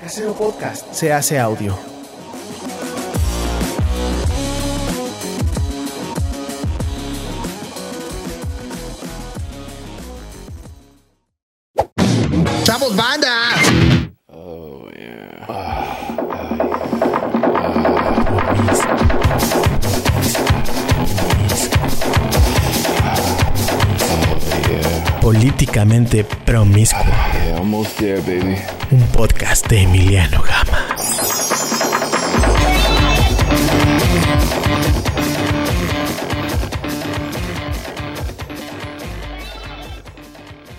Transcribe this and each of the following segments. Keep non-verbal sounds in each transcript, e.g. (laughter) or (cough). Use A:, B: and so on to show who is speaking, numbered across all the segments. A: Casero Podcast se hace audio.
B: ¡Chavos, banda!
A: Políticamente promiscuo.
C: Yeah, almost there, baby.
A: Un podcast de Emiliano Gama.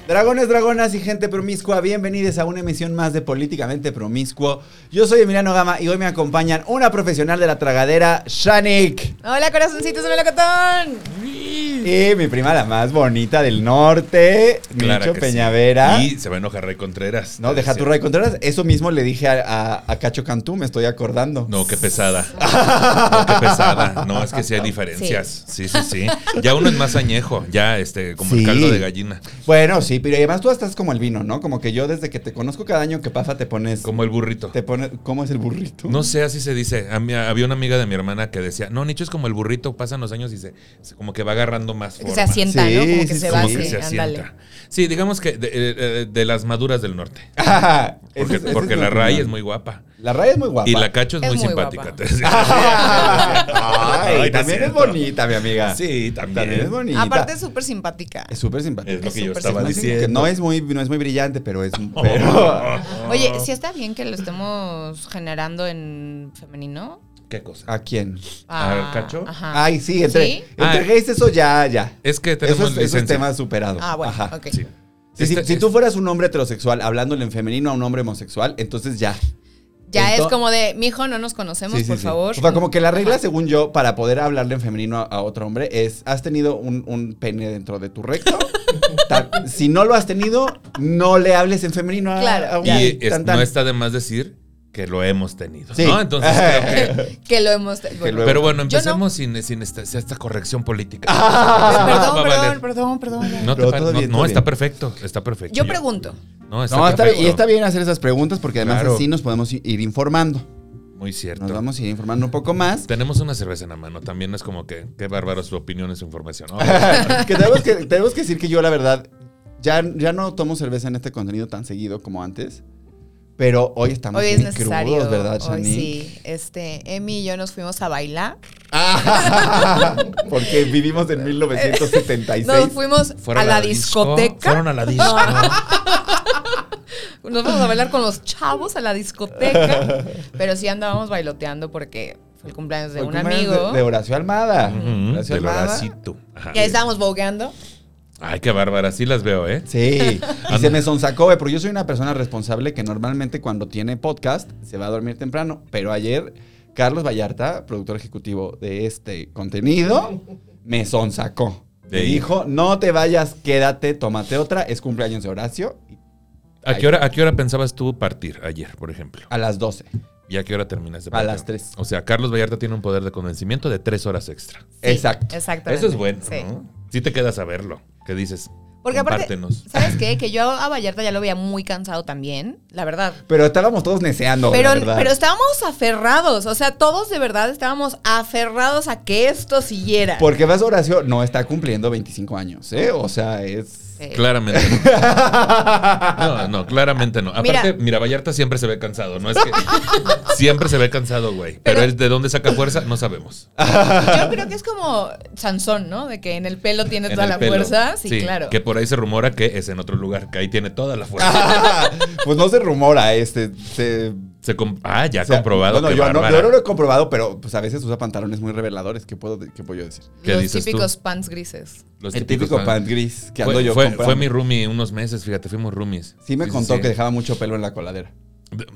D: Dragones, dragonas y gente promiscua, bienvenidos a una emisión más de Políticamente Promiscuo. Yo soy Emiliano Gama y hoy me acompañan una profesional de la tragadera, Shanik,
E: Hola, corazoncitos de melocotón.
D: y mi prima la más bonita del norte,
F: Claro
D: Nicho
F: que sí.
D: Peñavera.
F: Y se va a enojar Ray Contreras.
D: No, deja tu Ray Contreras. Eso mismo le dije a, a- a Cacho Cantú, me estoy acordando.
F: No,
D: (laughs)
F: qué pesada. No, qué pesada. No, es que sí hay diferencias. Sí, sí, sí. Ya uno es más añejo, ya este, como
D: Sí.
F: el caldo de gallina.
D: Bueno, sí, pero además tú estás como el vino, ¿no? Como que yo desde que te conozco cada año que pasa te pones...
F: Como el burrito.
D: Te pones ¿Cómo es el burrito?
F: No sé, así se dice. A mí- había una amiga de mi hermana que decía, no, Nicho es como el burrito, pasan los años y se, se- como que va agarrando más
E: Que
F: forma.
E: se asienta, ¿no? Como
D: Sí,
E: que
D: sí,
E: se
D: sí.
E: va,
F: Como
E: sí,
F: que se
E: ándale.
F: asienta. Sí, digamos que de, eh, eh, de las maduras del norte.
D: Ajá, (laughs) ese
F: Porque,
D: es- ese es
F: porque
D: mi
F: la
D: opinión.
F: Ray es muy guapa.
D: La Ray es muy guapa.
F: Y la Cacho es,
E: Es
F: muy,
E: muy
F: simpática.
E: guapa.
F: te decía.
D: (laughs) Ay,
F: Ay,
D: también
F: no
D: es
F: cierto.
D: bonita, mi amiga.
F: Sí,
D: También es
F: también.
D: bonita.
E: Aparte es súper simpática.
D: es súper simpática.
F: Es lo
E: Es
F: que yo
E: súper
F: estaba
E: simpática.
D: Así que
F: diciendo.
D: no es muy no es muy brillante, pero es pero-
E: Oye, ¿sí está bien que lo estemos generando en femenino? Ah,
F: ¿Qué cosa?
D: ¿A quién?
F: ¿A Cacho?
E: Ajá.
D: Ay, Este sí, entre,
E: ¿Sí?
D: entre
F: Ah.
D: gays eso ya ya.
F: Es que tenemos
D: Eso es, eso es
F: licencia.
D: tema superado.
E: Ah, bueno,
D: Ajá.
E: ok.
F: Sí.
D: Sí, sí,
F: Este-
D: si tú fueras un hombre heterosexual hablándole en femenino a un hombre homosexual, entonces ya.
E: Ya
D: Ento-
E: es como de, mijo, no nos conocemos,
D: Sí, sí,
E: por
D: sí.
E: favor.
D: O sea, como que la regla, según yo, para poder hablarle en femenino a, a otro hombre es, ¿has tenido un, un pene dentro de tu
E: (laughs)
D: recto? Ta- si no lo has tenido, no le hables en femenino a,
E: Claro.
D: a un
F: Y
D: güey,
F: es-
D: tan, tan.
F: no está de más decir que lo hemos tenido.
D: Sí.
F: ¿no? Entonces (laughs) creo que-
E: que lo hemos... bueno.
D: lo-
F: Pero
E: Yo no.
F: bueno,
E: Ah,
F: empecemos sin, sin esta, sin esta corrección política.
D: Ah.
E: Perdón,
F: Eso no va a
E: perdón,
F: valer.
E: perdón, perdón, ya.
F: No, te
D: Pero
F: pa-
D: todo
F: no-
D: bien,
F: no,
D: todo bien.
F: está perfecto. Está perfecto.
E: Yo pregunto.
F: No, está
D: No, está bien,
F: perfecto.
D: y está bien hacer esas preguntas porque además
F: Claro.
D: así nos podemos i- ir informando.
F: Muy cierto.
D: Nos vamos a ir informando un poco más.
F: Tenemos una cerveza en la mano. También es como que, qué bárbaro su opinión y su información. (laughs) ¿no?
D: que, tenemos que tenemos que decir que yo, la verdad, ya, ya no tomo cerveza en este contenido tan seguido como antes. Pero hoy estamos
E: Hoy es
D: muy
E: necesario.
D: crudos, ¿verdad,
E: Hoy
D: Shani?
E: sí. Este, Emi y yo nos fuimos a bailar.
D: (laughs) Porque vivimos en 1976.
E: Nos Eh, fuimos a la,
F: disco,
E: discoteca.
F: Fueron a la disco.
E: Nos vamos a bailar con los chavos a la discoteca. Pero sí andábamos bailoteando porque fue el cumpleaños de
D: Fue
E: un
D: como eran
E: amigo.
D: De, de Horacio Almada.
F: Ujú,
D: Horacio
F: Del
D: Almada.
F: horacito. Ajá.
E: y ahí estábamos bogueando.
F: Ay, qué bárbara. Sí las veo, ¿eh?
E: (laughs)
D: Sí, y se me sonsacó, güey, porque yo soy una persona responsable que normalmente cuando tiene podcast se va a dormir temprano, pero ayer Carlos Vallarta, productor ejecutivo de este contenido, me sonsacó. Me
F: Sí.
D: dijo, no te vayas, quédate, tómate otra, es cumpleaños de Horacio, y
F: ¿A qué, hora, ¿A qué hora pensabas tú partir ayer, por ejemplo?
D: a las 12.
F: ¿Y a qué hora terminaste?
D: Ah. A las tres.
F: O sea, Carlos Vallarta tiene un poder de convencimiento de tres horas extra.
E: Sí,
D: Exacto.
E: Exactamente.
F: Eso es bueno,
E: Sí.
F: ¿no? Sí te quedas a verlo. ¿Qué dices?
E: Porque aparte,
F: Compártenos.
E: ¿sabes qué? Que yo a Vallarta ya lo veía muy cansado también, la verdad.
D: Pero estábamos todos neceando,
E: Pero,
D: la verdad.
E: pero estábamos aferrados, o sea, todos de verdad estábamos aferrados a que esto siguiera.
D: Porque más Horacio no está cumpliendo 25 años, ¿eh? O sea,
F: (laughs)
D: es...
E: Sí.
F: Claramente
E: (laughs)
F: no. No, no, claramente no.
E: Mira.
F: Aparte, mira, Vallarta siempre se ve
E: (laughs)
F: cansado, ¿no? Es que siempre se ve cansado, güey. Pero,
E: Pero-
F: él de dónde saca fuerza, no sabemos.
E: Yo creo que es como Sansón, ¿no? De que en el pelo tiene
F: En
E: toda
F: el
E: la
F: pelo.
E: fuerza. Sí, claro.
F: Que por ahí se rumora que es en otro lugar, que ahí tiene toda la fuerza.
D: pues no se rumora, este... se-
F: Se com- ah, ya
D: O sea,
F: comprobado.
D: bueno,
F: qué
D: yo, no,
F: bárbara.
D: yo no lo he comprobado, pero pues a veces usa pantalones muy reveladores. ¿Qué puedo, de- qué puedo yo decir?
F: ¿Qué
E: los
F: dices tú?
E: típicos pants grises. (laughs)
F: Los
D: el
F: típicos
D: típico
F: pan-
D: pant gris que ando
F: fue,
D: yo
F: fue-
D: comprando.
F: fue mi roomie unos meses, fíjate, fuimos roomies.
D: Sí me
F: Sí,
D: contó
F: sí.
D: que dejaba mucho pelo en la coladera.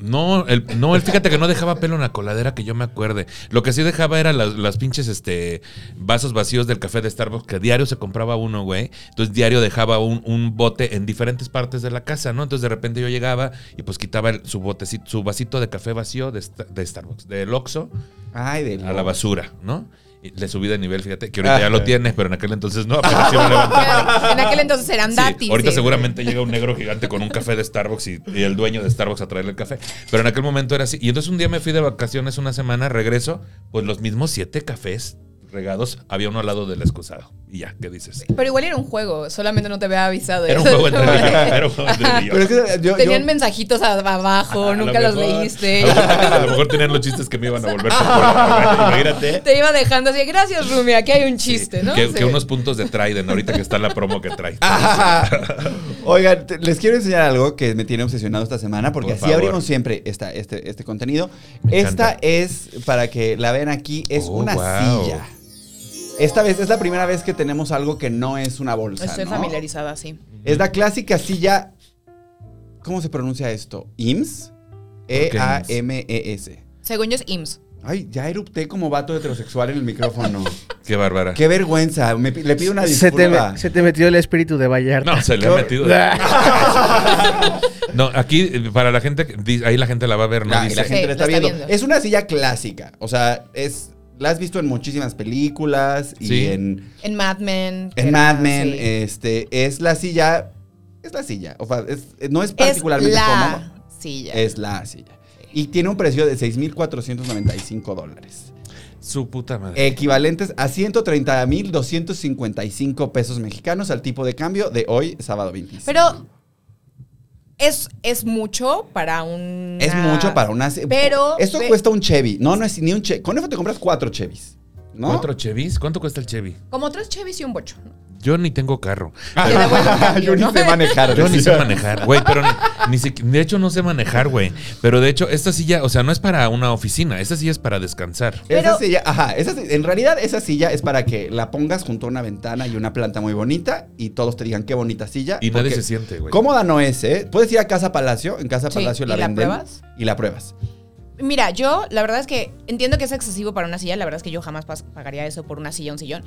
F: No, el, no, él fíjate que no dejaba pelo en la coladera que yo me acuerde. Lo que sí dejaba era las, las pinches este, vasos vacíos del café de Starbucks, que diario se compraba uno, güey. Entonces diario dejaba un, un bote en diferentes partes de la casa, ¿no? Entonces de repente yo llegaba y pues quitaba el- su botecito, su vasito de café vacío de, esta- de Starbucks, del Oxxo
D: Ay, de
F: a la basura, ¿no? Y Le subí de nivel, fíjate, que ahorita
D: Ah.
F: ya lo tienes, pero en aquel entonces no. apenas iba levantando.
E: (laughs) Pero en aquel entonces eran
F: Sí,
E: datis.
F: ahorita
E: sí.
F: seguramente llega un negro gigante con un café de Starbucks y, y el dueño de Starbucks a traerle el café. Pero en aquel momento era así. Y entonces un día me fui de vacaciones una semana, regreso, pues los mismos siete cafés regados, había uno al lado del excusado. Y ya, ¿qué dices?
E: Pero igual era un juego, solamente no te había avisado.
F: Era un
E: eso.
F: juego
E: (laughs)
F: entre ellos, era un juego entre ellos.
D: Pero es que yo,
E: Tenían
D: yo-
E: mensajitos a- abajo,
F: A lo
E: nunca los
F: mejor-
E: leíste.
F: A lo, mejor, a lo mejor tenían los chistes que me iban a volver. por fuera, güey. Imagínate.
E: Te iba dejando así, gracias Rumi, aquí hay un chiste, ¿no?
F: Que,
E: Sí.
F: que unos puntos de Trident ahorita que está la promo que trae.
D: Ajá. (laughs) Oigan, te- les quiero enseñar algo que me tiene obsesionado esta semana, porque
F: Por
D: así
F: favor.
D: abrimos siempre esta- este, este contenido.
F: Me
D: esta
F: encanta.
D: es, para que la vean aquí, es
F: Oh,
D: una
F: wow.
D: silla. Esta vez es la primera vez que tenemos algo que no es una bolsa.
E: Estoy
D: ¿no?
E: familiarizada, sí.
D: Es la clásica silla. ¿Cómo se pronuncia esto? IMS. E E-A-M-E-S.
E: Según yo es IMSS.
D: Ay, ya erupté como vato heterosexual en el micrófono.
F: Qué bárbara.
D: Qué vergüenza. Me pi- le pido una
A: Se te,
D: disculpa.
A: me- se te metió el espíritu de Vallarta.
F: (laughs) No, se le ha metido. No, aquí, eh, para la gente, que di- ahí la gente la va a ver, ¿no?
D: Ah, y
F: Dice,
D: la gente
E: Sí,
D: la está,
E: la está
D: viendo.
E: viendo.
D: Es una silla clásica. O sea, es. La has visto en muchísimas películas y
F: Sí.
D: en,
E: En Mad Men. que
D: en
E: era-
D: Mad Men.
E: sí.
F: eh,
D: Este, es la silla. Es la silla. O sea, es- no es
E: es
D: particularmente
E: la
D: cómoda.
E: silla.
D: Es la silla. Y tiene un precio de 6.495 dólares.
F: Su puta madre.
D: Eh, Equivalentes a 130.255 pesos mexicanos al tipo de cambio de hoy, sábado 25.
E: Pero es, es mucho para un.
D: Es mucho para una.
E: Pero-
D: Esto
E: ve-
D: cuesta un Chevy. No, no es ni un Chevy. Con eso te compras cuatro Chevys. ¿No?
F: ¿Cuatro Chevys? ¿Cuánto cuesta el Chevy?
E: Como tres Chevys y un bocho.
F: Yo ni tengo carro.
E: Te
D: Ah,
E: devuelvo
D: (laughs)
E: un cambio,
D: Yo ni
E: ¿no?
D: sé manejar.
F: Yo ni
D: (laughs)
F: sé
D: decía.
F: manejar, güey, pero ni, ni siqui- de hecho no sé manejar, güey. Pero de hecho, esta silla, o sea, no es para una oficina, esta silla es para descansar.
D: Esa
E: Pero-
D: silla, ajá, esa si- en realidad esa silla es para que la pongas junto a una ventana y una planta muy bonita y todos te digan qué bonita silla.
F: Y nadie
D: porque
F: se siente, güey.
D: Cómoda no es, ¿eh? Puedes ir a Casa Palacio, en Casa
E: Sí,
D: Palacio
E: ¿y
D: la
E: la
D: venden.
E: pruebas?
D: Y la pruebas.
E: Mira, yo la verdad es que entiendo que es excesivo para una silla, la verdad es que yo jamás pas- pagaría eso por una silla, un sillón,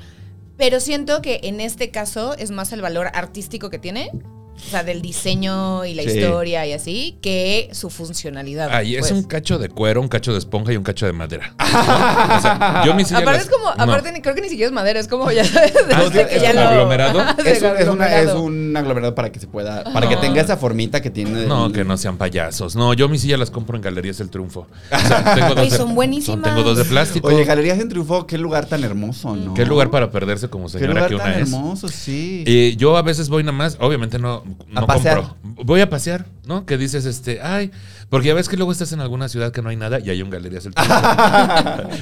E: pero siento que en este caso es más el valor artístico que tiene, o sea, del diseño y la
D: Sí. Ah,
E: historia y así, que su funcionalidad.
F: Ay, es
E: pues.
F: un cacho de cuero, un cacho de esponja y un cacho
D: (laughs)
F: de madera. ¿no? O sea, yo mi silla
E: Aparte
F: las-
E: es como,
F: no.
E: aparte ni- creo que ni siquiera es madera, es
D: (laughs)
E: como ya sabes, de (laughs)
F: Ah,
E: este
F: ¿es
E: que
F: un
E: ya lo-
F: aglomerado?
E: (laughs) (laughs) de
D: Es un, es una- es
E: aglomerado.
D: un aglomerado para que se pueda, para que tenga esa formita que tiene.
F: No,
D: el-
F: que no sean payasos. No, yo mis sillas las compro en Galerías El Triunfo. O
D: (laughs)
F: sea, tengo
E: Güey,
F: de-
E: son buenísimas.
F: tengo dos de plástico.
D: Oye, Galerías en Triunfo, qué lugar tan hermoso, ¿no?
F: Qué lugar para perderse como
D: Qué
F: señora
D: lugar
F: que una
D: tan
F: es.
D: hermoso, sí.
F: Eh, yo a veces voy nada más, obviamente no, no
D: A pasear.
F: compro. Voy a pasear, ¿no? Que dices, este, ay, porque ya ves que luego estás en alguna ciudad que no hay nada y hay un galerías el
D: (laughs)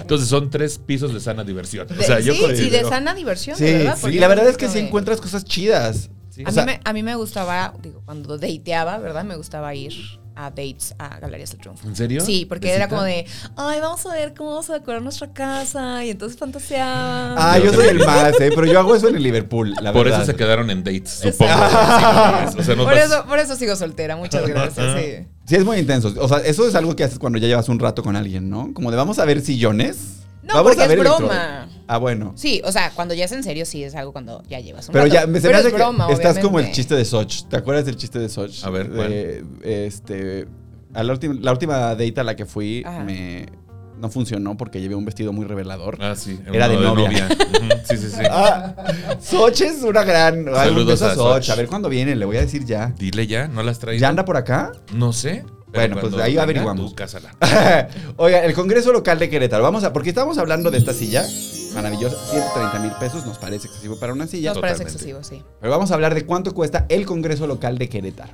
F: Entonces son tres pisos de sana diversión.
E: De-
F: O sea, yo
E: sí, sí, de
F: considero-
E: sana diversión,
D: sí,
E: de verdad.
D: sí.
E: porque
D: Y la verdad es que
E: como
D: sí
E: de-
D: encuentras cosas chidas.
F: Sí.
E: A,
D: O sea,
E: mí me, a mí me gustaba, digo, cuando dateaba, ¿verdad? Me gustaba ir a dates a Galerías del Triunfo.
F: ¿En serio?
E: Sí, porque
F: ¿De
E: era
F: cita?
E: como de, ay, vamos a ver cómo vamos a decorar nuestra casa. Y entonces fantaseaba.
D: Ah, yo soy el más, ¿eh? Pero yo hago eso en el Liverpool, la
F: Por
D: verdad.
F: eso se quedaron en dates,
E: Exacto.
F: supongo. Sí, no, (laughs) o sea, no
E: por,
F: vas-
E: eso, por eso sigo soltera, muchas gracias. sí.
D: Sí, es muy intenso. O sea, eso es algo que haces cuando ya llevas un rato con alguien, ¿no? Como de vamos a ver sillones.
E: No,
D: vamos
E: porque es
D: electro-
E: broma.
D: Ah, bueno.
E: Sí, o sea, cuando ya es en serio, sí es algo cuando ya llevas un
D: Pero
E: rato.
D: ya me, se me
E: Pero
D: hace
E: es
D: que
E: broma,
D: estás como el
E: obviamente.
D: chiste de Soch. ¿Te acuerdas del chiste de Soch?
F: A ver, ¿cuál?
D: De- este, a la, última, la última date a la que fui
E: Ajá.
D: me no funcionó porque llevé un vestido muy revelador.
F: Ah, sí.
D: Era de
F: uno
D: novia.
F: Ujú, Sí, sí, sí.
D: Ah, Soch es una gran. ay, un
F: Saludos
D: beso
F: a Xoch.
D: A ver cuándo viene, le voy a decir ya.
F: Dile ya, ¿no las traes?
D: ¿Ya anda por acá?
F: No sé. pero
D: Bueno, pues
F: cuando
D: ahí
F: venga,
D: averiguamos.
F: Tú cásala.
D: Oiga, el Congreso Local de Querétaro. Vamos a. Porque estábamos hablando de esta silla maravillosa. 130 mil pesos nos parece excesivo para una silla.
E: Nos parece
F: Totalmente.
E: excesivo, sí.
D: Pero vamos a hablar de cuánto cuesta el Congreso Local de Querétaro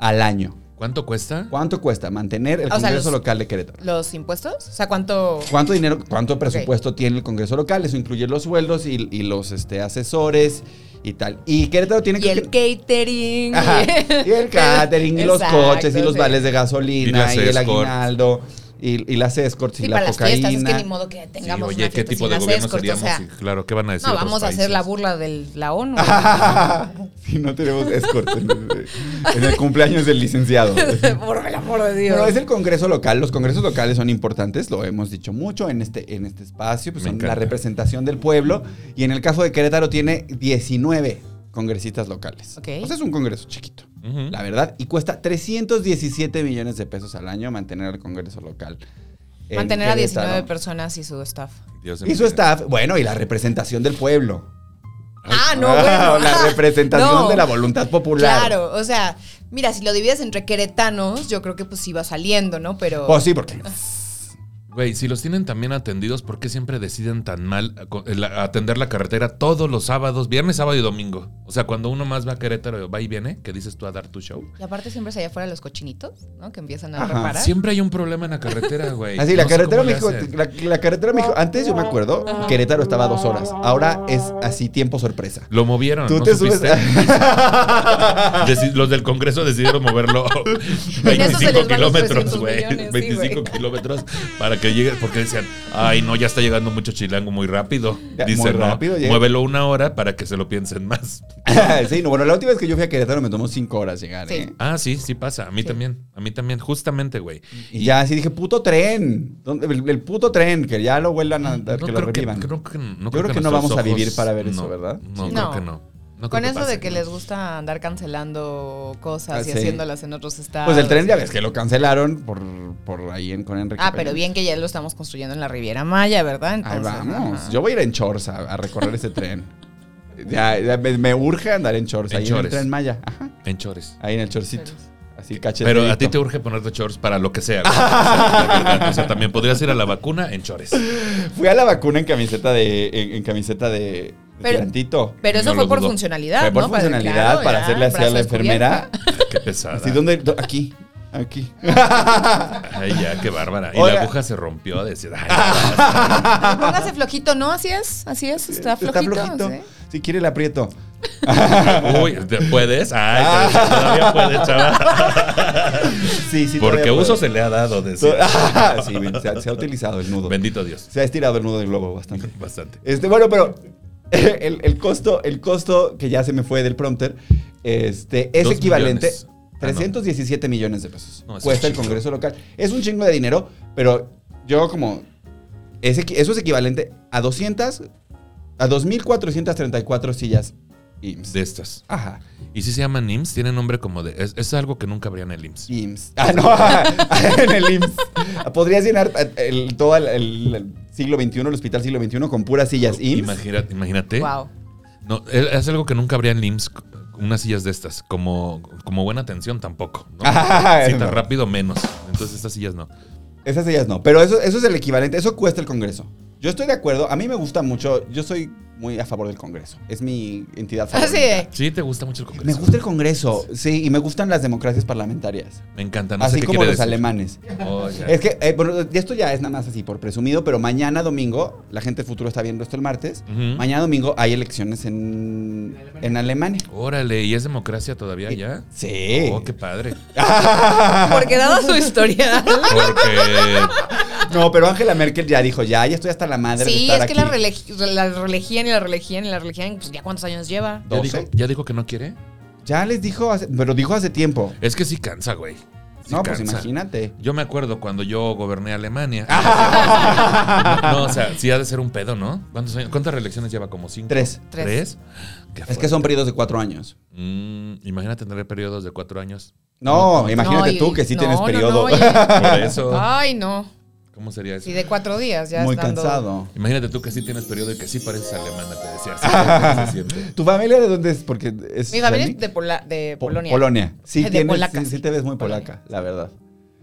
D: al año.
F: ¿Cuánto cuesta?
D: ¿Cuánto cuesta mantener el
E: O sea,
D: Congreso
E: los-
D: Local de Querétaro?
E: ¿Los impuestos? O sea, ¿cuánto...?
D: ¿Cuánto dinero, cuánto presupuesto tiene el Congreso Local? Eso incluye los sueldos y, y los este, asesores y tal. Y Querétaro tiene
E: Y el
D: que. (laughs)
E: catering. (laughs)
D: Ajá, y el catering, y los
E: Exacto,
D: coches, y los
E: sí.
D: vales de
F: Y las
D: gasolina, y, el
F: escorts.
D: aguinaldo, y, y las escorts, y
E: Sí,
D: la
E: para las
D: cocaína.
E: fiestas, es que ni modo que
F: Sí,
E: tengamos
F: oye,
E: una
F: ¿qué
E: fiesta
F: tipo
E: sin
F: de
E: las
F: gobierno
E: escorts, o
F: seríamos?
E: sea,
F: Sí, claro, ¿qué van a decir?
E: No,
F: otros
E: vamos a hacer la
F: países?
E: burla de la
D: (laughs)
E: ONU. (laughs)
D: Si no tenemos escort en el, en el cumpleaños del licenciado.
E: Por el amor de Dios.
D: Bueno, es el congreso local. Los congresos locales son importantes, lo hemos dicho mucho en este, en este espacio, pues
F: Me
D: son la
F: encanta.
D: representación del pueblo. Y en el caso de Querétaro tiene 19 congresistas locales.
E: Ok.
D: O sea, es un congreso chiquito,
F: Ujú.
D: la verdad. Y cuesta 317 millones de pesos al año mantener el congreso local. en
E: Mantener a
D: Querétaro.
E: 19 personas y su staff.
F: Dios de
D: Y
F: mi
D: su
F: vida.
D: staff, bueno, y la representación del pueblo.
E: Ah,
D: (laughs)
E: no,
D: Ah,
E: bueno.
D: La
E: ah,
D: representación
E: no.
D: de la voluntad popular.
E: Claro, o sea, mira, si lo divides entre queretanos, yo creo que pues iba saliendo, ¿no? Pero.
D: Pues sí, porque.
F: Güey, si los tienen también atendidos, ¿por qué siempre deciden tan mal a- con- el- a- atender la carretera todos los sábados, viernes, sábado y domingo? O sea, cuando uno más va a Querétaro, va y viene, que dices tú a dar tu show.
E: Y aparte siempre es allá afuera los cochinitos, ¿no? Que empiezan a
D: Ajá.
E: reparar.
F: Siempre hay un problema en la carretera,
D: (laughs)
F: güey.
D: Así, Ah, la
F: No sé
D: carretera
F: cómo le
D: México,
F: hacen.
D: la, la carretera México, antes yo me acuerdo, Querétaro estaba a dos horas. Ahora es así tiempo sorpresa.
F: Lo movieron.
D: Tú
F: ¿no
D: te subes.
F: supiste? (laughs) Deci- los del Congreso
E: (laughs)
F: decidieron moverlo
E: Pues
F: (laughs)
E: eso se les
F: 25
E: van los
F: kilómetros,
E: 300
F: güey.
E: millones, sí,
F: 25
E: güey.
F: kilómetros para que llegue, porque decían, ay, no, ya está llegando mucho chilango muy rápido.
D: Ya, muy
F: Dicen, no,
D: rápido llega".
F: muévelo una hora para que se lo piensen más.
D: (laughs) sí, no, bueno, la última vez que yo fui a Querétaro me tomó cinco horas llegar.
E: Sí.
D: ¿eh?
F: Ah, sí, sí pasa. A mí también. A mí también, justamente, güey.
D: Y ya así dije, puto tren. ¿Dónde- El, el puto tren, que ya lo vuelan a
F: No
D: Ah, que
F: creo
D: lo
F: que-
D: revivan.
F: creo que-
D: Yo
F: no creo que
D: no
F: nuestros
D: vamos a vivir
F: ojos-
D: para ver eso,
F: no,
D: ¿verdad?
F: No,
E: Sí.
F: creo
E: No.
F: que no. No creo
E: Con
F: que
E: eso
F: pase.
E: de que les gusta andar cancelando cosas
D: Ah,
E: y
D: sí.
E: haciéndolas en otros estados.
D: Pues el tren ya ves que lo cancelaron por, por ahí en, con Enrique.
E: Ah,
D: Peña.
E: pero bien que ya lo estamos construyendo en la Riviera Maya, ¿verdad?
D: Ahí
E: Entonces,
D: vamos.
E: ajá.
D: Yo voy a ir en shorts a, a recorrer ese tren. (laughs) Ya, ya me, me urge andar en shorts.
F: En
D: ahí en
F: chores.
D: el tren Maya. Ajá.
F: En chores.
D: Ahí en el chorcito. Así cachetito.
F: Pero a ti te urge ponerte shorts para lo que sea. güey. (laughs) O sea, la verdad, o sea, también podrías ir a la vacuna en chores. Ah,
D: Fui a la vacuna en camiseta de. En, en camiseta de. de
E: Pero-
D: tirantito.
E: Pero eso
F: No
E: fue
F: lo
E: por
F: dudo.
E: funcionalidad,
D: Fue por
E: ¿no? Para-
D: funcionalidad
E: claro,
D: para
E: ya,
D: hacerle así a
E: brazo
D: la enfermera.
E: descubierto.
F: Qué pesada.
D: Así, ¿dónde? do- Aquí.
E: (laughs)
D: Aquí.
F: Ay, ya, qué bárbara. Y
D: Oiga.
F: la aguja se rompió. Decía, ay, ya,
E: Póngase flojito, ¿no? Así es,
D: (laughs)
E: así es. Está flojito. ¿eh? sí.
D: Si quiere, le aprieto.
F: basta. Uy, ¿te- ¿puedes? Ay,
D: Ah.
F: te- todavía
D: (laughs)
F: puedes, chaval.
D: Sí, sí.
F: Porque
D: todavía (laughs)
F: uso
D: puedo.
F: se le ha dado, decía.
D: Ah, sí, se ha, se ha utilizado el nudo.
F: Bendito Dios.
D: Se ha estirado el nudo del globo bastante.
F: Bastante.
D: Este, bueno, pero (laughs) el, el costo, el costo que ya se me fue del prompter, este, es
F: Dos
D: equivalente
F: millones. Ah, no.
D: 317 millones de pesos.
F: No, es un
D: cuesta el
F: chingo.
D: Congreso local. Es un chingo de dinero, pero yo como es equi- eso es equivalente a 200 a 2434 sillas IMSS.
F: De estas.
D: Ajá.
F: ¿Y si se llaman IMSS? Tiene nombre como de. Es, es algo que nunca habría en el IMSS.
D: IMSS. Ah, no, (laughs) en el IMSS. Podrías llenar eh, el- todo el, el siglo XXI, el hospital siglo XXI, con puras sillas IMSS.
F: Imagínate. imagínate.
E: Wow.
F: No, es es algo que nunca habría en IMSS. c- Unas sillas de estas. Como, como buena atención tampoco.
D: (laughs)
F: ¿no?
D: Ah,
F: Si tan
D: no.
F: rápido, menos. Entonces, estas sillas no.
D: Esas ellas no, pero eso, eso es el equivalente, eso cuesta el Congreso. Yo estoy de acuerdo, a mí me gusta mucho, yo soy muy a favor del Congreso, es mi entidad favorita.
E: Así de.
F: Sí, te gusta mucho el Congreso.
D: Me gusta el Congreso, sí, y me gustan las democracias parlamentarias,
F: Me encanta. No
D: así
F: sé qué
D: como los
F: quiere decir.
D: alemanes.
F: Oh, ya.
D: Es que, eh, bueno, esto ya es nada más así por presumido, pero mañana domingo, la gente del futuro está viendo esto el martes,
F: Ujú.
D: mañana domingo hay elecciones en, en Alemania.
F: Órale, ¿y es democracia todavía ya?
D: Sí.
F: Oh,
D: (laughs)
F: qué padre.
E: Porque dado su historia.
F: Porque
D: No, pero Angela Merkel ya dijo, ya, ya estoy hasta la madre de
E: Sí,
D: estar
E: es que la,
D: aquí.
E: religi- la religían y la religían y la religían, pues ya cuántos años lleva.
F: ¿Ya
D: 12.
F: dijo, ya dijo que no quiere.
D: Ya les dijo, hace- pero dijo hace tiempo.
F: Es que sí cansa, güey. Sí
D: no, pues
F: cansa.
D: imagínate.
F: Yo me acuerdo cuando yo
D: (laughs)
F: goberné Alemania. (laughs) no, o sea, sí ha de ser un pedo, ¿no? ¿Cuántos años- ¿Cuántas reelecciones lleva? ¿Como cinco?
D: Tres.
F: ¿Tres? Qué
D: Es que son periodos de cuatro años.
F: fuerte. Mm, imagínate tener periodos de
D: (laughs)
F: cuatro años.
D: No,
E: No,
D: imagínate
E: y-
D: tú que sí
E: no,
D: tienes
E: no,
D: periodo. (laughs)
E: no, oye.
F: Por eso.
E: Ay, no.
F: ¿Cómo sería eso?
E: Ah. Sí, de cuatro días ya
D: Muy
E: estando-
D: cansado.
F: Imagínate tú que sí tienes periodo y que sí pareces alemana,
D: (laughs)
F: te decía. Sí, ¿cómo se siente?
D: ¿Tu familia de dónde es? Porque es.
E: Mi familia
D: ¿Dani?
E: es de, Pola- de
D: Po-
E: Polonia.
D: Polonia. Sí,
E: De
D: tienes-
E: polaca,
D: sí, sí
E: sí.
D: te ves muy
E: Polonia.
D: polaca, la verdad.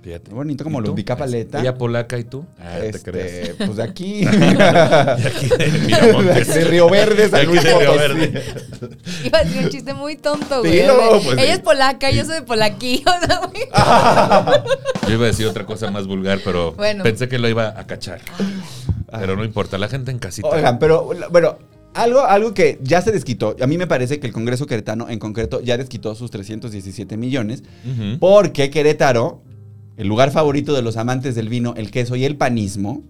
F: Fíjate.
D: Muy bonito como
F: ¿Y
D: lo
F: tú?
D: ubica paleta.
F: Ella polaca y tú. Ah, te
D: Este,
F: crees.
D: pues
F: (laughs)
D: de aquí. (laughs)
F: De aquí de Miramontes.
D: De Río Verde, San
F: pues. De aquí
D: Luis
F: de Río
D: Potosí.
F: Verde.
E: (laughs) Iba a decir un chiste muy tonto, güey.
D: Dilo,
E: De-
D: pues,
E: ella
D: sí. Ah,
E: es polaca, yo soy de (laughs) polaquí. o sea, güey.
F: Yo iba a decir otra cosa más vulgar, pero
E: Bueno. Ah.
F: pensé que lo iba a cachar. Pero no importa, la gente en casita.
D: (laughs) Oigan, pero bueno, algo, algo que ya se desquitó. A mí me parece que el Congreso Queretano en concreto ya desquitó sus 317 millones.
F: Ujú.
D: Porque Querétaro, el lugar favorito de los amantes del vino, el queso y el panismo,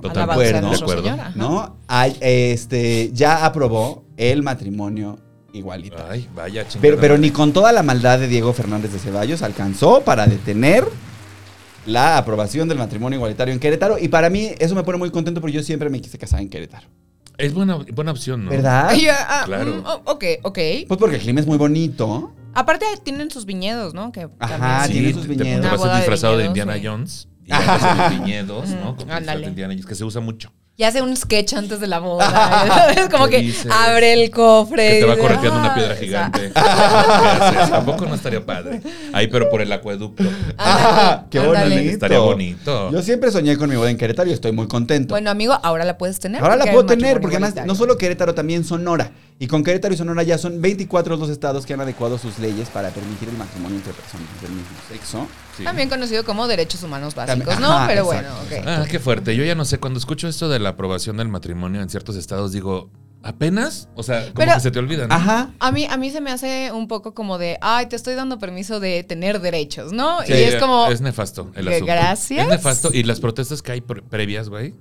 F: Total,
E: Alabanza
D: de
E: a
D: acuerdo.
E: Nuestra
F: De acuerdo.
E: Señora, ajá.
D: ¿no? Ay, este, ya aprobó el matrimonio igualito.
F: Ay, vaya chingada.
D: Pero, pero ni con toda la maldad de Diego Fernández de Ceballos alcanzó para detener la aprobación del matrimonio igualitario en Querétaro. Y para mí eso me pone muy contento porque yo siempre me quise casar en Querétaro.
F: Es buena, buena opción, ¿no?
D: ¿Verdad?
E: Y yo, ah,
F: Claro.
E: mm, oh, ok, ok.
D: Pues porque el clima es muy bonito.
E: Aparte tienen sus viñedos, ¿no? Que
D: Ajá, tiene Ah,
E: también-
F: Sí,
D: sus
F: te- te,
D: viñedos. Ah.
E: Una
F: vas a
E: Ah, boda
F: ir
E: de
F: disfrazado
E: viñedos,
F: de, Indiana
E: güey. Mm,
F: Jones. y ya en viñedos, ¿no? Con
E: Ándale.
F: Ándale. que se usa mucho.
G: Y hace un sketch antes de la
D: (laughs)
G: boda. ¿sabes? Como
F: ¿Qué
G: que
F: dices?
G: abre el cofre.
F: Que te
G: y
F: va
G: dice,
F: correteando una
G: "Ah",
F: piedra
G: o sea,
E: (laughs)
F: gigante. ¿Qué haces? Tampoco no estaría padre. Ahí, pero por el acueducto.
D: Ah, (laughs) ¡Qué
G: Ándale.
D: bonito!
F: Estaría bonito.
D: Yo siempre soñé con mi boda en Querétaro y estoy muy contento.
G: Bueno, amigo, ahora la puedes tener.
D: Ahora la
G: porque hay
D: puedo
G: un
D: tener,
G: matrimonio
D: porque además no
G: igualitario.
D: solo Querétaro, también Sonora. Y con Querétaro y Sonora ya son 24 los estados que han adecuado sus leyes para permitir el matrimonio entre personas del mismo sexo.
F: Sí.
E: También conocido como derechos humanos básicos,
D: También-
E: ¿no?
D: ajá,
E: Pero
D: exacto,
E: bueno, ok.
F: Ah, qué fuerte. Yo ya no sé, cuando escucho esto de la aprobación del matrimonio en ciertos estados, digo, ¿apenas? O sea, como
E: Pero-
F: que se te olvida, ¿no?
D: Ajá.
E: A mí, a mí se me hace un poco como de, ay, te estoy dando permiso de tener derechos, ¿no?
F: Sí,
E: y es como,
F: Es nefasto el
E: que
F: asunto.
E: gracias.
F: Es nefasto. Y las protestas que hay pre- previas, güey,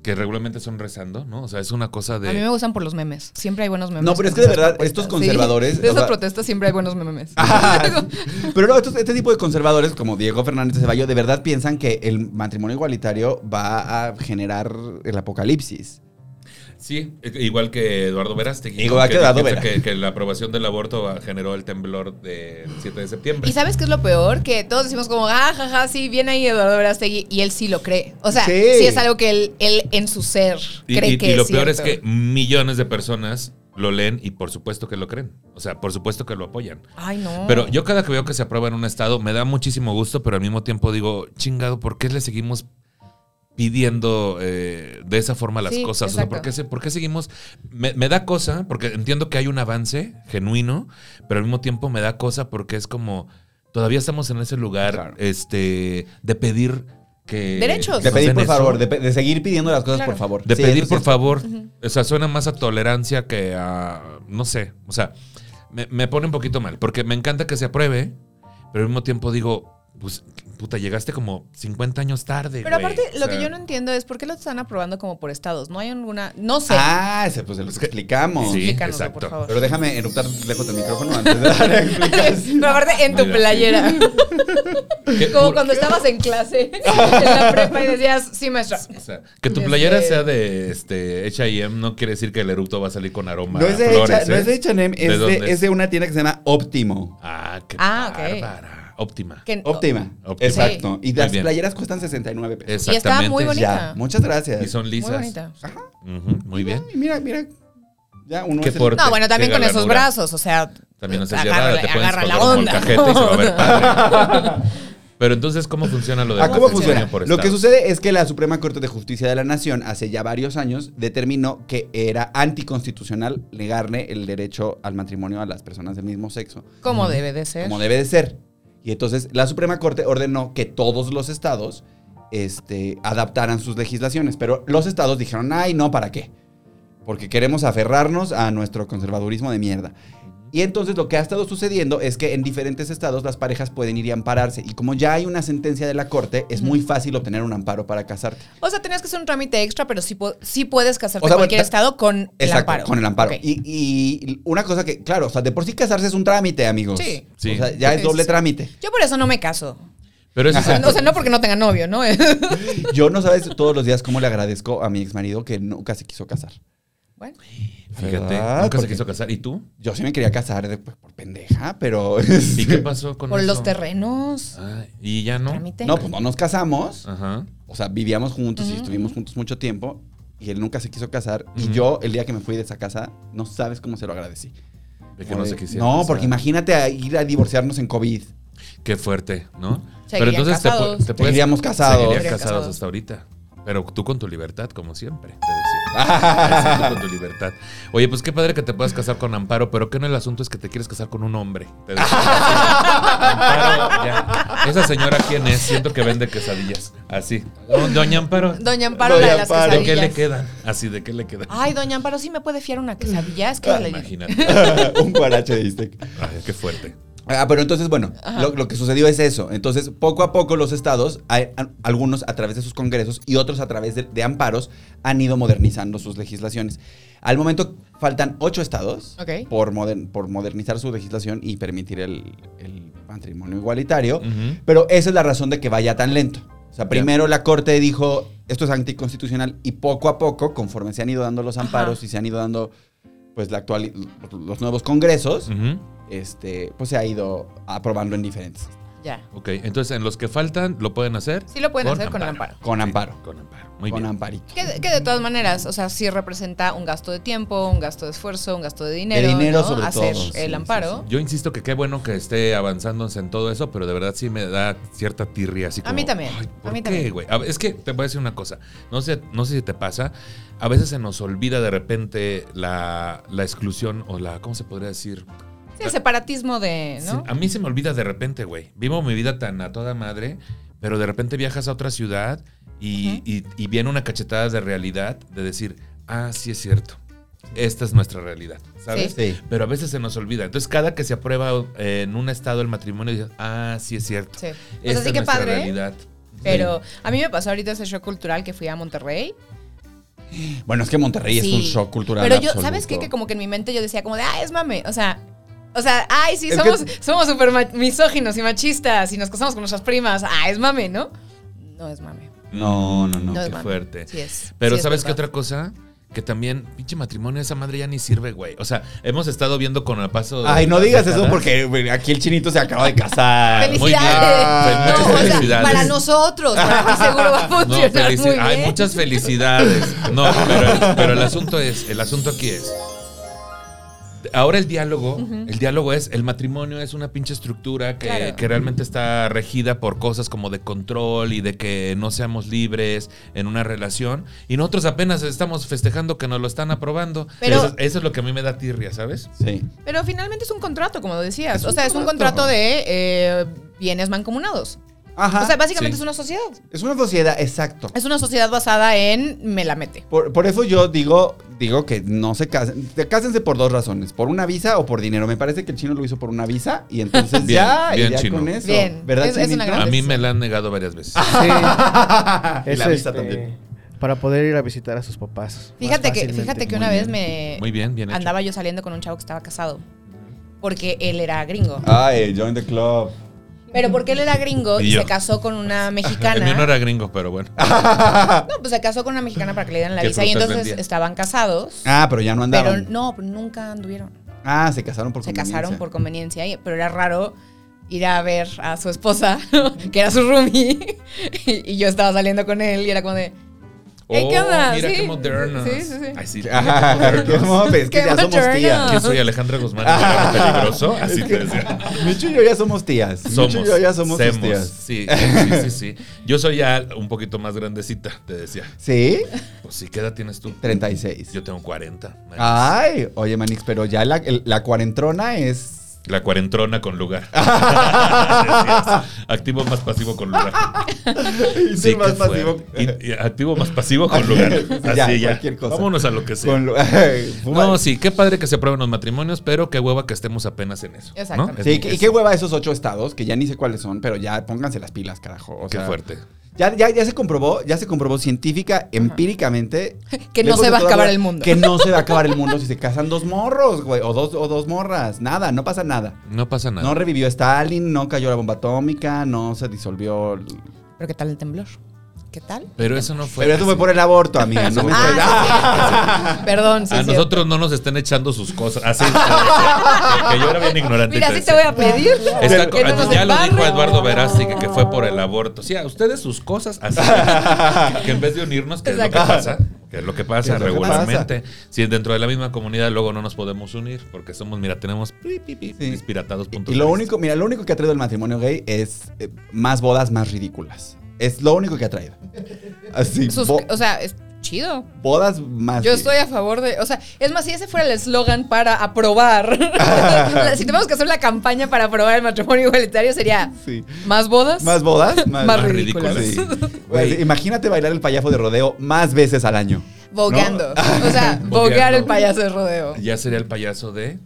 F: que regularmente son rezando, ¿no? O sea, es una cosa
E: a mí me
F: de.
E: gustan por los memes. Siempre hay buenos memes.
D: No, pero es
E: con
D: que de
E: esas
D: verdad,
E: propuestas.
D: estos
E: Sí,
D: conservadores,
E: de
D: o
E: esas
D: sea-
E: protestas siempre hay buenos memes.
D: Ajá. (laughs) Pero no, estos- este tipo de conservadores, como Diego Fernández de Ceballo, de verdad piensan que el matrimonio igualitario va a generar el apocalipsis.
F: Sí, e- igual que Eduardo Verástegui.
D: Igual
F: ¿no?
D: que Eduardo
F: piensa
D: Verástegui.
F: Que, que la aprobación del aborto ah, generó el temblor del 7 de septiembre.
E: ¿Y sabes qué es lo peor? Que todos decimos como, ah, jaja, sí, viene ahí Eduardo Verástegui. Y él sí lo cree. O sea,
D: Sí.
E: sí, es algo que él, él en su ser
F: Y-
E: cree
F: y,
E: que
F: y lo
E: es
F: peor es que
E: cierto.
F: millones de personas lo leen y por supuesto que lo creen. O sea, por supuesto que lo apoyan.
E: Ay, no.
F: Pero yo cada que veo que se aprueba en un estado me da muchísimo gusto, pero al mismo tiempo digo, chingado, ¿por qué le seguimos pidiendo eh, de esa forma las
E: Sí,
F: cosas? O sea,
E: exacto.
F: ¿por qué, se- por qué seguimos? Me, me da cosa, porque entiendo que hay un avance genuino, pero al mismo tiempo me da cosa porque es como, todavía estamos en ese lugar
D: Claro.
F: este, de pedir que...
E: Derechos.
G: Pues
F: nos
D: De pedir
F: den
D: por
F: eso.
D: favor, de, pe- de seguir pidiendo las cosas
E: Claro.
D: por favor.
F: De
D: Sí, eso
F: pedir,
D: es
F: por
D: cierto.
F: favor. O sea, suena más a tolerancia que a. No sé. O sea, me, me pone un poquito mal. Porque me encanta que se apruebe, pero al mismo tiempo digo, pues, puta, llegaste como 50 años tarde.
E: Pero
F: güey.
E: aparte,
F: O
E: lo
F: sea,
E: que yo no entiendo es por qué lo están aprobando como por estados. No hay alguna. No sé.
D: Ah, ese, pues se los explicamos.
F: Sí,
E: Explícanos,
F: exacto.
E: por favor.
D: Pero déjame eructar lejos del micrófono antes de dar la
G: (laughs)
D: explicación.
E: (laughs) Pero aparte, en tu
F: Mira, sí.
E: playera. (laughs)
F: Que-
E: Como cuando estabas en
D: (laughs)
E: clase, en la prepa y decías, sí, maestra.
F: o sea, que tu
E: Desde-
F: playera sea de este H&M no quiere decir que el eructo va a salir con aroma
D: No es de
F: a flores,
D: H- no
F: ¿eh?
D: es de H&M,
F: ¿De
D: es, de-
F: dónde
D: es de una tienda que se llama Óptimo.
F: Ah, qué
E: Ah, ok.
F: bárbara. Óptima.
E: Que-
D: Óptima.
F: Óptima.
D: Exacto. Y
F: Oh, Muy
D: las
F: bien.
D: playeras cuestan 69 pesos.
E: Y está muy
F: Exactamente.
E: bonita.
D: Ya, muchas gracias.
F: Y son lisas.
E: Muy bonita.
F: Ujú, muy bien.
D: Y Mira, mira. Ya uno
F: Qué
D: es el-
F: porte.
E: No, bueno, también
F: Qué
E: con esos
F: galanura.
E: brazos, o sea.
F: También no sé si
E: agarra,
F: nada, te pueden
E: agarra la
F: colgar un
E: onda.
F: molcajete y se va
E: (laughs)
F: a ver padre. Pero entonces, ¿cómo funciona lo de
D: Ah,
F: la
D: ¿cómo
F: votación
D: funciona?
F: por
D: Lo que
F: estados?
D: sucede es que la Suprema Corte de Justicia de la Nación hace ya varios años determinó que era anticonstitucional negarle el derecho al matrimonio a las personas del mismo sexo,
E: Como debe de ser.
D: como debe de ser. Y entonces la Suprema Corte ordenó que todos los estados este, adaptaran sus legislaciones, pero los estados dijeron, ay, no, ¿para qué? Porque queremos aferrarnos a nuestro conservadurismo de mierda. Y entonces lo que ha estado sucediendo es que en diferentes estados las parejas pueden ir y ampararse. Y como ya hay una sentencia de la corte, es muy fácil obtener un amparo para casarte.
E: O sea, tenías que hacer un trámite extra, pero sí, po- sí puedes casarte
D: O sea,
E: en cualquier
D: bueno,
E: estado con el
D: Exacto,
E: amparo.
D: con el amparo.
E: Ok.
D: Y, y una cosa que, claro, o sea, de por sí casarse es un trámite, amigos.
E: Sí.
F: Sí.
D: O sea, ya es
E: Sí,
D: doble
E: sí.
D: trámite.
E: Yo por eso no me caso.
F: Pero ese es el-
E: O sea, no porque no tenga novio, ¿no? (laughs)
D: Yo no sabes todos los días cómo le agradezco a mi ex marido que nunca se quiso casar.
E: bueno.
F: Fíjate,
D: ¿Verdad?
F: nunca se
D: Ah, Porque
F: quiso casar. ¿Y tú?
D: Yo sí me quería casar de- pues, por pendeja, pero. este,
F: ¿Y qué pasó con
E: Por
F: eso?
E: los terrenos.
F: Ah, ¿Y ya no?
E: Trámite.
D: No, pues no nos casamos.
F: Ajá.
D: O sea, vivíamos juntos y estuvimos juntos mucho tiempo. Y él nunca se quiso casar. Y yo, el día que me fui de esa casa, no sabes cómo se lo agradecí.
F: De que
D: Como
F: no
D: de,
F: se quisiera
D: No,
F: casar.
D: porque imagínate a ir a divorciarnos en COVID.
F: Qué fuerte, ¿no?
E: Seguirían
F: te pu-
E: casados.
F: te, puedes...
D: Seguiríamos casados.
F: Seguirían
E: Seguirían
F: casados
E: casados.
F: hasta ahorita. Pero tú con tu libertad, como siempre. Te decía. (laughs) Así, tú con tu libertad. Oye, pues qué padre que te puedas casar con Amparo, pero que no el asunto es que te quieres casar con un hombre. Te decía. Amparo, ya. Esa señora, ¿quién es? Siento que vende quesadillas. Así. No, Doña Amparo.
E: Doña Amparo, la de las
F: ¿De qué le
E: quesadillas.
F: quedan? Así, ¿de qué le quedan? Ah,
E: Ay, doña Amparo, sí me puede fiar una quesadilla. Es que la-
F: Imagínate.
D: (laughs) Un guarache de bistec.
F: Ay, qué fuerte.
D: Ah, pero entonces, bueno, lo, lo que sucedió es eso. Entonces, poco a poco los estados, hay- a- algunos a través de sus congresos y otros a través de, de amparos, han ido modernizando sus legislaciones. Al momento faltan ocho estados
E: Ok.
D: por, moder- por modernizar su legislación y permitir el, el matrimonio igualitario.
F: Ujú.
D: Pero esa es la razón de que vaya tan lento. O sea, primero la Corte dijo, esto es anticonstitucional y poco a poco, conforme se han ido dando los amparos y se han ido dando pues la actual, los nuevos congresos,
F: Ujú.
D: este, pues se ha ido aprobando en diferentes.
E: Ya.
F: Ok, entonces en los que faltan, ¿lo pueden hacer?
E: Sí lo pueden hacer con el amparo.
D: Con amparo.
F: Con amparo. Muy
D: con
F: bien.
D: amparito.
E: Que, que de todas maneras, o sea, sí representa un gasto de tiempo, un gasto de esfuerzo, un gasto de dinero.
D: De dinero
E: ¿no?
D: sobre
E: Hacer
D: todo, sí,
E: el
D: sí,
E: amparo.
F: Yo insisto que qué bueno que esté avanzándose en todo eso, pero de verdad sí me da cierta tirria así
E: A
F: como.
E: mí también,
F: "Ay,
E: a
F: ¿por
E: mí
F: qué,
E: también".
F: güey? A- Es que te voy a decir una cosa. No sé, no sé si te pasa. A veces se nos olvida de repente la, la exclusión o la. ¿Cómo se podría decir?
E: Sí, el separatismo de. ¿no?
F: Se- a mí se me olvida de repente, güey. Vivo mi vida tan a toda madre, pero de repente viajas a otra ciudad y, y- y viene una cachetada de realidad de decir, ah, sí es cierto. Esta es nuestra realidad, ¿sabes?
D: Sí. Sí.
F: Pero a veces se nos olvida. Entonces, cada que se aprueba eh, en un estado el matrimonio, dices, ah, sí es cierto.
E: Sí. O sea,
F: Esta
E: sí
F: es
E: que
F: nuestra
E: padre, ¿eh?
F: realidad.
E: Pero a mí me pasó ahorita ese show cultural que fui a Monterrey.
D: Bueno, es que Monterrey es un
E: Sí.
D: shock cultural.
E: Pero yo,
D: absoluto.
E: ¿sabes qué? Que como que en mi mente yo decía como de, ah, es mame. O sea, o sea, ay, sí,
D: Es
E: somos
D: que-
E: somos súper ma- misóginos y machistas y nos casamos con nuestras primas. Ah, es mame, ¿no? No es mame.
D: No, no, no.
E: No es
F: qué
E: mame.
F: fuerte.
E: Sí es.
F: Pero
E: sí es
F: ¿sabes qué
E: verdad.
F: otra cosa? Que también, pinche matrimonio, esa madre ya ni sirve, güey. O sea, hemos estado viendo con el paso. de
D: Ay, no
F: las
D: digas eso
F: décadas.
D: porque güey, aquí el chinito se acaba de casar.
F: Felicidades. Muy bien.
D: Ah.
F: Pues
E: ¡Felicidades!
F: Muchas
E: No, o sea,
F: felicidades.
E: para nosotros, para ti seguro va a
F: (laughs) No,
E: funcionar
F: felici-
E: muy bien.
F: Ay, muchas felicidades.
E: (laughs)
F: No, pero, pero el asunto es, el asunto aquí es. Ahora el diálogo, el diálogo es, el matrimonio es una pinche estructura que,
E: Claro.
F: que realmente está regida por cosas como de control y de que no seamos libres en una relación. Y nosotros apenas estamos festejando que nos lo están aprobando.
E: Pero-
F: eso, eso es lo que a mí me da tirria, ¿sabes?
D: Sí.
E: Pero finalmente es un contrato, como decías.
F: Es
E: o
F: un
E: sea, es un
F: contrato.
E: contrato de eh, bienes mancomunados.
D: Ajá.
E: o sea, básicamente
F: sí.
E: es una sociedad.
D: es una sociedad, exacto.
E: Es una sociedad basada en me la mete.
D: Por, por eso yo digo, digo que no se casen. Se- Cásense por dos razones, por una visa o por dinero. Me parece que el chino lo hizo por una visa y entonces
F: (laughs) Bien,
D: ya, y
F: bien,
D: ya
F: chino.
D: con eso.
E: Bien,
D: ¿Verdad,
E: es- es una
D: chinito? Ah,
F: A
E: gran-
F: mí me la han negado varias veces.
E: Ah,
A: Sí,
F: Ah,
D: Y
A: es
D: la visa
A: este,
D: también.
A: Para poder ir a visitar a sus papás. más
E: Fíjate que,
A: fácilmente.
E: fíjate que
F: Muy
E: una vez
F: bien.
E: me
F: Muy bien, bien hecho.
E: andaba yo saliendo con un chavo que estaba casado. Porque él era gringo.
D: Ay, Ah, eh, join the club.
E: Pero porque él era gringo y,
F: Y yo.
E: se casó con
F: (laughs)
E: una
F: El mío no
E: mexicana.
F: era gringo, pero bueno.
E: No, pues se casó con una mexicana para que le dieran la
F: ¿Qué
E: visa. Y
F: frutas
E: entonces
F: vendía?
E: estaban casados.
D: Ah, pero ya no
E: Pero
D: andaban.
E: no, nunca anduvieron.
D: Ah, se casaron por
E: se
D: conveniencia. (laughs)
E: casaron por conveniencia, y- pero era raro ir a ver a su esposa, (laughs) ¿no? que era su roomie, (laughs) y, y yo estaba saliendo con él y era como de, Ey, ¿qué
F: Oh,
E: onda?
F: Mira
E: Sí.
F: qué modernos.
E: Sí, sí, sí. (laughs)
F: Ay, sí.
D: (laughs) Ah, qué modo, es que
E: Qué
D: ya somos
E: moderno.
D: tías.
F: ¿Quién soy Alejandra Guzmán?
D: (laughs)
F: ¿Era peligroso? Así te decía.
D: Micho y yo ya somos tías. Micho y (laughs) yo ya somos sus
F: semos.
D: tías.
F: Sí, sí, sí, sí. Yo soy ya un poquito más grandecita, te decía.
D: ¿Sí?
F: Pues sí, ¿qué edad tienes tú?
D: 36.
F: Yo tengo 40.
D: Ah. Ay, oye, Manix, pero ya la, el- la cuarentrona es.
F: La cuarentrona con
D: (laughs)
F: lugar. Decías, activo más pasivo con lugar.
D: (laughs) Sí, más
F: qué
D: pasivo.
F: fuerte. (laughs) Y- y activo más
D: (laughs)
F: pasivo con lugar. Así
D: Ya,
F: ya.
D: cualquier cosa.
F: Vámonos a lo que sea.
D: Con lo- (laughs)
F: No, sí, qué padre que se aprueben los matrimonios, pero qué hueva que estemos apenas en eso. ¿no?
E: Exactamente.
D: Sí,
F: Es-
D: que-
F: es-
D: y qué hueva esos ocho estados, que ya ni sé cuáles son, pero ya pónganse las pilas, carajo. O
F: Qué
D: sea,
F: fuerte.
D: Ya, ya, ya se comprobó, ya se comprobó científica, empíricamente.
E: (laughs) Que no
D: lejos
E: se
D: de
E: va a
D: toda
E: acabar
D: duda,
E: el mundo.
D: Que no se va a acabar el
E: (laughs)
D: mundo si se casan dos morros, güey, o dos, o dos morras. Nada, no pasa nada.
F: No pasa nada.
D: No revivió Stalin, no cayó la bomba atómica, no se disolvió. el-
E: pero ¿qué tal el temblor? ¿Qué tal?
F: pero eso no fue.
D: Pero eso fue por el aborto, amiga. (laughs)
F: (laughs)
D: No me
E: Ah,
D: estoy-
E: sí, sí. Perdón, sí,
F: Ah. a
E: es cierto.
F: nosotros no nos estén echando sus cosas. Así. eh, que yo era bien ignorante.
E: Mira, sí te voy a pedir.
F: Está
E: que no
F: co-
E: nos
F: ya lo dijo
E: embarren.
F: Eduardo Verástegui que, fue por el aborto. Sí, a ustedes sus cosas
D: (laughs)
F: así. que en vez de unirnos, que es lo que
D: Exacto.
F: pasa, que es lo que pasa
D: Que es lo que
F: regularmente. Si dentro de la misma comunidad luego no nos podemos unir, porque somos, mira, tenemos (laughs) pi, pi, pi,
D: Sí.
F: piratados puntos
D: Y
F: de
D: lo
F: vista.
D: único, mira, lo único que ha traído el matrimonio gay es eh, más bodas más ridículas. Es lo único que ha traído. Así.
E: Sus-
D: bo- Ah,
E: o sea, es chido.
D: bodas más.
E: Yo estoy a favor de, o sea, es más, si ese fuera el eslogan para aprobar, (laughs) si tenemos que hacer la campaña para aprobar el matrimonio igualitario sería
D: Sí.
E: más bodas,
D: Más
E: (laughs)
D: bodas, más,
E: Más
F: Más
E: ridículas.
F: ridículas.
D: Sí. Güey,
F: (laughs)
D: sí, Imagínate bailar el payaso de rodeo más veces al año.
E: Bogueando. O sea, boguear el payaso de rodeo.
F: Ya sería el payaso de.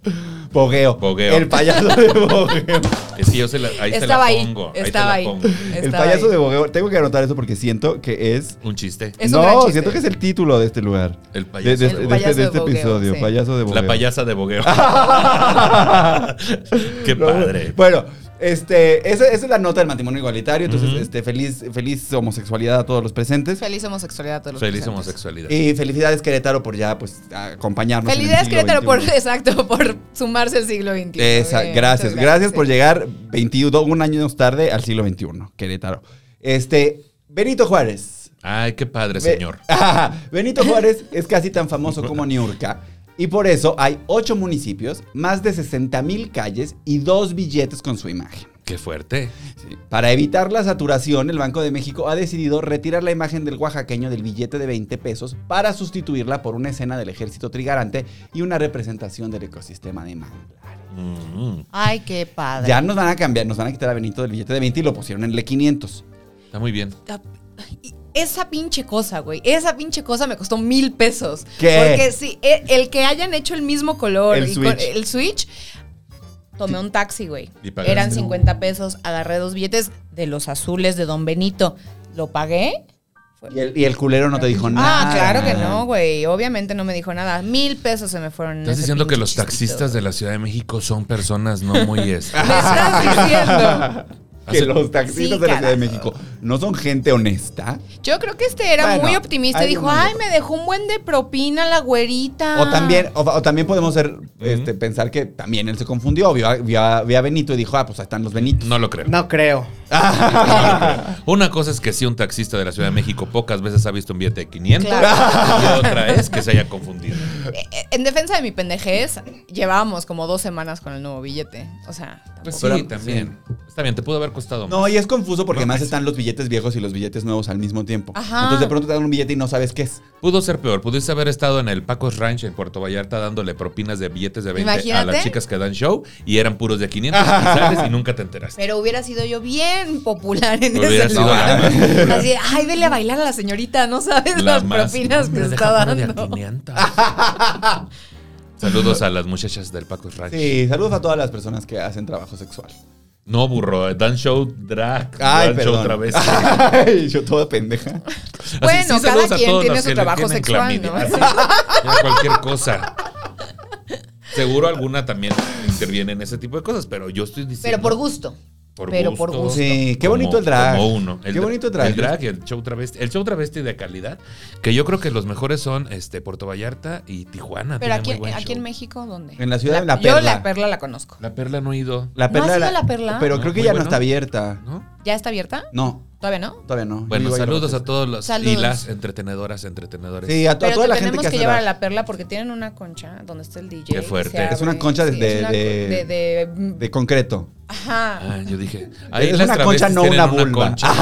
D: Bogueo.
F: Bogueo.
D: El payaso de
F: (laughs)
D: bogueo.
F: Es que yo se la, ahí
E: Estaba
F: se la
E: ahí,
F: pongo. ahí.
E: estaba ahí.
F: te la pongo.
D: el
E: Estaba
D: payaso
E: ahí.
D: de bogueo. Tengo que anotar eso porque siento que es.
F: Un chiste.
E: Es un gran
D: no,
E: chiste.
D: siento que es el título de este lugar.
F: El
D: De- de-
F: payaso de
D: de, este-
F: bogueo.
D: de
E: Payaso de
D: este
E: bogueo,
D: episodio. (laughs)
E: sí.
D: Payaso de bogueo.
F: La payasa de bogueo. (laughs) Qué
D: No,
F: padre.
D: Bueno, Este, esa, esa es la nota del matrimonio igualitario. Entonces,
F: Ujú.
D: este, feliz, feliz homosexualidad a todos los presentes.
E: Feliz homosexualidad a todos los
F: Feliz
E: presentes.
F: homosexualidad.
D: Y felicidades Querétaro por ya, pues, acompañarnos. en el
G: Felicidades
D: siglo
G: Querétaro por,
D: XXI.
G: exacto, por sumarse al siglo XXI.
D: Esa,
G: Bien,
D: gracias,
G: muchas
D: gracias por
G: sí.
D: llegar 21, un año tarde al siglo XXI, Querétaro. Este, Benito Juárez. (laughs)
F: Ay, qué
D: Be-
F: padre, señor.
D: Ajá. Benito Juárez es casi tan famoso como Niurka. Y por eso hay ocho municipios, más de 60 mil calles y dos billetes con su imagen.
F: Qué fuerte.
D: Sí. Para evitar la saturación, el Banco de México ha decidido retirar la imagen del oaxaqueño del billete de 20 pesos para sustituirla por una escena del ejército trigarante y una representación del ecosistema de manglares.
F: Mm,
E: Ay, qué padre.
D: Ya nos van a cambiar, nos van a quitar a Benito del billete de 20 y lo pusieron en el de 500.
F: está muy bien.
G: Y Esa pinche cosa, güey. Esa pinche cosa me costó mil pesos.
D: ¿Qué?
G: Porque sí, e- el que hayan hecho el mismo color
D: El
G: y con-
D: switch.
G: el switch,
E: Tomé un taxi, güey.
F: Y pagaste.
E: Eran 50 pesos, agarré dos billetes de los azules de Don Benito. Lo pagué.
D: Y el, y el culero no te dijo nada.
E: Ah, claro que no, güey. Obviamente no me dijo nada. Mil pesos se me fueron. en
F: Estás
E: ese
F: diciendo que
E: pinche
F: los
E: chistito.
F: taxistas de la Ciudad de México son personas no
D: (laughs)
F: muy... este,
E: Me estás diciendo.
D: (laughs) Que
F: Hace-
D: los taxistas de la
E: Sí,
D: Ciudad de
E: carajo.
D: México no son gente honesta.
E: Yo creo que este era
D: Bueno,
E: muy optimista
D: hay
E: y dijo,
D: un-
E: ay, me dejó un buen de propina la güerita.
D: O también, o, o también podemos ser, este, pensar que también él se confundió. Vio a, vio a- vio a Benito y dijo, ah, pues ahí están los Benitos.
F: No lo creo.
A: No creo.
F: Una cosa es que si un taxista de la Ciudad de México pocas veces ha visto un billete de 500 y otra es que se haya confundido.
E: Eh, eh, En defensa de mi pendejez, llevábamos como dos semanas con el nuevo billete. O sea,
F: Pues sí,
D: Pero-
F: también. Está bien, te pudo haber costado más.
D: No, y es confuso porque más están los billetes viejos y los billetes nuevos al mismo tiempo.
E: Ajá.
D: Entonces de pronto te dan un billete y no sabes qué es.
F: Pudo ser peor. Pudiste haber estado en el Pacos Ranch en Puerto Vallarta dándole propinas de billetes de 20 a las
E: Imagínate.
F: chicas que dan show y eran puros de 500 y sales y nunca te enteraste.
E: pero hubiera sido yo bien popular en
F: Hubiera
E: (laughs) ese
F: sido
E: lugar. (laughs)
F: la más popular.
E: Así, ay, vele a bailar a la señorita, no sabes
F: La
E: las
F: más-
E: propinas que
F: Hombre,
E: está
F: deja uno de a
E: dando.
F: 500.
E: (laughs)
F: Saludos a las muchachas del Pacos Ranch.
D: Sí, saludos a todas las personas que hacen trabajo sexual.
F: No, burro. eh, Dan show, drag.
D: Ay,
F: dan show
D: perdón.
F: otra vez.
D: (laughs) Ay, yo toda pendeja.
F: Así,
E: Bueno, cada
F: saludos a
E: quien
F: todos
E: tiene
F: los
E: su
F: que le
E: trabajo
F: tienen
E: sexual, ¿no?
F: clamidia. Ya cualquier cosa. Seguro alguna también interviene en ese tipo de cosas, pero yo estoy diciendo.
E: (laughs) Pero por gusto.
F: Por
E: pero por gusto.
D: Sí, qué
F: Como-
D: bonito el drag.
F: como uno.
D: qué
F: dra-
D: bonito el drag.
F: El drag y el show travesti. El show travesti de calidad, que yo creo que los mejores son este Puerto Vallarta y Tijuana.
E: Pero
F: tienen
E: aquí,
F: muy buen
E: aquí
F: show.
E: en México, ¿dónde?
D: En la ciudad de La
E: Yo
D: Perla.
E: la perla la conozco.
F: La Perla no he ido.
D: La
E: ¿No
D: perla.
E: has
D: de
E: ido a La Perla?
D: Pero
F: No,
D: creo que
F: muy
D: ya
F: bueno.
D: no está abierta.
F: ¿no?
E: ¿Ya está abierta?
D: No,
E: Todavía no.
D: todavía no.
F: Bueno,
D: Yo iba ir
F: saludos a
D: otras.
F: todos los y
E: Saludos.
F: las entretenedoras, entretenedores.
D: Sí, a, to- a
E: Pero
D: toda
E: te
D: la gente
E: tenemos
D: que,
E: que,
D: hace
E: llevar
D: drag.
E: a la perla porque tienen una concha donde está el DJ.
F: Qué
E: y se
F: fuerte. Es
E: abre.
D: una concha de-
E: es una
D: de-
E: de- de-
D: de concreto.
E: Ajá.
F: Ah, yo dije. ahí
D: Es
F: las
D: una concha,
F: travestis
D: no
F: tienen
D: una vulva. (laughs) Ah,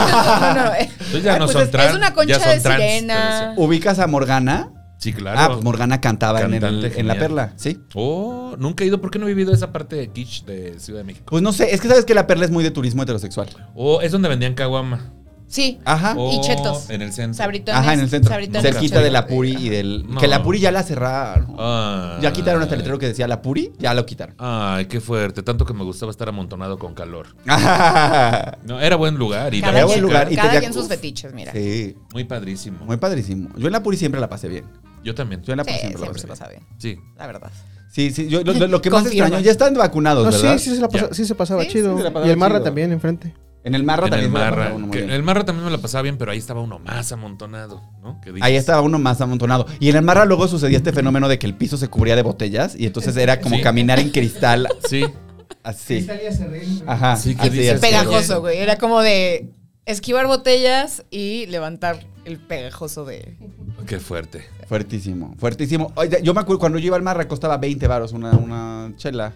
E: No,
F: concha.
E: no, no. eh.
F: Entonces ya
E: Ay,
F: no
E: pues
F: son
E: es,
F: trans,
E: es una
F: ya
E: concha
F: son
E: de
F: trans,
E: sirena.
D: ¿Ubicas a Morgana?
F: Sí, claro.
D: Ah, pues Morgana cantaba en, el-
F: Cantante
D: en La
F: genial.
D: Perla, ¿sí?
F: Oh, nunca he ido. ¿Por qué no he vivido esa parte de Kitsch de Ciudad de México?
D: Pues no sé, es que sabes que La Perla es muy de turismo heterosexual.
F: Oh, es donde vendían caguama.
E: Sí.
D: Ajá.
F: Oh,
E: Ah, Y chetos.
F: En el centro.
E: Sabritones.
D: Ah, Ajá, en el centro.
E: sabritones,
D: Cerquita
E: chetos.
D: de La Puri y del...
F: No.
D: Que La Puri ya la cerraron.
F: Ah.
D: Ya quitaron hasta el letrero que decía La Puri, ya lo quitaron.
F: Ay, qué fuerte. Tanto que me gustaba estar amontonado con calor.
D: (laughs)
F: No, era buen lugar. Y la
E: Cada
D: Era buen
E: quien-
F: música,
D: lugar y
E: Cada
D: tenía-
E: quien sus
D: Uf.
E: fetiches, mira. Sí,
D: sí,
F: Muy padrísimo.
D: muy padrísimo. Yo en La Puri siempre la pasé bien.
F: Yo también.
D: Yo en La Puri siempre,
E: siempre se
D: la
E: pasa
D: pasé
E: bien,
F: Sí.
E: la verdad.
D: bien. Sí, sí, yo, lo, lo- lo que más
E: Confirma.
D: extraño, ya están vacunados,
A: No,
D: ¿verdad?
A: sí, sí se, la pasa-
F: Ya.
A: sí se pasaba
E: Sí, sí
A: chido.
D: se la pasaba
A: y el Marra
D: chido.
A: también enfrente.
D: En el Marra
F: En el
D: también. se la
F: Marra.
D: pasaba uno muy
F: que-
D: bien.
F: el Marra también me la pasaba bien, pero ahí estaba uno más amontonado, ¿no? Que dices,
D: Ahí estaba uno más amontonado. Y en el Marra luego sucedía este fenómeno de que el piso se cubría de botellas y entonces era como
F: Sí.
D: caminar en
A: (laughs)
D: cristal
F: Sí.
D: así. Ajá.
F: Sí, que
D: así,
F: dices,
D: así.
E: Pegajoso, güey. Era como de esquivar botellas y levantar el pegajoso de.
F: Qué fuerte.
D: Fuertísimo, fuertísimo. Oye, yo me acuerdo cuando yo iba al Marra costaba 20 varos una, una chela.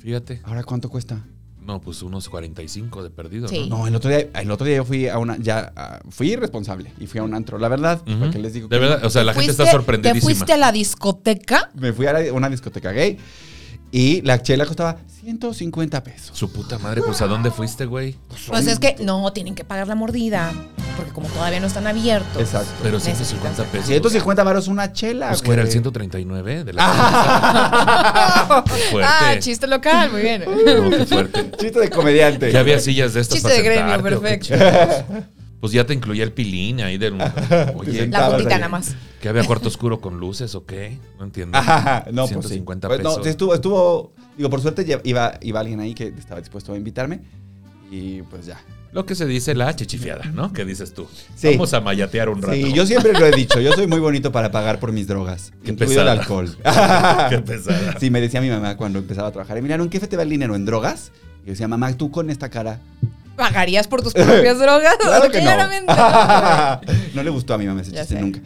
F: Fíjate.
D: ¿Ahora cuánto cuesta?
F: No, pues unos 45 de perdido,
E: Sí.
F: ¿no?
D: No, el otro día, el otro día yo fui a una, ya, ah, fui irresponsable y fui a un antro, la verdad.
F: Ujú.
D: Porque les digo
F: De
D: que
F: verdad, o sea, la gente está
E: Fuiste-
F: sorprendidísima.
E: ¿Te fuiste a la discoteca?
D: me fui a la- una discoteca gay y la chela costaba 150 pesos.
F: Su puta madre, pues ¿a dónde fuiste, güey?
E: Pues es que no, tienen que pagar la mordida. Porque como todavía no están abiertos. (laughs)
D: Exacto.
F: Pero
E: Necesitas-
F: 150 pesos.
D: 150 varos una chela,
F: Pues que era
D: güey.
F: el
D: Ah.
F: 139 de la fuerte.
E: ah, chiste local, muy bien.
F: No, qué fuerte.
D: (laughs) Chiste de comediante.
F: Ya había sillas de estas
E: Chiste de
F: para
E: gremio,
D: (laughs)
F: sentarte, ¿o qué
E: perfecto.
F: chingados? Pues ya te incluía el pilín ahí del. Oye,
E: La
D: Estabas
E: gotita
D: ahí.
E: nada más.
F: ¿que había cuarto oscuro con luces o qué? No entiendo.
D: Ajá, (laughs) no, pues sí.
F: 150
D: Pues no,
F: pesos.
D: estuvo, estuvo, digo, por suerte ya iba, iba alguien ahí que estaba dispuesto a invitarme y pues ya.
F: Lo que se dice la chichifiada, ¿no? ¿Qué dices tú?
D: Sí.
F: Vamos a mayatear un rato. (laughs)
D: Sí, (laughs) yo siempre lo he dicho, yo soy muy bonito para pagar por mis drogas,
F: Qué
D: incluido el
F: pesada.
D: alcohol.
F: (laughs) Qué pesada.
D: Sí, me decía mi mamá cuando empezaba a trabajar, mira, ¿en qué se te va el dinero? ¿En drogas? Y yo decía, mamá, tú con esta cara.
G: ¿Pagarías por tus
F: (laughs)
G: propias drogas?
D: Claro que
G: Claramente.
D: no. (laughs) no le gustó a mi mamá ese
G: Ya
D: chiste
G: sé.
D: nunca.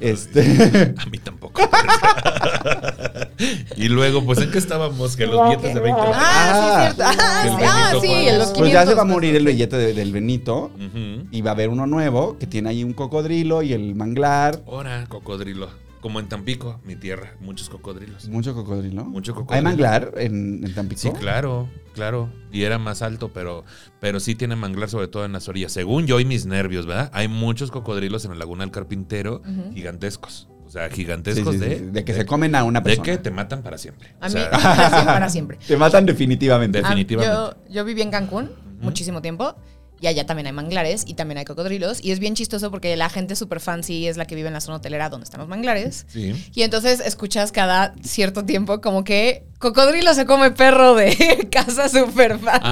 D: Este,
F: A mí tampoco. (laughs) y luego, pues, ¿en qué estábamos? Que los billetes de 20 pesos.
G: Ah, sí, es cierto.
F: El
G: Ah, sí,
F: Benito
G: ah, sí,
F: Juárez.
G: en los 500.
D: pues ya se va a morir el billete de- del Benito
F: Ujú.
D: y va a haber uno nuevo que tiene ahí un cocodrilo y el manglar.
F: Ahora, cocodrilo. Como en Tampico, mi tierra, muchos cocodrilos.
D: Pues Mucho cocodrilo.
F: Mucho cocodrilo.
D: ¿Hay manglar en, en Tampico?
F: Sí, claro, claro. Y era más alto, pero, pero sí tiene manglar, sobre todo en las orillas. Según yo y mis nervios, ¿verdad? Hay muchos cocodrilos en la Laguna del Carpintero gigantescos. O sea,
D: Sí, sí,
F: gigantescos
D: sí,
F: de,
D: sí, que se comen a una
F: de
D: persona.
F: que te matan para siempre.
E: A
F: O
E: mí,
F: sea,
E: para siempre. para siempre.
D: Te matan definitivamente.
F: De- Definitivamente.
E: Ah, yo, yo viví en Cancún muchísimo tiempo y allá también hay manglares y también hay cocodrilos y es bien chistoso porque la gente super fancy es la que vive en la zona hotelera donde están los manglares. (laughs)
F: (laughs) sí.
E: Y entonces escuchas cada cierto tiempo como que cocodrilo se come perro de (laughs) casa super fancy,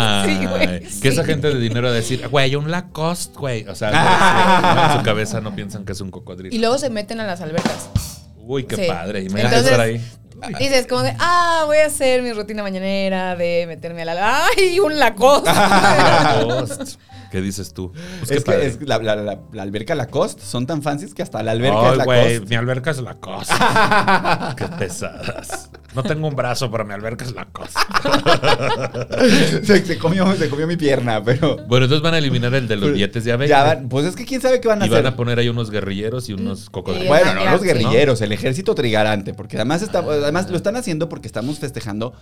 F: Ay,
E: güey.
F: que
E: Sí.
F: esa gente de dinero decir, güey, un Lacoste, güey.
E: (laughs)
F: O sea, no, en su cabeza no piensan que es un cocodrilo.
E: Y luego se meten a las albercas.
F: Uy, qué
E: Sí.
F: padre. Y me
E: Entonces- (laughs)
F: estar ahí.
E: Dices como de, ah, voy a hacer mi rutina mañanera de meterme a la... ¡Ay, un Lacoste!
D: (laughs)
F: Lacoste. ¿Qué dices tú? Pues qué
D: es que
F: padre.
D: es la, la, la, la alberca Lacoste son tan fancies que hasta la alberca
F: Ay,
D: es
F: güey,
D: Lacoste.
F: mi alberca es la cosa. Qué pesadas. No tengo un brazo, pero mi alberca es la cosa.
D: (laughs) se, se comió, se comió mi pierna, pero.
F: Bueno, entonces van a eliminar el de los billetes de
D: Ya
F: abeja.
D: van- pues es que quién sabe qué van a
F: Y
D: hacer.
F: van a poner ahí unos guerrilleros y unos cocodrilos.
D: bueno,
E: Ajá,
D: no los
E: sí.
D: guerrilleros, el ejército trigarante, porque además, está- además lo están haciendo porque estamos festejando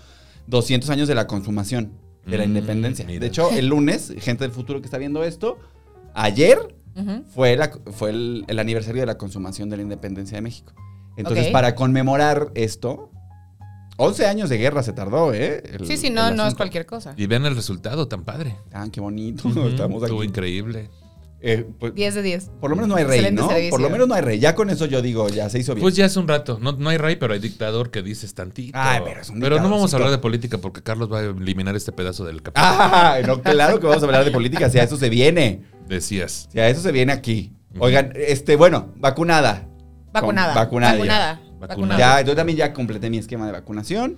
D: 200 años de la consumación, de la
F: Mm,
D: independencia.
F: mira.
D: De hecho, el lunes, gente del futuro que está viendo esto, ayer fue, la, fue el, el aniversario de la consumación de la independencia de México. Entonces,
E: Ok.
D: para conmemorar esto, 11 años de guerra se tardó, ¿eh? El-
E: Sí, sí,
D: el
E: no, no es
D: asunto.
E: cualquier cosa.
F: Y vean el resultado tan
D: (laughs)
F: padre.
D: Ah, qué bonito.
F: Ujú,
D: Estamos
F: Estuvo
D: aquí.
F: increíble.
D: Eh, pues,
E: 10 de 10.
D: por lo menos no hay rey,
E: Excelente
D: ¿no?
E: servicio.
D: Por lo menos no hay rey. Ya con eso yo digo, ya se hizo bien.
F: Pues ya es un rato. No, no hay rey, pero hay dictador que dices tantito.
D: Ay, pero es un
F: Pero no vamos a
D: dictadorcito.
F: hablar de política porque Carlos va a eliminar este pedazo del capítulo.
D: Ah, no, claro que vamos a hablar de política, si a eso se viene.
F: Decías.
D: Si a eso se viene aquí. Oigan, este, bueno, vacunada.
E: Vacunada.
D: Con- vacunada. ya.
E: Vacunada.
F: Vacunada.
D: Ya, yo también ya completé mi esquema de vacunación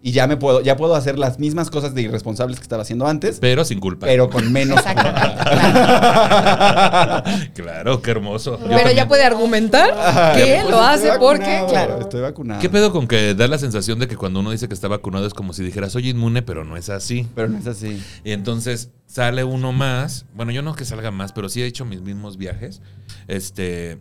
D: y ya me puedo, ya puedo hacer las mismas cosas de irresponsables que estaba haciendo antes,
F: Pero sin culpa.
D: pero (laughs) con menos.
E: (laughs) Exactamente,
F: (laughs) claro, qué hermoso. Yo
E: Pero ya
F: también.
E: puede argumentar que
D: Pues
E: lo
D: estoy
E: hace
D: vacunado,
E: porque, claro.
D: Estoy vacunado.
F: ¿Qué pedo con que da la sensación de que cuando uno dice que está vacunado es como si dijera soy inmune, pero no es así?
D: Pero no es así.
F: Y entonces sale uno más. Bueno, yo no que salga más, pero sí he hecho mis mismos viajes. Este.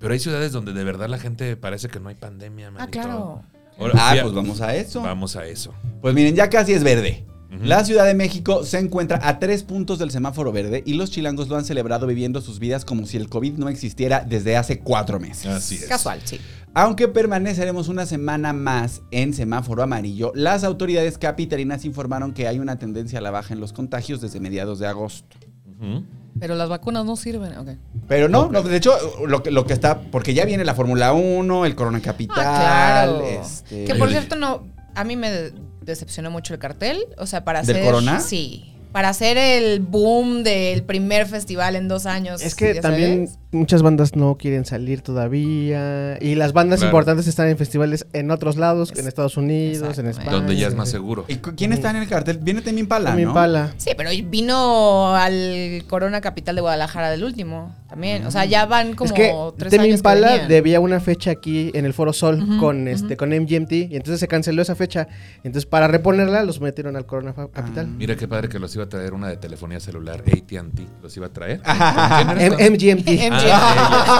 F: Pero hay ciudades donde de verdad la gente parece que no hay pandemia. manito.
E: Ah, claro.
F: Ahora,
D: Ah,
F: fui a-
D: pues vamos a eso.
F: Vamos a eso.
D: Pues miren, ya casi es verde.
F: Ujú.
D: La Ciudad de México se encuentra a tres puntos del semáforo verde y los chilangos lo han celebrado viviendo sus vidas como si el COVID no existiera desde hace cuatro meses.
F: Así es.
E: Casual, sí.
D: Aunque permaneceremos una semana más en semáforo amarillo, las autoridades capitalinas informaron que hay una tendencia a la baja en los contagios desde mediados de agosto.
F: Ujú.
E: Pero las vacunas no sirven. ok.
D: Pero no, no, de hecho, lo que, lo que está, porque ya viene la Fórmula 1, el Corona Capital.
E: Ah, claro.
D: este-
E: Que por
F: Yo dije-
E: cierto, no. A mí me de- decepcionó mucho el cartel. O sea, para
D: ¿Del
E: hacer.
D: Corona?
E: Sí. Para hacer el boom del primer festival en dos años.
A: Es que
E: ya
A: también
E: sabes.
A: muchas bandas no quieren salir todavía. Y las bandas
F: Claro.
A: importantes están en festivales en otros lados, en Estados Unidos, en
E: Exactamente.
A: España.
F: Donde ya es más seguro.
D: ¿Y cu- ¿Quién está en el cartel? Viene Temin Pala,
A: Mi
D: ¿no?
A: pala.
E: Sí, pero vino al Corona Capital de Guadalajara del último también. O sea, ya van como
A: es que
E: tres
A: Tame
E: años. que
A: Impala
E: venían.
A: debía una fecha aquí en el Foro Sol con este con MGMT y entonces se canceló esa fecha. Entonces para reponerla los metieron al Corona Fa- Capital.
F: Mira qué padre que los iba a traer una de telefonía celular, ATT. Los iba
D: (laughs)
F: a traer.
E: Ah,
F: ¿Quién eres
A: Ah, M-
F: tú?
D: Em,
E: (laughs)
A: MGMT.
E: MGM.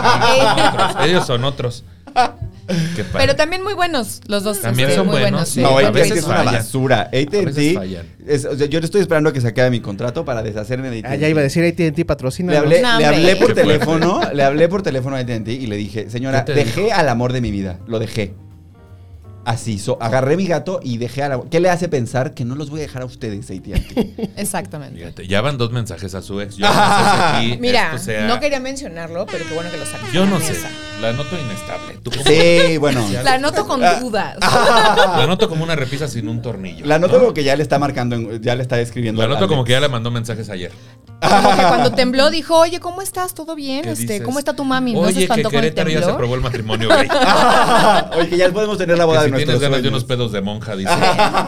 F: Ah, ellos
D: (laughs)
F: son otros. Ellos son otros. Qué padre.
E: Pero también muy buenos los dos.
F: También
E: este,
F: son
E: muy
F: buenos, sí.
D: No,
F: A
D: AT&T
F: veces
D: es una
F: fallan.
D: basura. AT&T,
F: veces fallan.
D: es- o sea, yo estoy esperando a que se acabe mi contrato para deshacerme de AT&T.
A: Ah, ya iba a decir AT&T patrocina.
D: Le hablé,
E: No,
D: le hablé
E: hombre.
D: por
F: Qué fuerte.
D: teléfono, le hablé por teléfono a AT&T y le dije, señora,
F: ¿Qué te
D: dejé al amor de mi vida, lo dejé. así. So, agarré mi gato y dejé a la... ¿Qué le hace pensar que no los voy a dejar a ustedes, AT&T?
F: (laughs)
E: Exactamente.
F: Fíjate, ya van dos mensajes a su ex. Yo
E: (laughs)
F: no sé si aquí
H: Mira,
F: esto sea-
H: no quería mencionarlo, pero qué bueno que lo sacas.
F: Yo
H: de
F: no
H: la
F: sé.
H: mesa.
F: La noto inestable. ¿Tú cómo-
D: sí, bueno.
E: La noto con
A: Ah.
E: duda.
F: La noto como una repisa sin un tornillo.
D: La noto
F: ¿no?
D: como que ya le está marcando, en- ya le está escribiendo.
F: La
D: al-
F: noto
D: al-
F: como que ya le mandó mensajes ayer.
E: Como que
A: Ah.
E: cuando tembló dijo, oye, ¿cómo estás? ¿Todo bien?
F: ¿Qué
E: Este,
F: dices?
E: ¿Cómo está tu mami? ¿No se
F: Oye, que
E: espantó con el
F: Querétaro ya se
E: temblor?
F: aprobó el
D: (laughs)
F: matrimonio gay.
D: (laughs) Oye, que ya podemos tener la boda
F: Que
D: de Ah,
F: si tienes
D: nuestros
F: ganas de
D: sueños.
F: unos pedos de
D: (laughs)
F: monja, dice.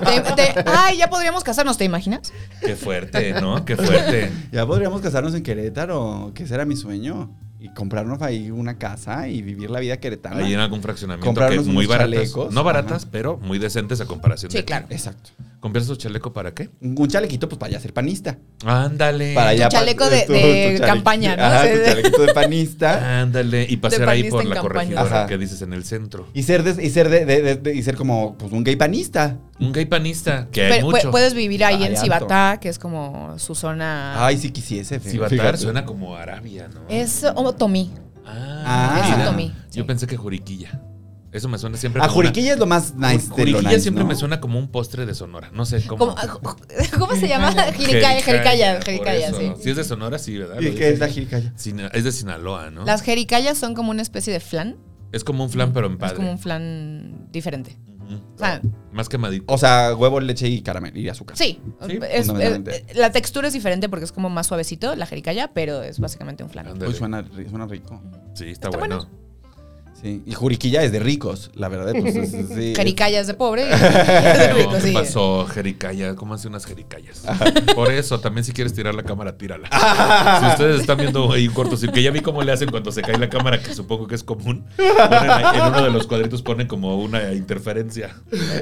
E: Te- te- ay, ya podríamos casarnos, ¿te imaginas?
F: Qué fuerte, ¿no? Qué fuerte.
D: Ya podríamos casarnos en Querétaro, que ese era mi sueño. Y comprarnos ahí una casa y vivir la vida queretana.
F: Ahí en algún fraccionamiento que
D: Comprarnos
F: es muy
D: unos
F: baratas.
D: chalecos.
F: No baratas,
D: Ajá.
F: pero muy decentes a comparación
H: Sí,
F: de.
H: claro.
D: Exacto.
F: ¿Compras tu chaleco para qué?
D: Un chalequito, pues para ya ser panista.
F: Ándale.
D: Para ya pa-
E: chaleco de- de
D: chalequito-
E: (laughs) campaña, ¿no?
D: Ajá,
E: Sí,
D: tu
E: de-
D: chalequito de
F: Ah.
D: panista.
F: Ándale. Y pasear ahí
E: panista
F: por
E: en
F: la
E: campaña.
F: corregidora
D: Ajá.
F: que dices en el centro.
D: Y ser, de- y ser, de, de- de- de- y ser como pues, un gay panista.
F: Un gay panista, que hay
E: Pero,
F: mucho.
E: pu- puedes vivir ahí
D: Ay,
E: en
D: harto.
E: Cibatá, que es como su zona...
D: Ay, si quisiese. fe-
F: Cibatar
D: fíjate.
F: Ah. suena como Arabia, ¿no?
E: Es oh, Tomí.
F: Ah,
D: Ah.
F: mira.
D: Es
E: Otomí,
F: Yo pensé que Juriquilla. Eso me suena siempre
D: A
F: como
D: Juriquilla es lo más
F: una-
D: nice de lo
F: Juriquilla
D: nice,
F: siempre
D: ¿no?
F: me suena como un postre de Sonora. No sé cómo.
E: Como- ah, (laughs) ¿Cómo se llama? Jericaya, Jericaya,
F: por
E: Jericaya,
F: eso.
E: sí.
F: Si es de Sonora, sí, ¿verdad?
D: ¿Y
F: Lo
D: qué es
F: dije
D: la
F: bien.
D: Juriquilla?
F: Sina- es de Sinaloa, ¿no?
E: Las jericayas son como una especie de flan.
F: Es como un flan, pero en
E: Es como
F: padre.
E: un flan diferente.
F: Ujú.
E: O sea,
F: Más quemadito.
D: O sea, huevo, leche y caramelo y azúcar.
E: sí.
F: Sí,
E: es-
D: fundamentalmente.
E: eh, la textura es diferente porque es como más suavecito la jericaya, pero es básicamente un flan.
F: Ándale.
D: Uy, suena, ri- suena rico.
F: Sí, está, bueno.
D: Sí. Y Juriquilla es de ricos, la verdad. Pues, es- es-
E: (laughs)
D: sí.
E: Jericaya es de pobre.
F: Pero,
E: ¿Qué
F: ¿Qué pasó, Jericaya? ¿Cómo hace unas jericayas? Por eso, también si quieres tirar la
D: (laughs)
F: cámara, tírala. si ustedes están viendo ahí un cortocircuito, que ya vi cómo le hacen cuando se cae la cámara, que supongo que es común. ponen ahí- en uno de los cuadritos ponen como una interferencia.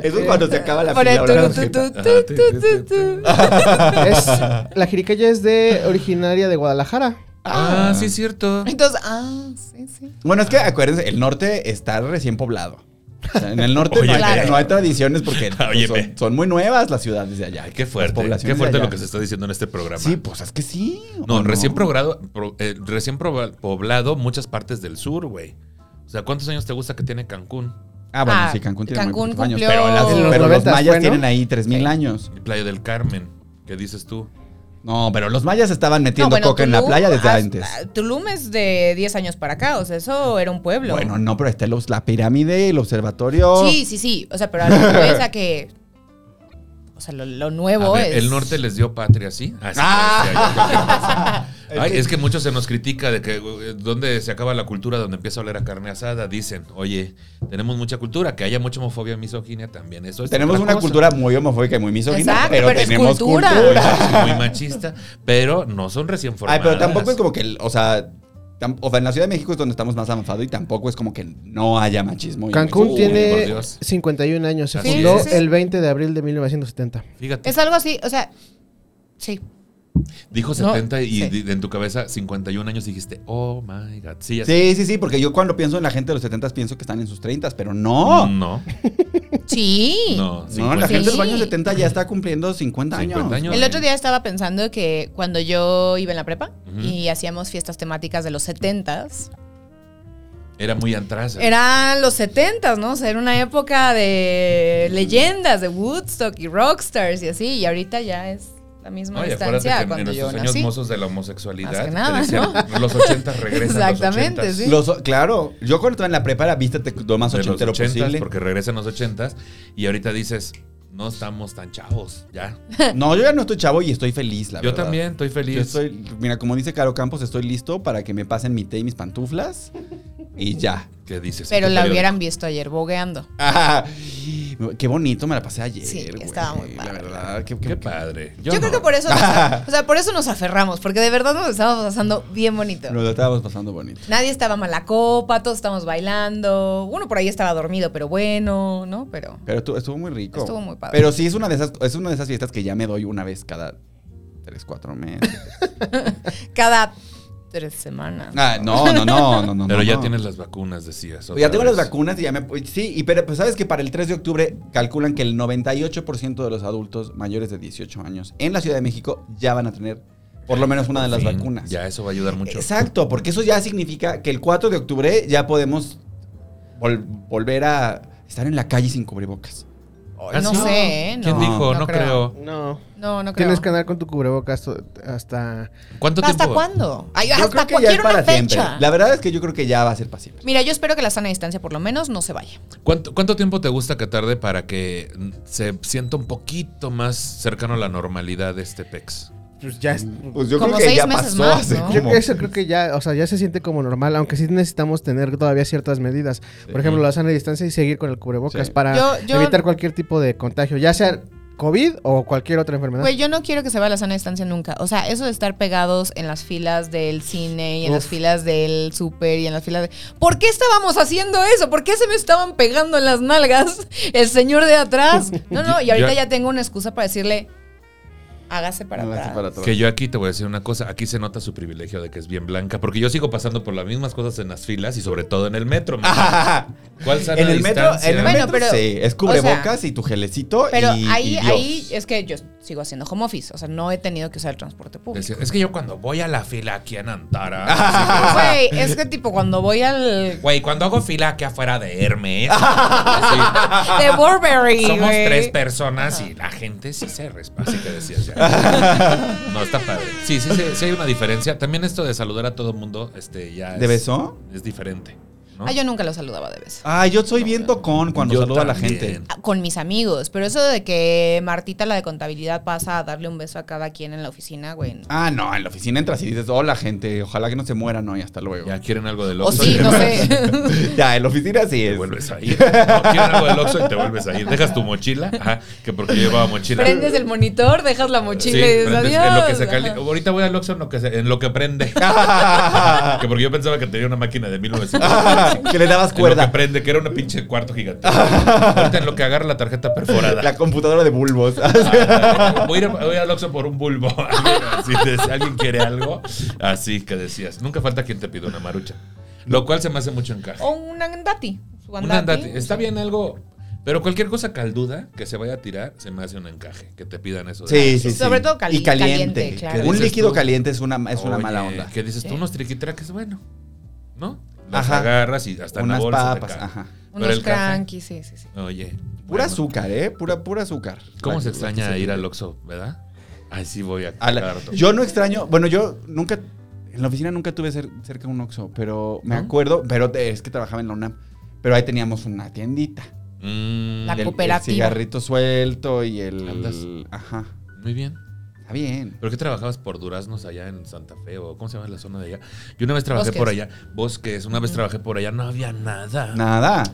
D: Eso es cuando se acaba la
E: Por
D: fila.
E: el
D: ahora la
E: tu, tu,
D: tarjeta.
E: tu,
F: Ajá,
E: tu,
F: ti,
E: tu,
F: ti,
E: tu,
F: ti,
E: tu.
A: (laughs) Es, la jiricaya es de originaria de Guadalajara.
F: Ah, sí, es cierto.
E: Entonces, ah, sí, sí.
D: Bueno, es que acuérdense, el norte está recién poblado. O sea, en el norte no, hay,
F: Óyeme.
D: no hay tradiciones
F: (laughs)
D: porque pues,
F: Óyeme.
D: son, son muy nuevas las ciudades de allá.
F: Ay, qué
D: Las
F: fuerte.
D: poblaciones
F: Qué fuerte
D: de allá.
F: lo que se está diciendo en este programa.
D: Sí, pues es que sí. ¿o
F: No, recién progrado- pro- eh, recién proba- poblado muchas partes del sur, güey. O sea, ¿cuántos años te gusta que tiene Cancún?
D: Ah, bueno,
E: Ah,
D: sí, Cancún tiene muy
E: Cancún
D: poquitos años,
E: cumplió-
D: Pero, las-
A: En los
D: pero los
A: 90s
D: mayas
A: fue, ¿no?
D: tienen ahí 3.000 años.
F: Y Playa del Carmen. ¿Qué dices tú?
D: No, pero los mayas estaban metiendo
E: bueno,
D: coca en la
E: Tulum,
D: playa desde
E: ah,
D: antes.
E: ah, Tulum es de 10 años para acá, o sea, eso era un pueblo.
D: Bueno, no, pero está el obs- la pirámide, el observatorio. (laughs)
E: Sí, sí, sí. O sea, pero a lo que voy es a que. O sea, lo, lo nuevo
F: A ver,
E: es.
F: El norte les dio patria, ¿sí? Ah, sí,
D: (laughs)
F: sí, sí, sí. Ay, es que mucho se nos critica de que eh, dónde se acaba la cultura, donde empieza a oler a carne asada. Dicen, oye, tenemos mucha cultura, que haya mucha homofobia y misoginia también. Eso es
D: Tenemos
F: otra
D: una
F: cosa.
D: cultura muy homofóbica y muy misógina,
E: Exacto,
D: pero,
E: pero es
D: tenemos
E: cultura.
F: muy,
E: (laughs)
D: cultura.
F: machi- muy machista, pero no son recién
D: Ay,
F: formadas.
D: pero tampoco es como que, el- o sea, tam- o sea, en la Ciudad de México es donde estamos más avanzados y tampoco es como que no haya machismo. y
A: Cancún
D: homofobia.
F: por
A: tiene
F: Dios.
A: 51 años. Se
F: Así
A: fundó
F: es.
A: el 20 de abril de 1970.
F: Fíjate,
E: Es algo así, o sea. Sí.
F: dijo
E: No,
F: 70 y
E: sí.
F: di- en tu cabeza 51 años dijiste, oh my God. Sí, ya-
D: Sí, sí, sí, porque yo cuando pienso en la gente de los 70 pienso que están en sus 30, pero no. No,
F: No,
E: Sí.
F: (laughs) no.
D: la
F: 50.
D: gente de los
E: Sí.
D: años 70 ya está cumpliendo 50 años.
F: 50 años.
E: El otro día estaba pensando que cuando yo iba en la prepa
F: Ujú.
E: y hacíamos fiestas temáticas de los 70s,
F: Era muy atrás.
E: eran los 70s, ¿no? O sea, era una época de leyendas, de Woodstock y Rockstars y así, y ahorita ya es la misma
F: No, y acuérdate
E: distancia a
F: que en- en
E: cuando yo
F: nuestros años
E: nací.
F: mozos de la homosexualidad,
E: Más que
F: te
E: nada,
F: decían, los 80 regresan.
E: Exactamente,
F: los 80s.
E: sí.
D: Los- claro, yo cuando estaba en la prepara era vístete lo más
F: De los
D: ochentero
F: 80s,
D: posible.
F: (laughs) porque regresan los 80s y ahorita dices, no estamos tan chavos, ya.
D: No, yo ya no estoy chavo y estoy feliz, la
F: Yo
D: verdad.
F: también estoy feliz.
D: Yo estoy, mira, como dice Caro Campos, estoy listo para que me pasen mi té y mis pantuflas y ya.
F: ¿Qué dices?
E: Pero
F: ¿Qué
E: la
F: periodo?
E: hubieran visto ayer bogueando.
D: Ah, (laughs) qué bonito, me la pasé ayer.
E: Sí,
D: güey,
E: estaba muy
D: La
E: padre.
D: verdad, qué, qué-
F: Qué padre.
E: Yo, creo
F: no.
E: que por eso, nos, o sea, por eso nos aferramos, porque de verdad nos estábamos pasando bien bonito.
D: Nos lo estábamos pasando bonito.
E: Nadie estaba mala copa, todos estábamos bailando. Uno por ahí estaba dormido, pero bueno, ¿no? Pero
D: Pero estuvo, estuvo muy rico.
E: Estuvo muy padre.
D: Pero sí, es una de esas, es una de esas fiestas que ya me doy una vez cada tres, cuatro meses.
F: (laughs)
E: cada tres semanas.
D: Ah, no, no, no, no, no.
F: Pero
D: no,
F: ya
D: no. Pues
F: tienes las vacunas, decías. otra
D: Ya tengo las
F: vez.
D: vacunas y ya me. Sí, y pero pues sabes que para el 3 de octubre calculan que el 98% de los adultos mayores de 18 años en la Ciudad de México ya van a tener por lo menos una de las
F: Fin,
D: vacunas.
F: Ya eso va a ayudar mucho.
D: Exacto, porque eso ya significa que el 4 de octubre ya podemos vol- volver a estar en la calle sin cubrebocas.
F: ¿Ah,
E: no
F: sí?
E: sé, ¿eh? No,
F: ¿Quién dijo? No, creo.
A: No.
E: No, no creo.
A: Tienes que andar con tu cubrebocas to- hasta.
F: ¿Cuánto
E: ¿Hasta
F: tiempo?
E: cuándo? Ay,
D: Yo
E: ¿Hasta
D: creo
E: cu-
D: que ya es
E: quiero
D: para
E: una
D: siempre.
E: fecha?
D: La verdad es que yo creo que ya va a ser para siempre.
E: Mira, yo espero que la sana distancia por lo menos no se vaya.
F: ¿Cuánto, cuánto tiempo te gusta que tarde para que mm, se sienta un poquito más cercano a la normalidad de este PEX?
A: Pues ya.
F: Mm.
A: es-
D: Pues yo
E: Como
D: creo que
E: seis
D: ya
E: meses
D: pasó
E: más,
D: hace
E: ¿no?
A: Yo
D: como-
A: eso creo que ya, o sea, ya se siente como normal, aunque sí necesitamos tener todavía ciertas medidas. Por ejemplo, la sana distancia y seguir con el cubrebocas
D: Sí.
A: para
E: Yo- yo-
A: evitar cualquier tipo de contagio, ya sea COVID o cualquier otra enfermedad.
E: Güey, yo no quiero que se vaya la sana distancia nunca. O sea, eso de estar pegados en las filas del cine y en las
A: Uf.
E: filas del súper y en las filas de... ¿Por qué estábamos haciendo eso? ¿Por qué se me estaban pegando en las nalgas el señor
D: (laughs)
E: de atrás? No, no, y ahorita
F: Ya-
E: ya tengo una excusa para decirle, hágase para
D: Hágase
E: atrás.
D: para atrás.
F: Que yo aquí te voy a decir una cosa, aquí se nota su privilegio de que es bien blanca, porque yo sigo pasando por las mismas cosas en las filas y sobre todo en el metro. man. ¿Cuál
D: (laughs)
F: sana
D: en el metro,
F: distancia?
D: en el
E: Bueno,
D: metro
E: pero-
D: sí, es cubrebocas y tu gelecito
E: Pero
D: y,
E: ahí,
D: y Dios.
E: ahí es que yo sigo haciendo home office. O sea, no he tenido que usar el transporte público.
F: Decía, Es que yo cuando voy a la fila aquí en Antara,
E: Ah,
F: (laughs)
E: Güey, es que tipo cuando voy al...
F: güey, cuando hago fila aquí afuera de Hermes,
E: De Burberry,
F: somos
E: güey.
F: tres personas y la gente sí se respa, así que decías ya. No, está padre. Sí, sí, sí, sí hay una diferencia. También esto de saludar a todo el mundo, este, ya
D: ¿De
F: es-
D: beso?
F: Es diferente. ¿no?
E: Ah, yo nunca lo saludaba de beso.
D: Ah, yo soy bien tocón cuando
F: Yo
D: saludo a la
F: también.
D: gente.
E: Ah, Con mis amigos, pero eso de que Martita, la de contabilidad, pasa a darle un beso a cada quien en la oficina, güey. no.
D: Ah, no, en la oficina entras y dices, hola gente, ojalá que no se mueran hoy, hasta luego.
F: Ya quieren algo del
E: O
F: Oxxo.
E: sí,
F: Te
E: no
F: (laughs) vuelves-
E: sé.
D: (laughs) Ya, en la oficina sí
F: Te
D: es.
F: vuelves a (laughs) ir. No, quieren algo del Oxxo y te vuelves a ir. Dejas tu mochila, ajá, que porque yo llevaba mochila.
G: Prendes el monitor, dejas la
F: Sí,
G: mochila y dices,
F: prendes
G: adiós.
F: en lo que se cali-
G: Ajá.
F: Ahorita voy al Oxxo en lo que, se- en lo que (laughs) prende. que porque yo pensaba que tenía una máquina de
D: (laughs)
F: 1900.
D: que le dabas
F: En lo que
D: cuerda.
F: prende, que era una pinche cuarto gigante. Ahorita en lo que agarra la tarjeta perforada.
D: La computadora de bulbos.
F: Ah, voy, a ir, voy al Oxxo por un bulbo. (laughs) Así de- si alguien quiere algo, así que decías. Nunca falta quien te pida una marucha. Lo cual se me hace mucho encaje.
E: o un andati. Su
F: Un
E: andati.
F: andate. Está bien algo. Pero cualquier cosa calduda que se vaya a tirar, se me hace un encaje. Que te pidan eso. de-
D: sí, sí, sí.
E: Sobre todo cali-
D: Y caliente.
E: caliente, claro.
F: ¿Qué
D: Un
F: dices
D: líquido
F: tú?
D: caliente es una, es una
F: Oye,
D: mala onda.
F: Que dices tú unos triquitraques, bueno. ¿No? Las
D: Ajá.
F: agarras y hasta en la
D: Unas
F: bolsa te
D: papas,
F: caen.
D: ajá.
F: Pero
E: Unos
F: el café,
E: crankies, sí, sí, sí.
F: Oye.
D: Pura
F: bueno.
D: azúcar, ¿eh? Pura, pura azúcar.
F: ¿Cómo
D: La-
F: se
D: la que
F: extraña
D: se-
F: ir al Oxxo, verdad? Ay, sí voy a,
D: A la-
F: cada rato.
D: yo no extraño, bueno, yo nunca, en la oficina nunca tuve cer- cerca un Oxxo, pero me acuerdo, pero te- es que trabajaba en la UNAM, pero ahí teníamos una tiendita.
F: Mm,
E: La
D: Del-
E: cooperativa.
D: El cigarrito suelto y el...
F: Andas.
D: Ajá,
F: muy bien.
D: está bien.
F: ¿Pero qué trabajabas por duraznos allá en Santa Fe o cómo se llama la zona de allá? Yo una vez trabajé
E: Bosques.
F: por allá, bosques, una vez trabajé por allá, no había nada.
D: Nada.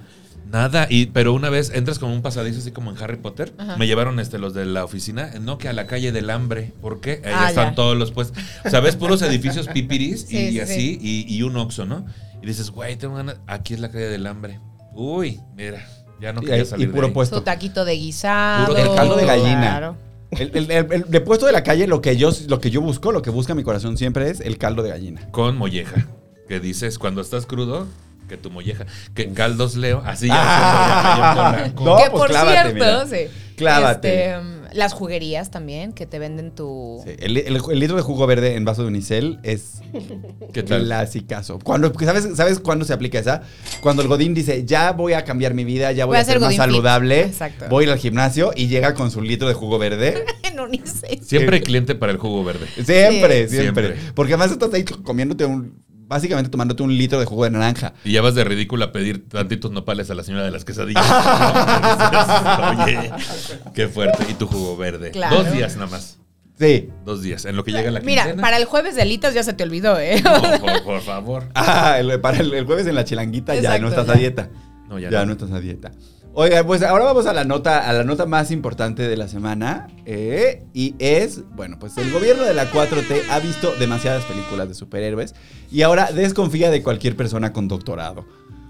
F: Nada, y, pero una vez entras como un pasadizo así como en Harry Potter, me llevaron este, los de la oficina, eh, no que a la calle del hambre, porque ahí
E: Ah,
F: están
E: ya.
F: todos los puestos. Sabes,
E: (laughs)
F: puros edificios pipiris
E: Sí,
F: y
E: sí,
F: así, y, y un oxo, ¿no? Y dices, güey, tengo ganas, aquí es la calle del hambre. Uy, mira, ya no
D: Y
F: quería
D: ahí-
F: salir
D: y puro
F: de ahí.
D: puesto.
E: Su taquito de guisado.
F: Puro- El caldo de
D: gallina.
E: claro.
D: El, el- el- el- de puesto de la calle, lo que, yo, lo que yo busco, lo que busca mi corazón siempre es el caldo de gallina.
F: Con molleja, que dices, cuando estás crudo, que tu molleja, que caldos leo, así ya.
D: Ah. (laughs)
F: ya, ya, ya, ya,
D: No,
E: que
D: pues
E: por
D: clávate,
E: cierto,
D: mira.
E: sí.
D: Clávate.
E: Este, mm, las juguerías también, que te venden tu.
D: Sí, el, el- el litro de jugo verde en vaso de unicel es (laughs)
F: ¿Qué tal?
D: clasicazo. Cuando, ¿sabes, ¿Sabes cuándo se aplica esa? Cuando el Godín dice, ya voy a cambiar mi vida, ya voy,
E: Voy
D: a,
E: a hacer
D: ser más
E: Godín fit".
D: saludable,
E: Exacto.
D: voy a ir al gimnasio y llega con su litro de jugo
E: (laughs)
D: verde.
E: (laughs) En Unisex.
F: Siempre hay cliente para el jugo verde.
D: Siempre,
F: Sí.
D: siempre,
F: Siempre.
D: Porque además estás ahí comiéndote un. Básicamente tomándote un litro de jugo de naranja.
F: Y ya vas de ridícula a pedir tantitos nopales a la señora de
D: (laughs)
F: las quesadillas. No, dices, Oye, qué fuerte. Y tu jugo verde.
E: Claro.
F: Dos días nada más.
D: Sí.
F: Dos días. En lo que llega la
E: Mira,
F: quincena.
E: para el jueves de alitas ya se te olvidó,
F: (laughs)
E: ¿eh?
F: No, por, por favor.
D: Ah, el, para el, el jueves en la chilanguita ya
E: Exacto,
D: no estás a
E: ya.
D: dieta.
F: No, ya
D: ya
F: no.
D: no. estás a dieta. Oiga, pues ahora vamos a la nota, a la nota más importante de la semana. eh, y es, bueno, pues el gobierno de la 4T ha visto demasiadas películas de superhéroes y ahora desconfía de cualquier persona con doctorado.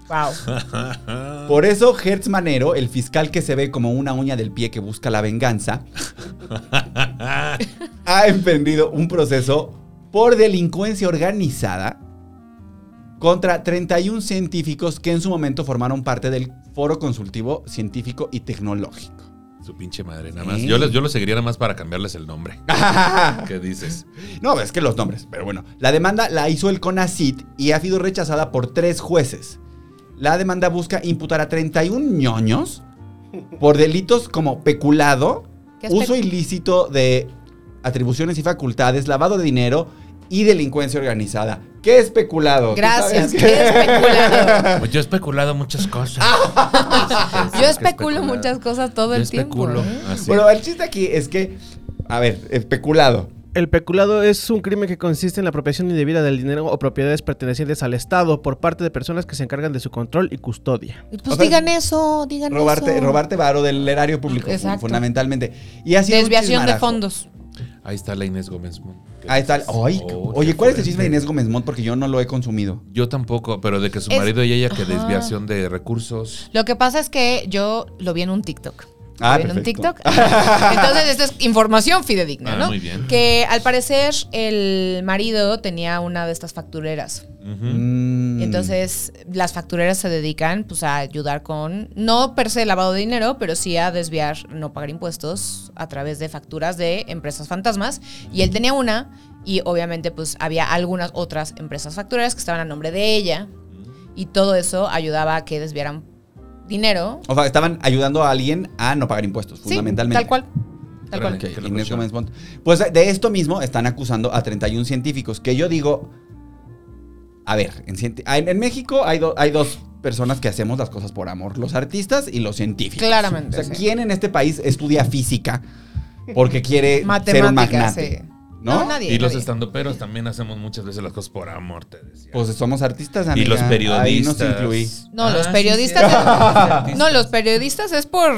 E: wow.
D: Por eso, Hertz Manero, el fiscal que se ve como una uña del pie que busca la venganza, ha emprendido un proceso por delincuencia organizada contra 31 científicos que en su momento formaron parte del Foro Consultivo Científico y Tecnológico.
F: Su pinche madre, nada más.
D: Sí.
F: Yo, les- yo lo seguiría nada más para cambiarles el
D: (laughs)
F: nombre. ¿Qué dices?
D: No, es que los nombres, pero bueno. La demanda la hizo el CONACIT y ha sido rechazada por tres jueces. La demanda busca imputar a 31 ñoños por delitos como peculado,
G: ¿Qué es
D: uso
G: pecu-
D: ilícito de atribuciones y facultades, lavado de dinero y delincuencia organizada. ¿Qué es peculado? ¿Tú
G: Gracias,
D: sabes
G: qué
D: qué?
G: especulado.
F: Pues yo he especulado muchas cosas.
G: (laughs)
D: Pues,
G: Yo especulo muchas cosas todo el tiempo.
F: especulo.
G: ¿eh?
F: así.
D: Ah. (laughs) Bueno, el chiste aquí es que, a ver, es peculado.
A: El peculado es un crimen que consiste en la apropiación indebida del dinero o propiedades pertenecientes al Estado por parte de personas que se encargan de su control y custodia.
E: Pues
D: O sea,
E: digan eso, digan
D: Robarte,
E: eso.
D: robarte varo del erario público, fu-
G: Exacto.
D: fundamentalmente. Y ha sido un
G: Desviación de
D: chismarajo.
G: fondos.
F: Ahí está la Inés Gómez. Mon.
D: Ahí está. el- Ay,
F: Oh,
D: oye,
F: qué
D: ¿cuál es el
F: fuerte.
D: chisme de Inés Gómez Mont? Porque yo no lo he consumido.
F: Yo tampoco, pero de que su
E: Es-
F: marido y ella que
E: Ajá.
F: desviación de recursos.
E: Lo que pasa es que yo lo vi en un TikTok.
D: Ah,
E: Lo vi en un
D: perfecto.
E: TikTok.
D: (laughs)
E: Entonces, esta es información fidedigna,
F: Ah,
E: ¿no?
F: muy bien.
E: Que al parecer el marido tenía una de estas factureras.
F: Ujú.
D: Mm.
E: Y Entonces, las factureras se dedican pues a ayudar con, no per se lavado de dinero, pero sí a desviar, no pagar impuestos a través de facturas de empresas fantasmas. Y él tenía una y obviamente pues había algunas otras empresas factureras que estaban a nombre de ella. Y todo eso ayudaba a que desviaran dinero.
D: O sea, estaban ayudando a alguien a no pagar impuestos,
E: Sí,
D: fundamentalmente.
E: Tal cual. Tal
F: Órale.
E: cual.
D: Ok,
F: Que la
D: Inés
F: presión.
D: Gómez Mont. Pues de esto mismo están acusando a 31 científicos, que yo digo, a ver, en, cienti- en- en México hay, do- hay dos personas que hacemos las cosas por amor, los artistas y los científicos. O sea,
E: Claramente. sí.
D: ¿quién en este país estudia física porque quiere Eh, ser un
E: Matemáticas,
D: magnate?
E: sí.
D: ¿No?
E: No, nadie.
F: Y los
E: nadie.
F: estandoperos también hacemos muchas veces las cosas por amor, te decía.
D: Pues somos artistas,
F: y
D: amiga.
F: los periodistas. Ah,
D: Ahí nos incluí.
E: No, los
F: sí,
E: periodistas-
F: sí, artistas.
E: No, los periodistas es por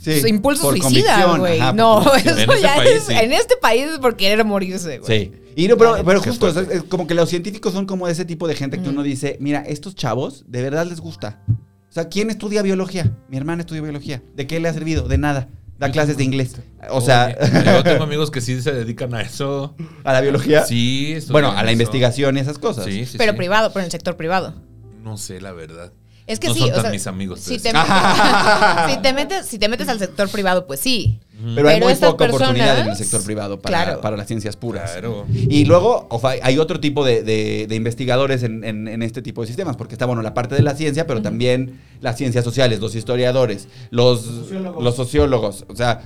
D: Sí,
E: su impulso
D: por
E: suicida,
D: convicción,
E: güey.
D: ajá, por
E: No,
D: convicción.
E: eso
F: En ese
E: ya
F: país,
E: es.
F: sí.
E: En este país es por querer morirse, güey.
D: Sí. Y no, pero, pero
F: Qué
D: justo,
F: fuerte.
D: o sea, es como que los científicos son como de ese tipo de gente que uno dice, mira, estos chavos de verdad les gusta. O sea, ¿quién estudia biología? Mi hermana estudia biología. ¿De qué le ha servido? De nada. Da clases de inglés.
F: (laughs)
D: O sea,
F: Oye, Oh, yo
D: (laughs)
F: tengo amigos que sí se dedican a eso.
D: a la biología.
F: Sí, estudian
D: bueno, a
F: eso.
D: la investigación y esas cosas.
F: Sí, sí,
E: pero
F: sí.
E: privado, pero en el sector privado.
F: No sé, la verdad.
E: Es que
F: No
E: sí,
F: son
E: o
F: tan
E: sea,
F: mis amigos,
E: Si
F: ustedes.
E: te,
D: (laughs)
E: metes, si, te metes, si te metes al sector privado, pues sí.
D: Pero, hay
E: Pero
D: muy
E: estas
D: poca oportunidad en el
E: personas-
D: sector privado para,
E: Claro.
D: para las ciencias puras.
F: Claro.
D: Y luego o sea, hay otro tipo de, de- de investigadores en, en- en este tipo de sistemas, porque está, bueno, la parte de la ciencia, pero también las ciencias sociales, los historiadores, los, los sociólogos. O sea,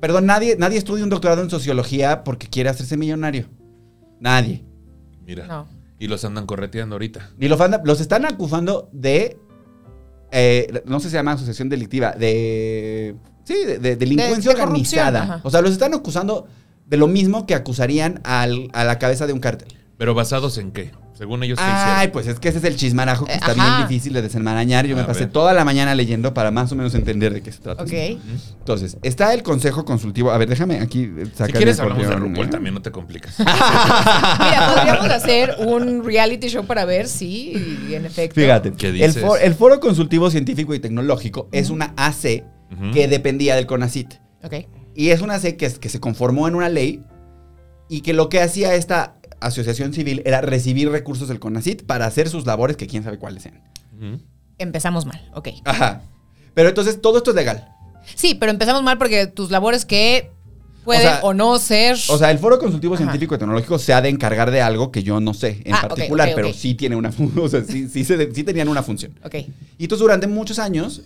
D: perdón, nadie, nadie estudia un doctorado en sociología porque quiere hacerse millonario. Nadie.
F: Mira.
E: No.
F: Y los andan correteando ahorita.
D: Y los, fanda- los están acusando de, eh, no sé si se llama asociación delictiva, de... Sí, de, de delincuencia
E: de corrupción,
D: organizada.
E: ajá.
D: O sea, los están acusando de lo mismo que acusarían al- a la cabeza de un cártel.
F: Pero basados en qué? Según ellos, ¿qué
D: Ay,
F: hicieron?
D: pues es que ese es el chismarajo que
E: Eh,
D: está
E: ajá.
D: bien difícil de desenmarañar. Yo me
F: A
D: pasé
F: ver.
D: toda la mañana leyendo para más o menos entender de qué se trata.
E: Ok.
D: Entonces, está el consejo consultivo. A ver, déjame aquí eh, sacar.
F: Si quieres
D: el
F: hablamos de
D: correo,
F: RuPaul
D: ¿no? Ah,
F: también, no te
D: (laughs)
F: complicas.
E: Mira, podríamos hacer un reality show para ver si, en efecto.
D: Fíjate,
F: ¿Qué
D: el,
F: dices?
D: for- el Foro Consultivo Científico y Tecnológico es una AC
F: Ujú.
D: que dependía del CONACIT.
E: Ok.
D: Y es una AC que, es- que se conformó en una ley y que lo que hacía esta asociación civil era recibir recursos del CONACIT para hacer sus labores que quién sabe cuáles sean.
F: Ujú.
E: Empezamos mal, ok.
D: Ajá. Pero entonces todo esto es legal.
E: Sí, pero empezamos mal porque tus labores que pueden o,
D: O sea,
E: no ser.
D: O sea, el Foro Consultivo
E: Ajá.
D: Científico y Tecnológico se ha de encargar de algo que yo no sé en
E: Ah, ok,
D: particular,
E: ok, ok.
D: pero sí tiene una fun- (laughs) o sea, sí, sí se de- sí tenían una función.
E: ok.
D: Y entonces durante muchos años,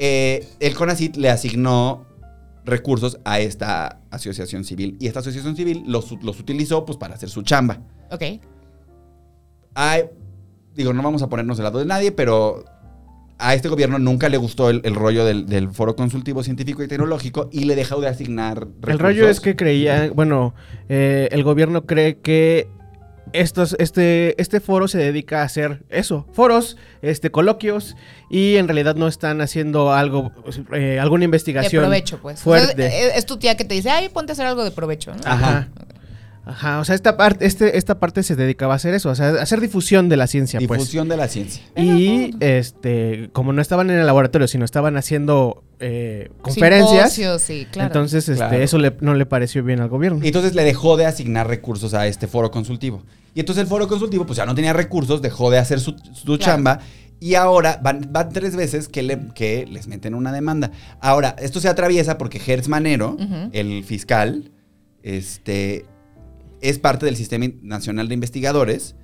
D: eh, el CONACIT le asignó recursos a esta asociación civil. Y esta asociación civil los, u- los utilizó pues para hacer su chamba.
E: Ok.
D: Ay, digo, no vamos a ponernos del lado de nadie, pero a este gobierno nunca le gustó el, el rollo del, del Foro Consultivo Científico y Tecnológico y le dejó de asignar recursos.
A: El rollo es que creía, bueno, eh, el gobierno cree que estos, este, este foro se dedica a hacer eso, foros, este, coloquios, y en realidad no están haciendo algo, eh, alguna
E: De
A: investigación.
E: provecho, pues. O sea,
A: Fuerte. Ah,
E: es, es tu tía que te dice, ay, ponte a hacer algo de provecho, ¿no?
A: Ajá. Ajá, o sea, esta parte, este, esta parte se dedicaba a hacer eso, o sea, a hacer difusión de la ciencia, pues.
D: Difusión de la ciencia.
A: Y este, como no estaban en el laboratorio, sino estaban haciendo eh, conferencias,
E: Simposios, sí, claro.
A: entonces este,
D: Claro.
A: eso le- no le pareció bien al gobierno.
D: Y entonces le dejó de asignar recursos a este foro consultivo. Y entonces el foro consultivo, pues ya no tenía recursos, dejó de hacer su, su chamba. Y ahora van, van tres veces que, le- que les meten una demanda. Ahora, esto se atraviesa porque Hertz Manero,
E: Ujú.
D: el fiscal, este, es parte del Sistema Nacional de Investigadores.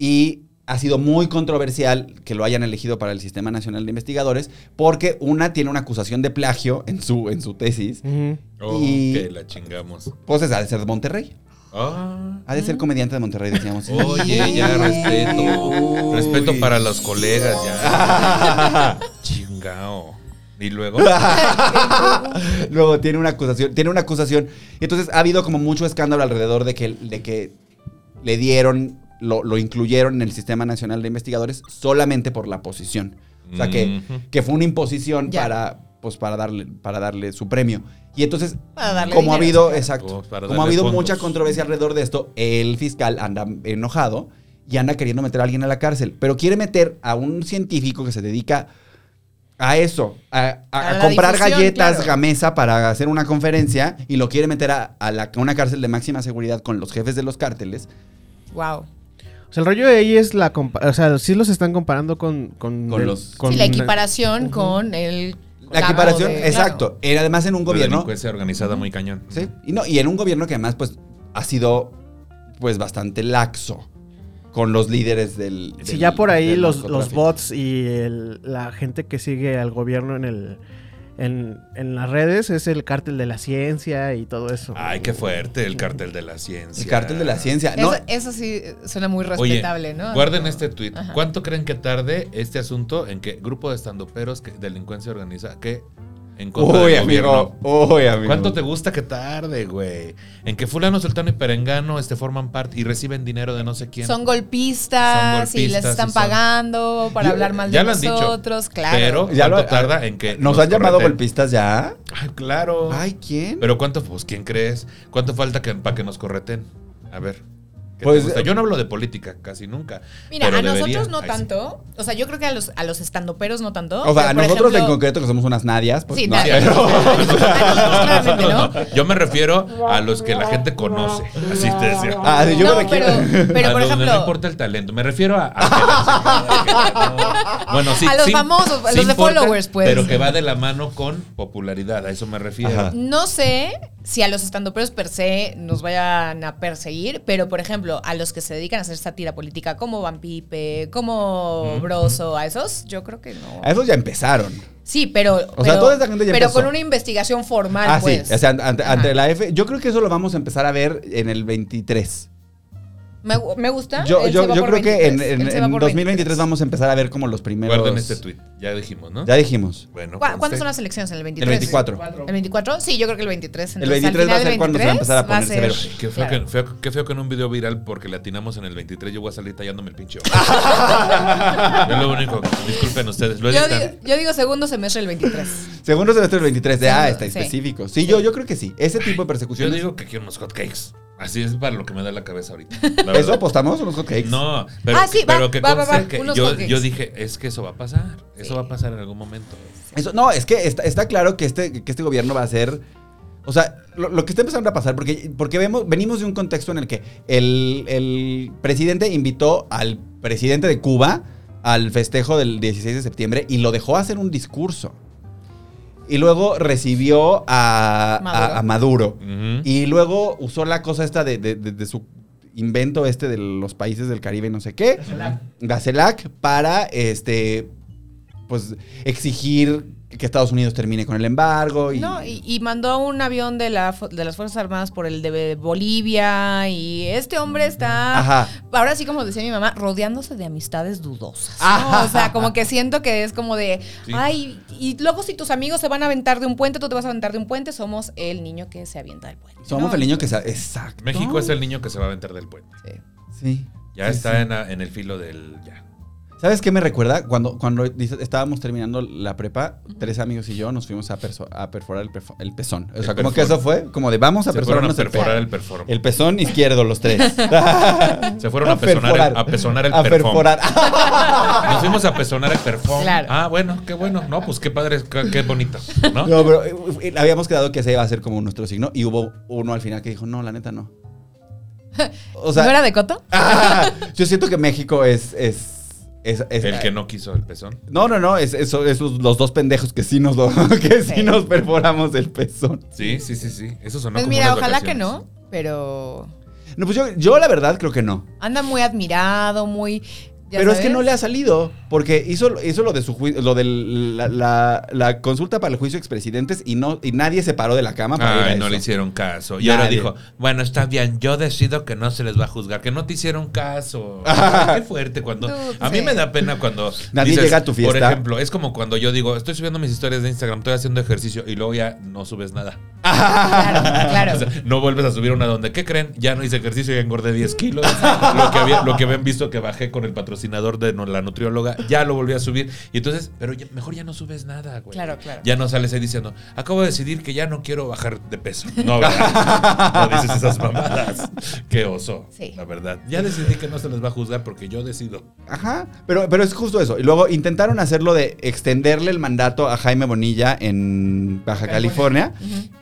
D: Y ha sido muy controversial que lo hayan elegido para el Sistema Nacional de Investigadores, porque una tiene una acusación de plagio en su, en su tesis.
A: Ujú.
F: Oh,
D: Y-
F: que la chingamos.
D: Pues es, ha de ser de Monterrey.
F: Ah.
D: Ha de
E: Mm.
D: ser comediante de Monterrey, decíamos.
F: (laughs) Oye, ya respeto.
D: Uy.
F: Respeto para los colegas,
D: Ah.
F: ya. Chingao. Y luego.
D: (laughs) Luego tiene una acusación, tiene una acusación. Entonces ha habido como mucho escándalo alrededor de que, de que le dieron, lo, lo incluyeron en el Sistema Nacional de Investigadores solamente por la posición. O sea, que,
F: Ujú.
D: que fue una imposición
E: Ya.
D: para, pues, para, darle, para darle su premio. Y entonces,
E: Para darle
D: como ha
E: dinero,
D: habido,
E: claro.
D: exacto,
F: Como para
D: como ha
F: darle
D: habido
F: fondos.
D: mucha controversia alrededor de esto, el fiscal anda enojado y anda queriendo meter a alguien a la cárcel, pero quiere meter a un científico que se dedica a eso, a, a-
E: A
D: a
E: la
D: comprar
E: difusión,
D: galletas
E: claro.
D: gamesa para hacer una conferencia y lo quiere meter a, a la- a una cárcel de máxima seguridad con los jefes de los cárteles.
E: Wow.
A: O sea, el rollo de ahí es la... compa- O sea, sí los están comparando con... Con,
D: Con
A: el-
D: los-
A: con-
E: Sí, la equiparación con el.
D: La
E: campo
D: equiparación,
E: de-
D: exacto. Era además en un
F: La
D: gobierno
F: delincuencia organizada muy cañón.
D: Sí, y, no, y en un gobierno que además pues ha sido pues bastante laxo con los líderes del...
A: Si
D: del-
A: ya por ahí
D: del
A: los, los
D: narcotráfico.
A: bots y el- la gente que sigue al gobierno en el... En, en las redes es el cártel de la ciencia y todo eso.
F: Ay, qué fuerte el cartel de la ciencia.
D: El cártel de la ciencia. No,
G: Eso, eso sí suena muy
F: Oye,
G: respetable, ¿no?
F: Guarden
G: Como-
F: este tuit.
G: Ajá.
F: ¿Cuánto creen que tarde este asunto en que grupo de estandoperos que delincuencia organizada que en contra
D: uy,
F: del
D: amigo.
F: gobierno?
D: Uy, amigo.
F: ¿Cuánto te gusta que tarde, güey? En que fulano, sultano y perengano este, forman parte y reciben dinero de no sé quién.
G: Son golpistas,
F: Son
G: y les
F: golpistas
G: están
F: y son-
G: pagando para
D: Yo-
G: hablar mal
F: ya
G: de
F: lo han dicho,
G: nosotros, claro.
F: Pero,
D: Ya lo-
F: ¿cuánto tarda en que
D: ¿Nos han llamado
F: correten?
D: golpistas ya?
F: Ay, claro.
D: Ay, ¿quién?
F: Pero ¿cuánto, pues, quién crees? ¿Cuánto falta que, para que nos correten? A ver. ¿qué te
D: Pues,
F: gusta?
D: eh,
F: Yo no hablo de política casi nunca.
E: Mira,
F: pero
E: a
F: debería.
E: nosotros no
F: Ay, sí. (laughs)
E: tanto. O sea, yo creo que a los, a los estandoperos no tanto.
D: o sea,
E: pero,
D: a
E: por
D: nosotros en
E: ejemplo-
D: concreto que somos unas nadias, pues
E: Sí,
D: no,
E: nadie.
D: pero-
E: A nosotros claramente, ¿no?
F: Yo me refiero a los que la gente conoce. Así te decía.
D: Ah, sí, yo
E: No,
D: me refiero-
E: pero, pero
F: a
E: por
F: donde no
E: ejemplo,
F: importa el talento. Me refiero a. a que
E: (laughs)
F: la- no. Bueno, sí.
E: A los
F: sí-
E: famosos, a
F: sí
E: los de
F: importa,
E: followers, pues.
F: Pero que va de la mano con popularidad. A eso me refiero.
D: Ajá.
E: no sé si a los estandoperos per se nos vayan a perseguir, pero por ejemplo, a los que se dedican a hacer sátira política, como Van Pipe, como Broso, a esos, yo creo que no.
D: (laughs) A esos ya empezaron.
E: Sí, pero.
D: O sea,
E: pero-
D: toda esa gente ya
E: Pero
D: empezó.
E: con una investigación formal,
D: ah,
E: pues.
D: sí. O sea, ante,
E: Ajá.
D: ante la F. Yo creo que eso lo vamos a empezar a ver en el 23.
E: me, gu- me gusta.
D: Yo,
E: él
D: yo-
E: se va
D: yo
E: por
D: creo que en,
E: 23,
D: en-
E: él se va
D: en
E: por
D: 2023 vamos a empezar a ver como los primeros.
F: Guarden este tweet. Ya dijimos, ¿no?
D: Ya dijimos.
F: Bueno.
E: ¿Cuá- ¿Cuándo
F: conste.
E: son las elecciones? ¿En el 23?
D: El 24.
E: ¿El 24? Sí, yo creo que el 23.
D: El
E: Entonces, al
D: 23 va a
E: final del
D: ser cuando se va a empezar a
E: 23 va
D: poner
E: ser-
D: severo.
F: Qué feo,
E: Claro.
F: que, feo- qué feo que en un video viral porque le atinamos en el 23 yo voy a salir tallándome el pinche
G: (laughs)
F: ojo. Yo lo único, disculpen ustedes, lo
G: Yo
F: editan.
G: digo, yo digo segundo semestre del 23.
D: Segundo semestre del 23 de ah, está
E: Sí.
D: específico. Sí, yo, yo creo que sí. Ese tipo de
F: Yo
D: persecuciones.
F: digo que quiero unos hotcakes. Así es para lo que me da la cabeza ahorita. la
D: ¿Eso
F: verdad.
D: apostamos? ¿Unos hotcakes?
F: No, pero,
G: Ah, sí, va,
F: pero que
G: va, va,
F: conste
G: va,
F: que
G: unos
F: yo,
G: hotcakes.
F: yo dije, es que eso va a pasar. Eso va a pasar en algún momento.
D: Eso, no, es que está, está claro que este, que este gobierno va a ser. O sea, lo, lo que está empezando a pasar, porque, porque vemos, venimos de un contexto en el que el, el presidente invitó al presidente de Cuba al festejo del 16 de septiembre y lo dejó hacer un discurso. Y luego recibió a
E: Maduro.
D: a- a Maduro.
F: Ujú.
D: Y luego usó la cosa esta de, de- de- de su invento este de los países del Caribe y no sé qué. La CELAC para este pues exigir que Estados Unidos termine con el embargo y,
E: No, y, y mandó un avión de, la, fu- de las Fuerzas Armadas por el de Bolivia y este hombre está,
D: Ah, Ajá.
E: ahora sí como decía mi mamá, rodeándose de amistades dudosas. ¿no?
D: Ajá.
E: O sea, como que siento que es como de,
F: Sí.
E: ay, y luego si tus amigos se van a aventar de un puente, tú te vas a aventar de un puente, somos el niño que se avienta del puente.
D: somos
E: ¿no?
D: el niño que sa- exacto.
F: México es el niño que se va a aventar del puente.
D: Sí.
F: Ya
D: Sí,
F: está
D: sí.
F: En, la- en el filo del... Ya.
D: ¿Sabes qué me recuerda? Cuando, cuando dice- estábamos terminando la prepa, tres amigos y yo nos fuimos a, perso- a perforar el, perfo- el pezón. O
F: El
D: sea, como que
F: perforo.
D: eso fue como de vamos a
F: Se fueron a
D: perforarnos el, pe-
F: perforar el perform.
D: el pezón izquierdo los tres.
F: Se
D: (laughs)
F: fueron a, pezonar el, a pezonar el
D: a
F: perform.
D: perforar.
F: Nos fuimos a pezonar el perform.
E: Claro.
F: Ah, bueno, qué bueno. No, pues qué padre, qué, qué bonito, ¿no?
D: No, pero eh, eh, habíamos quedado que ese iba a ser como nuestro signo y hubo uno al final que dijo, no, la neta no. O sea,
G: ¿No
D: (laughs)
G: era de Coto?
D: ¡ah! yo siento que México es... es, es- es-
F: El que no quiso el pezón.
D: No, no, no, es, eso- esos los dos pendejos que sí nos, lo- (laughs) que sí nos perforamos el pezón.
F: Sí, sí, sí, sí. Eso sonó
E: Pues
F: como
E: mira,
F: unas
E: ojalá que
F: vacaciones.
E: no, pero
D: No, pues yo, yo la verdad creo que no.
E: anda muy admirado, muy ¿Ya
D: Pero es
E: sabes?
D: que no le ha salido, porque hizo, hizo lo de su ju- lo de la, la- la consulta para el juicio de expresidentes y no y nadie se paró de la cama Ah, para ir a
F: Ay, no
D: eso.
F: le hicieron caso. Y
D: Nadie.
F: ahora dijo, bueno, está bien, yo decido que no se les va a juzgar, que no te hicieron
D: (laughs)
F: caso. Ay, Qué fuerte cuando...
E: Tú,
F: A mí
E: sí.
F: me da pena cuando...
D: Nadie llega a tu
F: Por
D: fiesta.
F: ejemplo, es como cuando yo digo, estoy subiendo mis historias de Instagram, estoy haciendo ejercicio y luego ya no subes nada.
D: (laughs)
E: Claro, claro.
F: O sea, no vuelves a subir una donde, ¿qué creen? Ya no hice ejercicio, ya engordé 10 kilos. lo, que había- lo que habían visto que bajé con el patrocinador de no- la nutrióloga, ya lo volví a subir. Y entonces, pero ya- mejor ya no subes nada, güey.
I: Claro, claro.
F: Ya no sales ahí diciendo, acabo de decidir que ya no quiero bajar de peso. No, ¿verdad? No dices esas mamadas. Qué oso,
I: Sí.
F: la verdad. Ya decidí que no se les va a juzgar porque yo decido.
D: Ajá, pero, pero es justo eso. Y luego intentaron hacerlo de extenderle el mandato a Jaime Bonilla en Baja California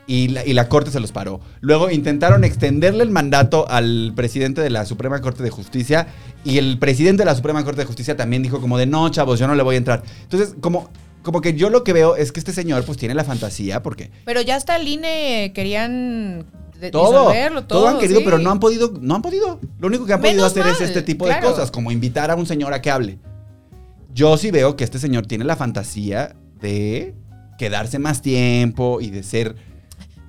D: y, la, y la Corte se los paró. Luego intentaron extenderle el mandato al presidente de la Suprema Corte de Justicia y el presidente de la Suprema Corte de Justicia también dijo como de no, chavos, yo no le voy a entrar. Entonces, como, como que yo lo que veo es que este señor pues tiene la fantasía porque
E: Pero ya hasta el INE querían de-
D: todo,
E: disolverlo,
D: todo, han querido,
E: sí.
D: pero no han podido, no han podido. Lo único que han podido
E: Menos
D: hacer es
E: mal,
D: este tipo de
E: claro.
D: cosas, como invitar a un señor a que hable. Yo sí veo que este señor tiene la fantasía de quedarse más tiempo y de ser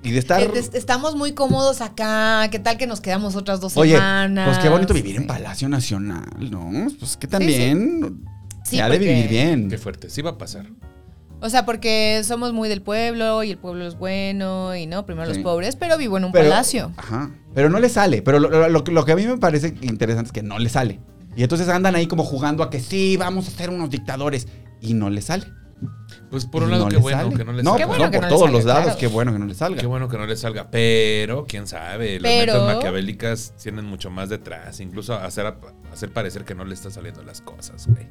D: y de estar
I: Eh,
E: este
I: es- Estamos muy cómodos acá. ¿Qué tal que nos quedamos otras dos
D: Oye,
I: semanas?
D: pues qué bonito vivir en Palacio Nacional, ¿no? Pues que también
I: Sí,
D: se ha de
I: porque-
D: vivir bien.
F: Qué fuerte, sí va a pasar.
E: O sea, porque somos muy del pueblo y el pueblo es bueno y no, primero
D: Sí.
E: los pobres, pero vivo en un
D: Pero-
E: palacio.
D: Ajá. Pero no le sale. Pero lo, lo- lo que- lo que a mí me parece interesante es que no le sale. Y entonces andan ahí como jugando a que sí, vamos a ser unos dictadores. Y no le sale.
F: Pues por
D: Y
F: un lado,
D: no
F: qué
D: le
F: bueno
D: sale.
F: que no les
D: No,
F: salga.
D: pues no,
E: que
D: por
E: no le
D: todos
E: salga,
D: los lados,
E: claro.
D: qué bueno que no le salga.
F: Qué bueno que no le salga, pero quién sabe, las
E: Pero-
F: metas maquiavélicas tienen mucho más detrás, incluso hacer, hacer parecer que no le están saliendo las
E: (laughs)
F: cosas, güey.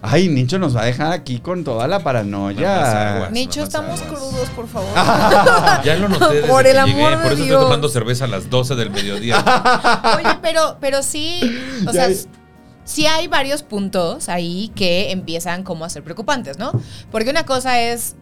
D: Ay, Nicho nos va a dejar aquí con toda la
F: Mamas aguas.
D: paranoia.
E: Nicho,
F: Más
E: estamos
F: aguas.
E: crudos, por favor.
D: (laughs)
F: Ya lo noté desde
E: Por
F: que
E: el amor
F: llegué,
E: de
F: por eso
E: Dios.
F: estoy tomando cerveza a las 12
D: (laughs)
F: del mediodía.
E: Oye, pero, pero sí,
D: Ya
E: o sea,
D: vi.
E: sí hay varios puntos ahí que empiezan como a ser preocupantes, ¿no? Porque una cosa es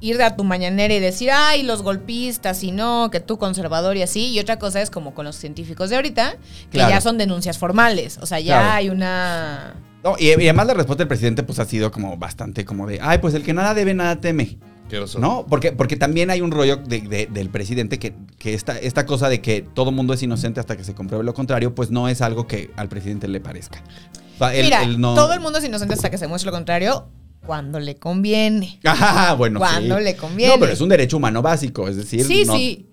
E: ir a tu mañanera y decir, ay, los golpistas y no, que tú conservador y así, y otra cosa es como con los científicos de ahorita, que
D: Claro.
E: ya son denuncias formales, o sea, ya
D: Claro.
E: hay una...
D: No, y, y además la respuesta del presidente pues ha sido como bastante como de, ay, pues el que nada debe, nada teme.
F: Quiero so-
D: ¿No? Porque, porque también hay un rollo de- de- del presidente que, que esta, esta cosa de que todo mundo es inocente hasta que se compruebe lo contrario, pues no es algo que al presidente le parezca. O sea, él-
E: Mira,
D: él no-
E: todo el mundo es inocente hasta que se muestre lo contrario, cuando le conviene.
D: (laughs) Ah, bueno,
E: Cuando
D: sí.
E: le conviene.
D: No, pero es un derecho humano básico, es decir,
E: Sí,
D: no-
E: sí.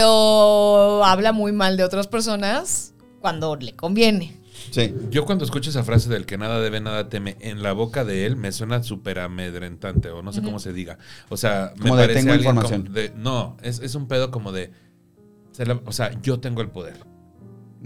E: Pero habla muy mal de otras personas cuando le conviene.
D: sí.
F: Yo cuando escucho esa frase del que nada debe, nada teme, en la boca de él me suena súper amedrentante, o no sé cómo se diga. O sea, me
D: Como de,
F: parece
D: "Tengo
F: alguien como
D: información".
F: de- no, es, es un pedo como de, se la- o sea, yo tengo el poder.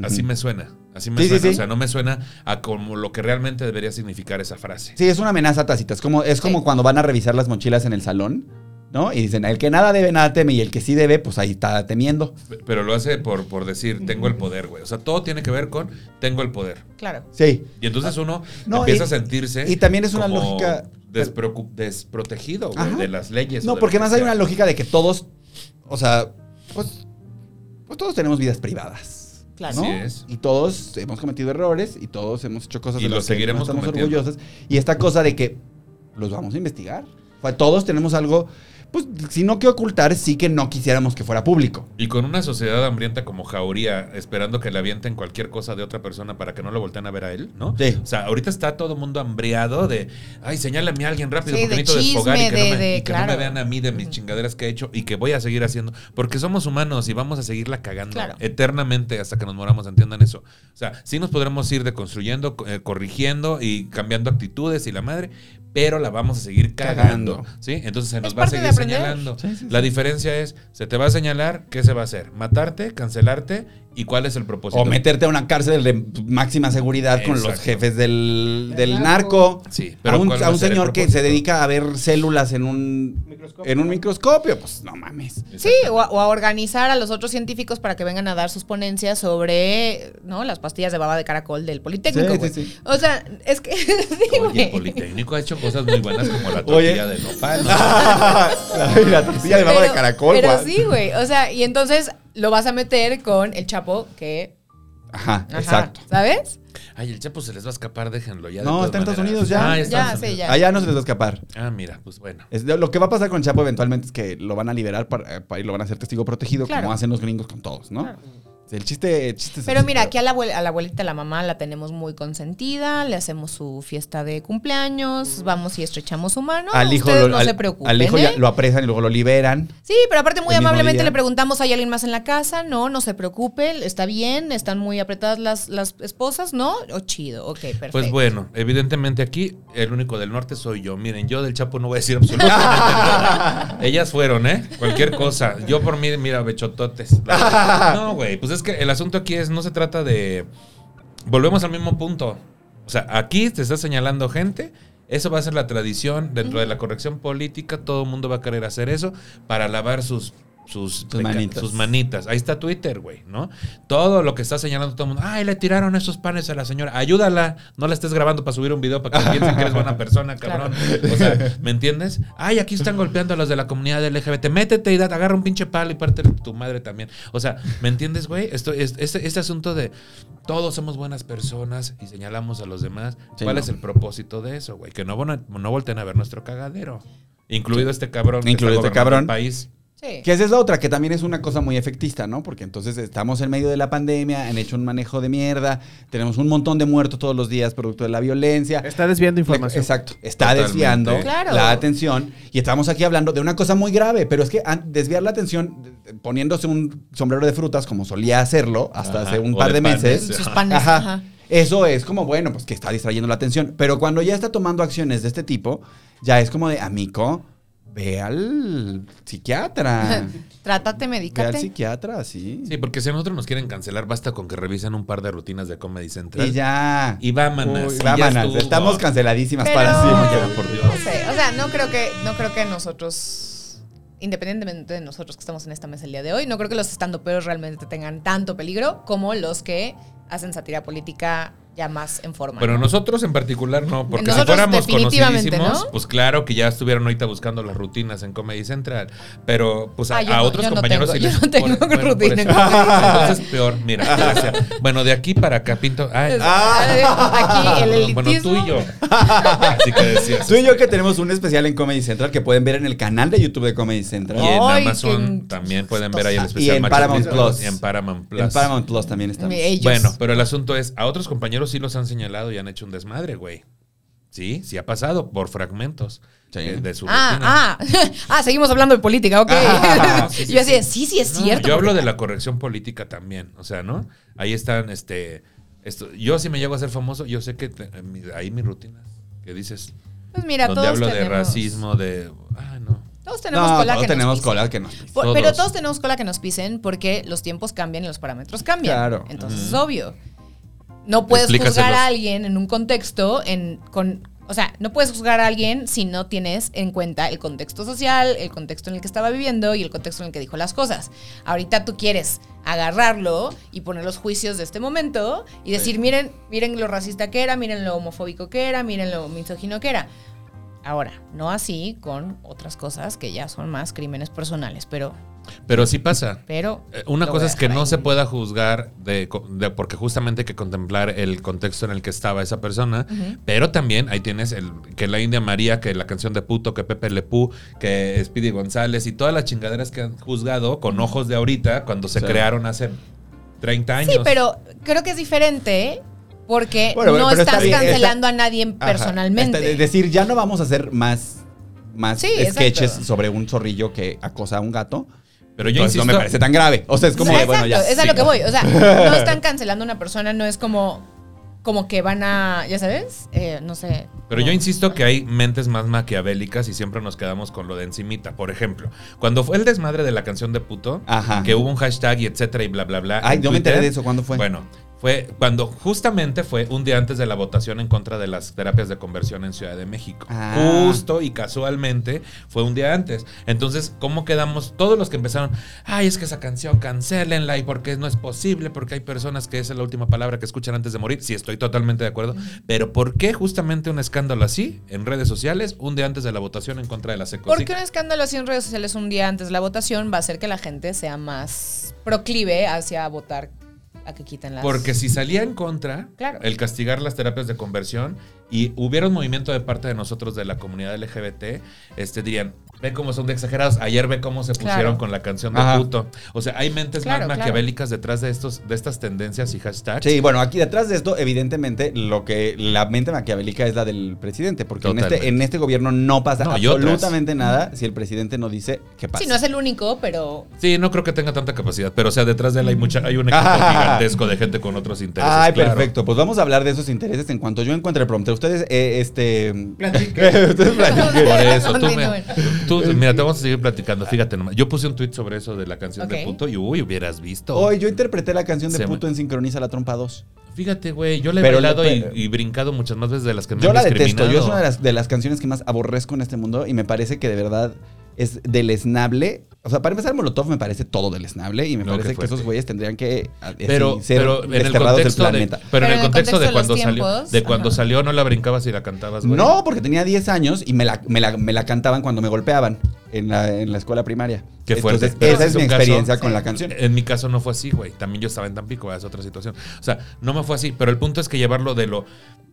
F: Así
D: Ujú.
F: me suena. Así me
D: Sí, sí,
F: suena.
D: sí.
F: O sea, no me suena a como lo que realmente debería significar esa frase.
D: Sí, es una amenaza tácita. Es como, es como cuando van a revisar las mochilas en el salón, ¿no? Y dicen, el que nada debe, nada teme, y el que sí debe, pues ahí está temiendo.
F: Pero lo hace por, por decir, tengo el poder, güey. O sea, todo tiene que ver con tengo el poder.
E: Claro.
D: Sí.
F: Y entonces uno
D: Ah. No,
F: empieza
D: y-
F: a sentirse.
D: y también es una
F: como
D: lógica-
F: despreocu- desprotegido, güey,
D: Ajá.
F: de las leyes. o
D: No,
F: de
D: porque
F: lo que
D: más hay
F: sea.
D: una lógica de que todos, o sea, pues, pues todos tenemos vidas privadas.
E: Claro.
D: ¿no?
F: Así es.
D: Y todos hemos cometido errores y todos hemos hecho cosas
F: Y
D: de
F: lo
D: las que
F: seguiremos
D: no estamos
F: cometiendo.
D: orgullosos. Y esta cosa de que los vamos a investigar. O sea, todos tenemos algo, pues, si no que ocultar, sí que no quisiéramos que fuera público.
F: Y con una sociedad hambrienta como Jauría, esperando que le avienten cualquier cosa de otra persona para que no lo volteen a ver a él, ¿no?
D: Sí.
F: O sea, ahorita está todo el mundo hambriado de, ay, señálame a alguien rápido
E: Sí,
F: porque
E: de
F: necesito desfogar y que,
E: chisme,
F: no, me,
E: de- de-
F: y que no
E: claro.
F: me vean a mí de mis chingaderas que he hecho y que voy a seguir haciendo. Porque somos humanos y vamos a seguirla cagando
E: Claro.
F: eternamente hasta que nos moramos, entiendan eso. O sea, sí nos podremos ir deconstruyendo, co- eh, corrigiendo y cambiando actitudes y la madre, pero la vamos a seguir cagando.
D: Cagando.
F: ¿Sí? Entonces se nos
E: Es
F: va a
E: parte de
F: seguir
E: aprender.
F: señalando. La diferencia es, se te va a señalar, ¿qué se va a hacer? ¿Matarte? ¿Cancelarte? ¿Y cuál es el propósito?
D: O meterte a una cárcel de máxima seguridad con los
F: Exacto.
D: jefes del, del
E: narco.
D: narco.
F: Sí, pero
D: Pero a un,
F: ¿cuál
D: a
F: va
D: un
F: a ser el
D: señor que se
F: propósito?
D: dedica a ver células en un microscopio. En un microscopio. Pues no mames.
E: Sí, o a, o a organizar a los otros científicos para que vengan a dar sus ponencias sobre, ¿no? Las pastillas de baba de caracol del Politécnico,
D: Sí,
E: güey.
D: sí, sí.
E: O sea, es que... (laughs) sí,
F: Oye, el
E: güey.
F: Politécnico ha hecho cosas muy buenas como la tortilla
D: Oye.
F: de nopal. ¿no?
D: Ay, (laughs) la tortilla de baba de caracol,
E: pero
D: guau.
E: sí, güey. O sea, y entonces lo vas a meter con el Chapo, que
D: Ajá,
E: Ajá,
D: exacto.
E: ¿Sabes?
F: Ay, el Chapo se les va a escapar, déjenlo ya. de
D: No,
F: todas
D: está en Estados
F: maneras.
D: Unidos ya.
F: Ah, ya está en
E: Ya,
F: Estados
E: sí, ya.
D: Allá no se les va a escapar.
F: Unidos. Ah, mira, pues bueno.
D: Es de- lo que va a pasar con Chapo eventualmente es que lo van a liberar para, para- y lo van a hacer testigo protegido,
E: Claro.
D: como hacen los gringos con todos, ¿no? El chiste, el chiste es
E: Pero
D: así,
E: mira, aquí a la, abuel- a la abuelita, a la mamá, la tenemos muy consentida, le hacemos su fiesta de cumpleaños, vamos y estrechamos su mano.
D: Mm. al hijo,
E: Ustedes
D: lo,
E: no
D: al-
E: se preocupen.
D: al hijo ya
E: ¿eh?
D: lo apresan y luego lo liberan.
E: Sí, pero aparte muy
D: el mismo
E: amablemente
D: día.
E: le preguntamos, ¿hay alguien más en la casa? No, no se preocupe, está bien, están muy apretadas las, las esposas, ¿no? O chido, ok, perfecto.
F: Pues bueno, evidentemente aquí el único del norte soy yo. Miren, yo del Chapo no voy a decir absolutamente nada. Ellas fueron, ¿eh? Cualquier cosa. Yo por mí, mira, bechototes. No, güey, pues es que el asunto aquí es, no se trata de... Volvemos al mismo punto. O sea, aquí te está señalando gente. Eso va a ser la tradición dentro de la corrección política. Todo el mundo va a querer hacer eso para lavar sus... Sus, peca-
D: manitas.
F: sus manitas. Ahí está Twitter, güey, ¿no? Todo lo que está señalando todo el mundo. Ay, le tiraron esos panes a la señora. Ayúdala. No la estés grabando para subir un video para que piensen que eres buena persona, cabrón. O sea, ¿me entiendes? Ay, aquí están golpeando a los de la comunidad LGBT. Métete y da- agarra un pinche palo y parte tu madre también. O sea, ¿me entiendes, güey? Esto, es, este, este asunto de todos somos buenas personas y señalamos a los demás.
D: Sí,
F: ¿Cuál
D: no.
F: es el propósito de eso, güey? Que no, van a- no volteen a ver nuestro cagadero. Incluido este cabrón. que
D: Incluido
F: está
D: este
F: gobernando
D: cabrón.
F: el país.
E: Sí.
D: Que esa es la otra, que también es una cosa muy efectista, ¿no? Porque entonces estamos en medio de la pandemia, han hecho un manejo de mierda, tenemos un montón de muertos todos los días producto de la violencia.
A: Está desviando información.
D: Exacto, está
F: Totalmente.
D: desviando
E: Claro.
D: la atención y estamos aquí hablando de una cosa muy grave, pero es que an- desviar la atención eh, poniéndose un sombrero de frutas como solía hacerlo hasta
F: Ajá,
D: hace un
F: o
D: par de,
F: de panes.
D: meses.
E: Sus
F: Ajá.
E: panes,
D: Ajá.
E: ajá.
D: Eso es como, bueno, pues que está distrayendo la atención. Pero cuando ya está tomando acciones de este tipo, ya es como de, amigo, ve al
E: (laughs)
D: psiquiatra.
E: Trátate,
D: ve al
E: medicate.
D: psiquiatra, sí.
F: Sí, porque si a nosotros nos quieren cancelar, basta con que revisen un par de rutinas de Comedy Central.
D: y ya.
F: Y vámonos.
D: Uy,
F: y ya
D: vámonas,
F: estuvo.
D: Estamos canceladísimas
E: Pero-
D: para
F: Ya,
D: siempre.
F: por Dios.
E: No sé, o sea, no creo que, no creo que nosotros, independientemente de nosotros que estamos en esta mesa el día de hoy, no creo que los estandoperos realmente tengan tanto peligro como los que hacen sátira política ya más en forma.
F: Pero
E: ¿no?
F: nosotros en particular no, porque si
E: Nosotros
F: fuéramos
E: definitivamente,
F: conocidísimos,
E: ¿no?
F: pues claro que ya estuvieron ahorita buscando las rutinas en Comedy Central. Pero pues a,
E: Ah, yo
F: a
E: no-
F: otros
E: yo no
F: compañeros
E: tengo-
F: sí les
E: yo no tengo
F: por
E: rutina en
F: eso.
E: Comedy Central.
F: Entonces peor, mira. gracias. Bueno, de aquí para acá pinto. Ay,
E: Aquí el elitismo.
F: bueno, tú y yo. (laughs) Así que decías.
D: Tú y yo que tenemos un especial en Comedy Central que pueden ver en el canal de YouTube de Comedy Central.
F: Y en
E: Ay,
F: Amazon
E: qué
F: también pueden ver ahí el
D: Y
F: especial
D: en
F: Machos
D: Paramount
F: Alfa
D: Plus.
F: Y en Paramount Plus.
D: En Paramount Plus también estamos.
E: Ellos.
F: Bueno, pero el asunto es, a otros compañeros sí los han señalado y han hecho un desmadre, güey. Sí, sí ha pasado por fragmentos
D: Sí.
F: eh, de su rutina.
E: Ah, ah, (laughs) ah, seguimos hablando de política, ok.
D: Ah,
F: (laughs) sí, sí,
E: yo así, de, sí, sí, es
F: No,
E: cierto.
F: Yo hablo de la corrección política también, o sea, ¿no? Ahí están, este, esto, yo si me llego a ser famoso, yo sé que te- eh, mi- ahí mis rutinas, que dices,
E: Pues mira,
F: donde
E: todos
F: hablo de
E: tenemos,
F: racismo, de, ah, no.
E: Todos
D: no,
E: tenemos cola
D: todos
E: que nos
D: tenemos
E: pisen.
D: cola que nos
E: Por-
F: Todos.
E: Pero todos tenemos cola que nos pisen porque los tiempos cambian y los parámetros cambian.
D: Claro.
E: Entonces es obvio. No puedes juzgar
F: Explícaselos.
E: a alguien en un contexto, en, con, o sea, no puedes juzgar a alguien si no tienes en cuenta el contexto social, el contexto en el que estaba viviendo y el contexto en el que dijo las cosas. Ahorita tú quieres agarrarlo y poner los juicios de este momento y decir, miren, miren lo racista que era, miren lo homofóbico que era, miren lo misógino que era. Ahora, no así con otras cosas que ya son más crímenes personales, pero
F: Pero sí pasa.
E: pero.
F: Eh, Una
E: lo voy
F: cosa
E: a
F: es que
E: dejar
F: no
E: ahí.
F: se pueda juzgar de, co- de- porque justamente hay que contemplar el contexto en el que estaba esa persona, pero también ahí tienes el que la India María, que la canción de puto, que Pepe Lepú, que Speedy González y todas las chingaderas que han juzgado con ojos de ahorita cuando se
D: Sí.
F: crearon hace 30 años.
E: Sí, pero creo que es diferente ¿eh? porque
D: Bueno, bueno,
E: no
D: pero está
E: estás
D: bien, está-
E: cancelando a nadie
D: Ajá. Este,
E: personalmente.
D: Es decir, ya no vamos a hacer más, más
E: Sí,
D: sketches
E: exacto.
D: sobre un zorrillo que acosa a un gato.
F: Pero yo
D: Entonces,
F: insisto,
D: no me parece tan grave. O sea, es como
E: No,
D: de, bueno, ya.
E: exacto, es a
D: sí,
E: lo que
D: ¿no?
E: voy. O sea,
D: (laughs)
E: no están cancelando a una persona, no es como, como que van a, ya sabes, Eh, no sé.
F: Pero
E: como-
F: yo insisto que hay mentes más maquiavélicas y siempre nos quedamos con lo de encimita. Por ejemplo, cuando fue el desmadre de la canción de puto,
D: Ajá.
F: que hubo un hashtag y etcétera y bla, bla, bla.
D: Ay,
F: en
D: yo me
F: Twitter.
D: enteré de eso. ¿Cuándo fue?
F: Bueno, fue cuando justamente fue un día antes de la votación en contra de las terapias de conversión en Ciudad de México.
D: Ah.
F: Justo y casualmente fue un día antes. Entonces, ¿cómo quedamos? Todos los que empezaron, ay, es que esa canción cancélenla y porque no es posible, porque hay personas que esa es la última palabra que escuchan antes de morir. Sí, estoy totalmente de acuerdo. Pero ¿por qué justamente un escándalo así en redes sociales un día antes de la votación en contra de las
E: ¿Por
F: ecosic?
E: qué un escándalo así en redes sociales un día antes de la votación va a hacer que la gente sea más proclive hacia votar a que quiten las.
F: Porque si salía en contra,
E: Claro.
F: el castigar las terapias de conversión y hubiera un movimiento de parte de nosotros de la comunidad LGBT, este, dirían, ve cómo son de exagerados, ayer ve cómo se pusieron
E: Claro.
F: con la canción de
D: Ajá.
F: puto. O sea, hay mentes
E: Claro,
F: más
E: claro.
F: maquiavélicas detrás de, estos, de estas tendencias y hashtags.
D: Sí, bueno, aquí detrás de esto, evidentemente, lo que la mente maquiavélica es la del presidente, porque en este,
F: Totalmente.
D: en este gobierno no pasa
F: No, y otras.
D: absolutamente nada si el presidente no dice que pasa.
G: Sí, no es el único, pero
F: Sí, no creo que tenga tanta capacidad, pero o sea, detrás de él hay mucha, hay un equipo
D: Ah.
F: gigantesco de gente con otros intereses.
D: Ay,
F: claro.
D: perfecto. Pues vamos a hablar de esos intereses en cuanto yo encuentre el prompter. Ustedes, eh, este.
A: Platiquen.
D: (laughs) ustedes platiquen.
F: Por
E: (laughs)
F: eso, tú, me-
G: Continúen.
F: tú- mira, te vamos a seguir platicando. Fíjate nomás. Yo puse un tweet sobre eso de la canción de
G: Ok.
F: puto y uy, hubieras visto.
D: Hoy yo interpreté la canción de
F: Se me-
D: puto en Sincroniza la Trompa 2.
F: Fíjate, güey, yo le he
D: Pero
F: bailado
D: le-
F: y, y brincado muchas más veces de las que me
D: Yo
F: han
D: la detesto.
F: discriminado.
D: Yo es una de las, de las canciones que más aborrezco en este mundo y me parece que de verdad es deleznable. O sea, para empezar, Molotov me parece todo deleznable y me
F: No, qué
D: parece que
F: fuerte.
D: esos güeyes tendrían que ah, así,
F: pero,
D: ser
F: pero en el
D: desterrados del
F: contexto de,
D: planeta.
F: pero en el contexto de
G: los
F: cuando salió,
G: tiempos,
F: de cuando
G: ajá.
F: salió no la brincabas y la cantabas, güey.
D: No, porque tenía 10 años y me la, me la- me la cantaban cuando me golpeaban en la, en la escuela primaria.
F: Qué fuerte.
D: Entonces,
F: Pero
D: esa
F: es
D: es
F: un
D: mi
F: caso-
D: experiencia con
F: sí.
D: la canción.
F: En mi caso no fue así, güey. También yo estaba en Tampico, ¿verdad? es otra situación. O sea, no me fue así, pero el punto es que llevarlo de lo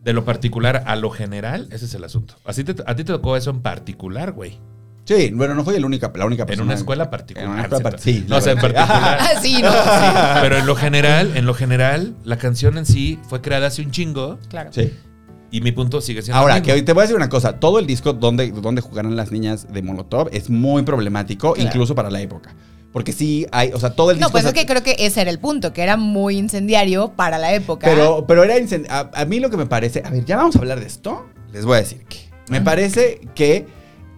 F: de lo particular a lo general, ese es el asunto. Así te- a ti te tocó eso en particular, güey.
D: Sí, bueno, no soy la única, la única
F: En
D: persona.
F: una escuela particular.
D: Pues En una escuela
F: ¿cierto?
D: par- sí,
F: No,
D: la
F: o sea, en
D: verdad.
F: particular.
G: Ah, sí, no.
F: Sí, pero en lo general, en lo general, la canción en sí fue creada hace un chingo
E: Claro.
D: Sí.
F: y mi punto sigue siendo el
D: Ahora,
F: mismo.
D: que te voy a decir una cosa. Todo el disco donde, donde jugaron las niñas de Molotov es muy problemático, incluso para la época. Porque sí hay, o sea, todo el disco...
G: No, pues
D: o
G: es
D: sea,
G: que creo que ese era el punto, que era muy incendiario para la época.
D: Pero, pero era incen- a, a mí lo que me parece. A ver, ya vamos a hablar de esto. Les voy a decir que. Me parece que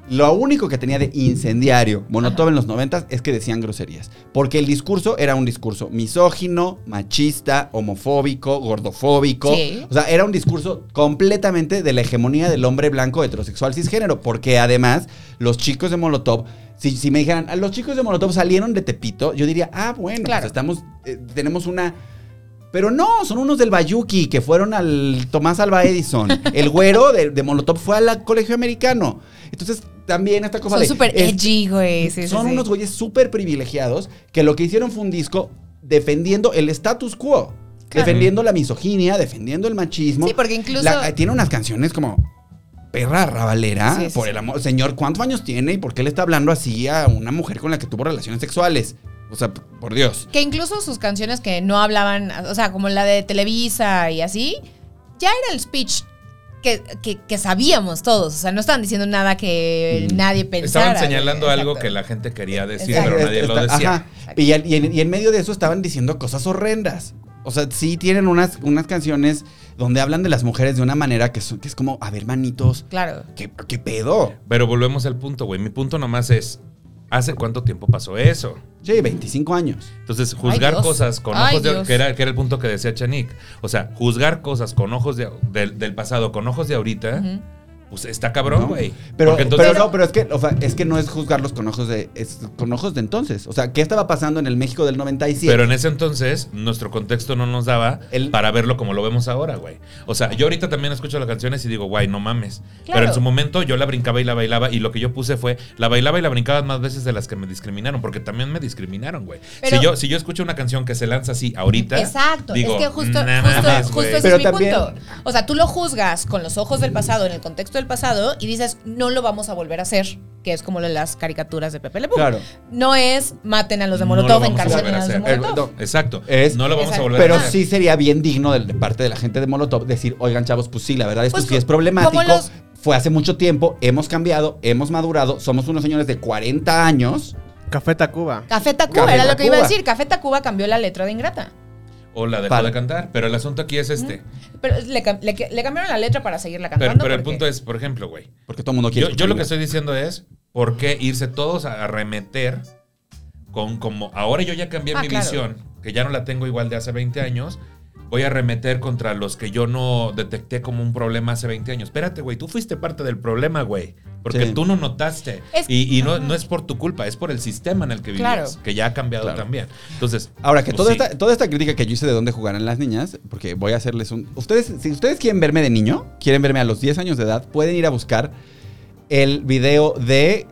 D: lo único que tenía de incendiario Monotov en los noventas es que decían groserías. Porque el discurso era un discurso misógino, machista, homofóbico, gordofóbico.
G: Sí.
D: O sea, era un discurso completamente de la hegemonía del hombre blanco heterosexual cisgénero. Porque además, los chicos de Molotov. Si, si me dijeran, "Ah, los chicos de Molotov salieron de Tepito, yo diría, ah, bueno,
G: Claro.
D: pues estamos, eh, tenemos una pero no, son unos del Bayuki que fueron al Tomás Alba Edison. El güero de, de Molotov fue al colegio americano. Entonces, también esta cosa
G: Son
D: de-
G: súper
D: es-
G: edgy, güey. Sí, sí,
D: son
G: sí.
D: unos güeyes súper privilegiados que lo que hicieron fue un disco defendiendo el status quo.
G: Claro.
D: Defendiendo la misoginia, defendiendo el machismo.
G: Sí, porque incluso-
D: La- eh, tiene unas canciones como... Perra rabalera,
G: Sí, sí,
D: por
G: sí.
D: el amor... Señor, ¿cuántos años tiene y por qué le está hablando así a una mujer con la que tuvo relaciones sexuales? O sea, p- por Dios.
G: Que incluso sus canciones que no hablaban, o sea, como la de Televisa y así, ya era el speech que, que- que sabíamos todos. O sea, no estaban diciendo nada que
D: Mm.
G: nadie pensara.
F: Estaban señalando
G: güey.
F: algo
G: Exacto. Eh,
F: que la gente quería decir,
G: Exacto.
F: pero nadie lo
D: Está-
F: decía.
D: ajá. Y, al- y en, y en medio de eso estaban diciendo cosas horrendas. O sea, sí tienen unas, unas canciones donde hablan de las mujeres de una manera que, son- que es como, a ver, manitos,
G: Claro.
D: ¿qué, qué pedo?
F: Pero volvemos al punto, güey. Mi punto nomás es, ¿hace cuánto tiempo pasó eso?
D: Sí, 25 años.
F: Entonces, juzgar
G: Dios.
F: cosas con
G: Ay,
F: ojos de...
G: Dios.
F: Que era, que era el punto que decía Chanik. O sea, juzgar cosas con ojos de- del, del pasado, con ojos de ahorita, pues está cabrón,
D: ¿no?
F: güey.
D: Pero,
F: Porque entonces-
D: pero no, pero es que, o sea, es que no es juzgarlos con ojos de es con ojos de entonces. O sea, ¿qué estaba pasando en el México del 97?
F: Pero en ese entonces, nuestro contexto no nos daba
D: El-
F: para verlo como lo vemos ahora, güey. O sea, yo ahorita también escucho las canciones y digo, güey, no mames.
G: Claro.
F: Pero en su momento yo la brincaba y la bailaba y lo que yo puse fue, la bailaba y la brincaba más veces de las que me discriminaron, porque también me discriminaron, güey.
G: Pero-
F: si, yo, si yo escucho una canción que se lanza así ahorita...
G: Exacto,
F: digo,
G: es que justo,
F: "Nah
G: justo,
F: mames,
G: justo
F: güey".
G: ese
D: Pero
G: es mi
D: también-
G: punto. O sea, tú lo juzgas con los ojos del pasado, en el contexto del pasado, y dices, no lo vamos a volver a hacer, que es como lo de las caricaturas de Pepe Le Pew.
D: Claro.
G: No es maten a los de
F: No lo
G: Molotov,
F: vamos a
G: encarcelen
F: volver
G: a,
F: a
G: los de
F: hacer.
G: Molotov.
D: Perdón.
F: Exacto.
D: Eh, Es-
F: no lo vamos
G: Exacto.
F: a volver
D: Pero
F: a hacer.
D: sí sería bien digno de, de parte de la gente de Molotov decir, oigan, chavos, pues sí, la verdad es que
G: Pues
D: sí es
G: co-
D: problemático.
G: como los-
D: Fue hace mucho tiempo, hemos cambiado, hemos madurado, somos unos señores de 40 años.
A: Café Tacuba.
G: Café Tacuba,
D: Café
G: era lo que iba a
D: Tacuba.
G: decir. Café Tacuba cambió la letra de Ingrata.
F: O la dejó
D: Para-
F: de cantar. Pero el asunto aquí es este.
G: Pero le, cam- le- le cambiaron la letra para seguirla
F: Pero,
G: cantando.
F: pero el
G: porque-
F: punto es, por ejemplo, güey.
D: Porque todo el mundo quiere.
F: Yo, yo
D: escuchar
F: lo que
D: inglés.
F: estoy diciendo es, ¿por qué irse todos a arremeter con como ahora yo ya cambié
G: Ah,
F: mi
G: claro.
F: visión, que ya no la tengo igual de hace 20 años? Voy a arremeter contra los que yo no detecté como un problema hace 20 años. Espérate, güey, tú fuiste parte del problema, güey. Porque
D: Sí.
F: tú no notaste.
G: Es-
F: y y no, no es por tu culpa, es por el sistema en el que vivías,
G: Claro.
F: que ya ha cambiado
D: Claro.
F: también. Entonces,
D: Ahora, que
F: pues
D: toda,
F: sí.
D: esta, toda esta crítica que yo hice de dónde jugarán las niñas, porque voy a hacerles un. Ustedes, si ustedes quieren verme de niño, quieren verme a los 10 años de edad, pueden ir a buscar el video de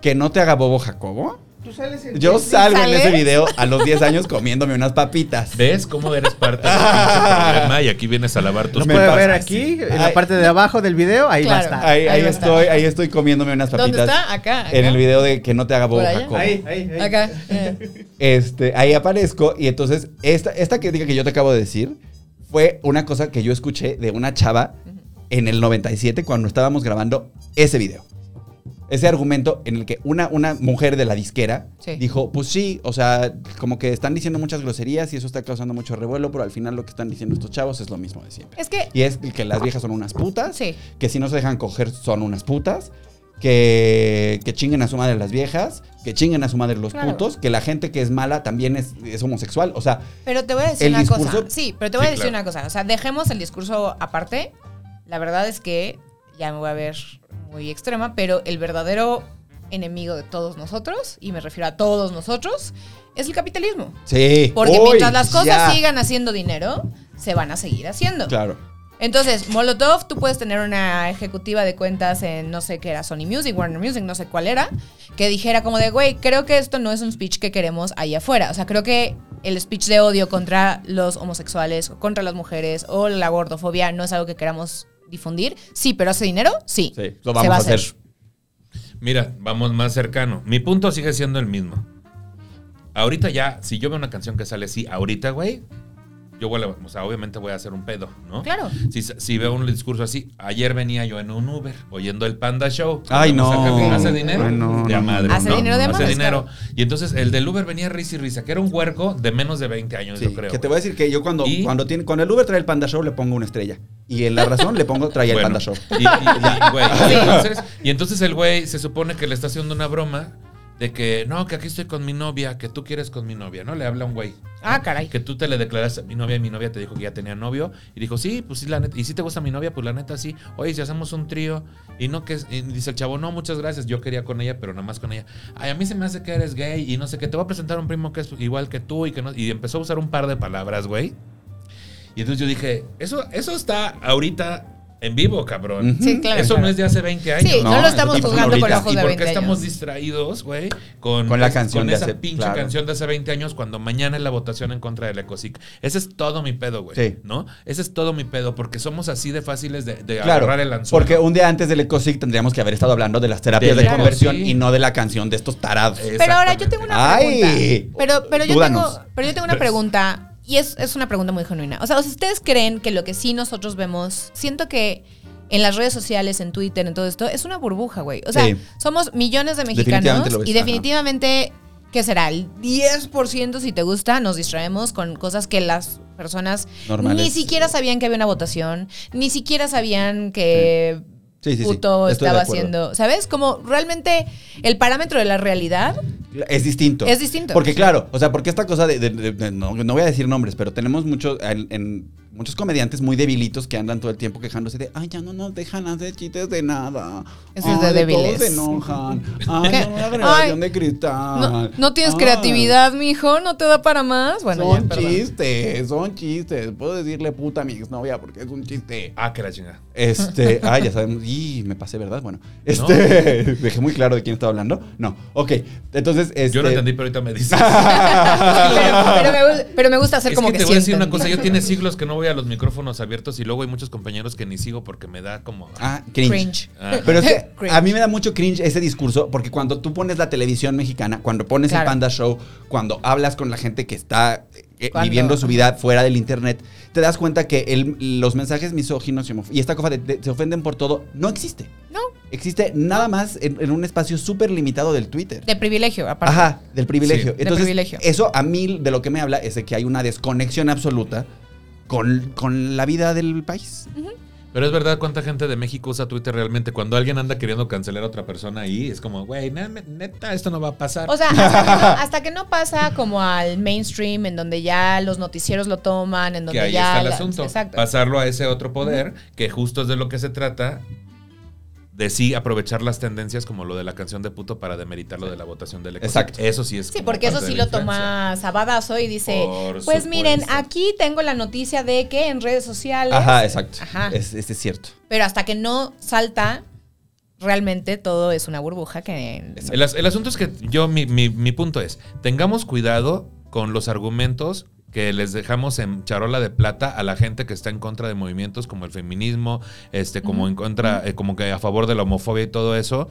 D: Que no te haga bobo Jacobo.
A: Tú sales en-
D: Yo salgo
E: ¿Sale?
D: en ese video a los 10 años comiéndome unas papitas.
F: ¿Ves cómo eres parte
D: (laughs)
F: del pinche programa y aquí vienes a lavar tus
A: Lo
D: Pues Me
A: puede
D: pasa
A: ver
D: así.
A: aquí, en la
D: Ay.
A: parte de abajo del video, ahí
E: Claro.
A: va a estar.
D: Ahí,
E: Ahí
D: ahí
E: va a estar.
D: estoy, ahí estoy comiéndome unas papitas.
E: ¿Dónde está? Acá. acá.
D: En el video de que no te haga bobo,
E: ¿Por allá?
D: Jacobo.
A: Ahí, ahí, ahí.
E: Acá. eh.
D: Este, ahí aparezco y entonces esta, esta crítica que yo te acabo de decir fue una cosa que yo escuché de una chava en el 97 cuando estábamos grabando ese video. Ese argumento en el que una, una mujer de la disquera
E: Sí.
D: dijo, pues sí, o sea, como que están diciendo muchas groserías y eso está causando mucho revuelo, pero al final lo que están diciendo estos chavos es lo mismo de siempre.
E: Es que.
D: Y es que las viejas son unas putas,
E: Sí.
D: que si no se dejan coger son unas putas, que, que chinguen a su madre las viejas, que chinguen a su madre los
E: Claro.
D: putos, que la gente que es mala también es, es homosexual. O sea,
E: Pero te voy a decir
D: ¿El
E: una
D: discurso?
E: cosa. Sí, pero te voy
F: Sí,
E: a decir
F: claro.
E: una cosa. O sea, dejemos el discurso aparte. La verdad es que ya me voy a ver muy extrema, pero el verdadero enemigo de todos nosotros, y me refiero a todos nosotros, es el capitalismo.
D: sí.
E: Porque
D: Uy,
E: mientras las cosas
D: ya.
E: sigan haciendo dinero, se van a seguir haciendo.
D: Claro.
E: Entonces, Molotov, tú puedes tener una ejecutiva de cuentas en no sé qué era, Sony Music, Warner Music, no sé cuál era, que dijera como de, güey, creo que esto no es un speech que queremos ahí afuera. O sea, creo que el speech de odio contra los homosexuales, o contra las mujeres o la gordofobia no es algo que queramos difundir. Sí, pero hace dinero, sí.
D: Sí, lo
E: Se
D: vamos
E: va
D: a hacer.
F: Mira, vamos más cercano. Mi punto sigue siendo el mismo. Ahorita ya, si yo veo una canción que sale así, ahorita, güey, yo voy a, o sea, obviamente voy a hacer un pedo, ¿no?
E: Claro.
F: Si, si veo un discurso así, ayer venía yo en un Uber oyendo el Panda Show.
D: Ay,
F: Vamos
D: no.
F: a café. ¿Hace dinero?
D: Ay, no,
F: De a
D: no,
F: madre,
D: no,
E: Hace
F: ¿no?
E: dinero de
F: Hace
E: madres,
F: dinero. Y entonces el del Uber venía risa y risa, que era un huerco de menos de 20 años,
D: Sí,
F: yo creo.
D: que te voy a decir que yo cuando,
F: ¿Y?
D: cuando, tiene, cuando el Uber trae el Panda Show le pongo una estrella. Y en la razón le pongo trae el
F: Bueno,
D: Panda Show.
F: Y, y- y,
D: (laughs)
F: güey, y entonces, y entonces el güey se supone que le está haciendo una broma de que no, que aquí estoy con mi novia, que tú quieres con mi novia, ¿no? Le habla un güey.
E: Ah, caray.
F: Que tú te le declaraste a mi novia y mi novia te dijo que ya tenía novio. Y dijo, sí, pues sí, la neta. Y si te gusta mi novia, pues la neta sí. Oye, si hacemos un trío. Y no que. es- y dice el chavo, no, muchas gracias. Yo quería con ella, pero nada más con ella. Ay, a mí se me hace que eres gay y no sé qué. Te voy a presentar a un primo que es igual que tú y que no. Y empezó a usar un par de palabras, güey. Y entonces yo dije, eso, eso está ahorita en vivo, cabrón.
D: Ujú. Sí,
E: claro,
F: Eso
E: claro.
F: no es de hace 20 años. Este
E: Sí, no,
D: No,
E: lo estamos
D: eso tampoco
E: jugando con
D: ahorita.
E: ojos
F: ¿Y
E: de
F: por qué
E: 20
F: estamos
E: años.
F: distraídos, güey? Con,
D: Con la canción
F: con
D: de
F: esa
D: hace-
F: pinche
D: claro.
F: canción de hace 20 años cuando mañana es la votación en contra del ECOSIC. Ese es todo mi pedo, güey.
D: Sí.
F: ¿No? Ese es todo mi pedo porque somos así de fáciles de, de
D: Claro,
F: agarrar el anzuelo.
D: porque un día antes del ECOSIC tendríamos que haber estado hablando de las terapias
F: Del
D: de, conversión
F: Ecosic.
D: y no de la canción de estos tarados.
E: Pero ahora yo tengo una
D: Ay.
E: pregunta. pero, pero, yo
D: Dúdanos. Pues.
E: tengo, pero yo tengo una pregunta. Y es, es una pregunta muy genuina. O sea, o sea, ¿ustedes creen que lo que sí nosotros vemos, siento que en las redes sociales, en Twitter, en todo esto, es una burbuja, güey? O sea,
D: Sí.
E: somos millones de
D: Definitivamente
E: mexicanos
D: lo ves,
E: y
D: ajá.
E: definitivamente, ¿qué será? El 10% si te gusta, nos distraemos con cosas que las personas
D: Normales.
E: ni siquiera sabían que había una votación, ni siquiera sabían que
D: Sí, sí, sí. Estoy
E: puto
D: de
E: estaba
D: acuerdo.
E: haciendo, ¿sabes? Como realmente el parámetro de la realidad
D: Es distinto.
E: Es distinto.
D: Porque
E: Sí.
D: claro, o sea, porque esta cosa de, de- de- de- no, no voy a decir nombres, pero tenemos muchos en, en- muchos comediantes muy debilitos que andan todo el tiempo quejándose de, ay, ya no nos dejan hacer chistes de nada.
E: Eso es de
D: Ay,
E: débiles.
D: Todos se enojan. Ay,
E: ¿Qué?
D: no, una generación
E: Ay,
D: de cristal.
E: No, no tienes
D: Ay,
E: creatividad, mijo, no te da para más. Bueno,
D: Ah. son
E: ya, perdón.
D: chistes, son chistes. Puedo decirle puta a mi exnovia porque es un chiste.
F: Ah, que la chingada.
D: Este, ah, ya sabemos. Y me pasé, ¿verdad? Bueno, este, (laughs) dejé muy claro de quién estaba hablando. No, ok. Entonces, este.
F: Yo no entendí,
D: (laughs)
F: pero ahorita me dices.
E: Pero, pero me, gu- pero me gusta hacer
F: Es
E: como
F: que,
E: que,
F: te voy a decir
E: sienten.
F: una cosa. Yo tiene siglos que no voy a los micrófonos abiertos y luego hay muchos compañeros que ni sigo porque me da como.
D: Ah, cringe.
E: Cringe.
F: Ah.
D: Pero es que
E: (laughs) Cringe.
D: a mí me da mucho cringe ese discurso porque cuando tú pones la televisión mexicana, cuando pones el
E: Claro.
D: Panda Show, cuando hablas con la gente que está eh,
E: Cuando-
D: viviendo su vida fuera del internet, te das cuenta que el- los mensajes misóginos y, homof- y esta cosa de, de- se ofenden por todo no existe.
E: No,
D: Existe nada más en, en un espacio súper limitado del Twitter.
E: de privilegio, aparte.
D: Ajá, del privilegio.
F: Sí.
E: De
D: Entonces,
E: privilegio.
D: eso a mí de lo que me habla es de que hay una desconexión absoluta con, con la vida del país.
F: Pero es verdad cuánta gente de México usa Twitter realmente. Cuando alguien anda queriendo cancelar a otra persona ahí, es como, güey, na- neta, esto no va a pasar.
D: (laughs)
E: O sea, hasta que, no, hasta que no pasa como al mainstream, en donde ya los noticieros lo toman, en donde
F: que ahí
E: ya.
F: está el
E: la-
F: asunto.
E: Exacto.
F: Pasarlo a ese otro poder, que justo es de lo que se trata, de sí aprovechar las tendencias como lo de la canción de puto para demeritar lo de la votación del Ecosic.
D: Exacto.
F: Eso sí es.
E: Sí,
F: como
E: porque
F: parte
E: eso
F: de
E: sí
F: la
E: lo toma Sabadazo y dice,
F: Por
E: pues miren,
F: supuesto.
E: aquí tengo la noticia de que en redes sociales,
D: Ajá, exacto.
E: Ajá.
D: Es, es- es cierto.
E: pero hasta que no salta realmente todo es una burbuja que...
F: El, as- el asunto es que yo, mi, mi- mi punto es, tengamos cuidado con los argumentos que les dejamos en charola de plata a la gente que está en contra de movimientos como el feminismo, este, como en contra, eh, como que a favor de la homofobia y todo eso.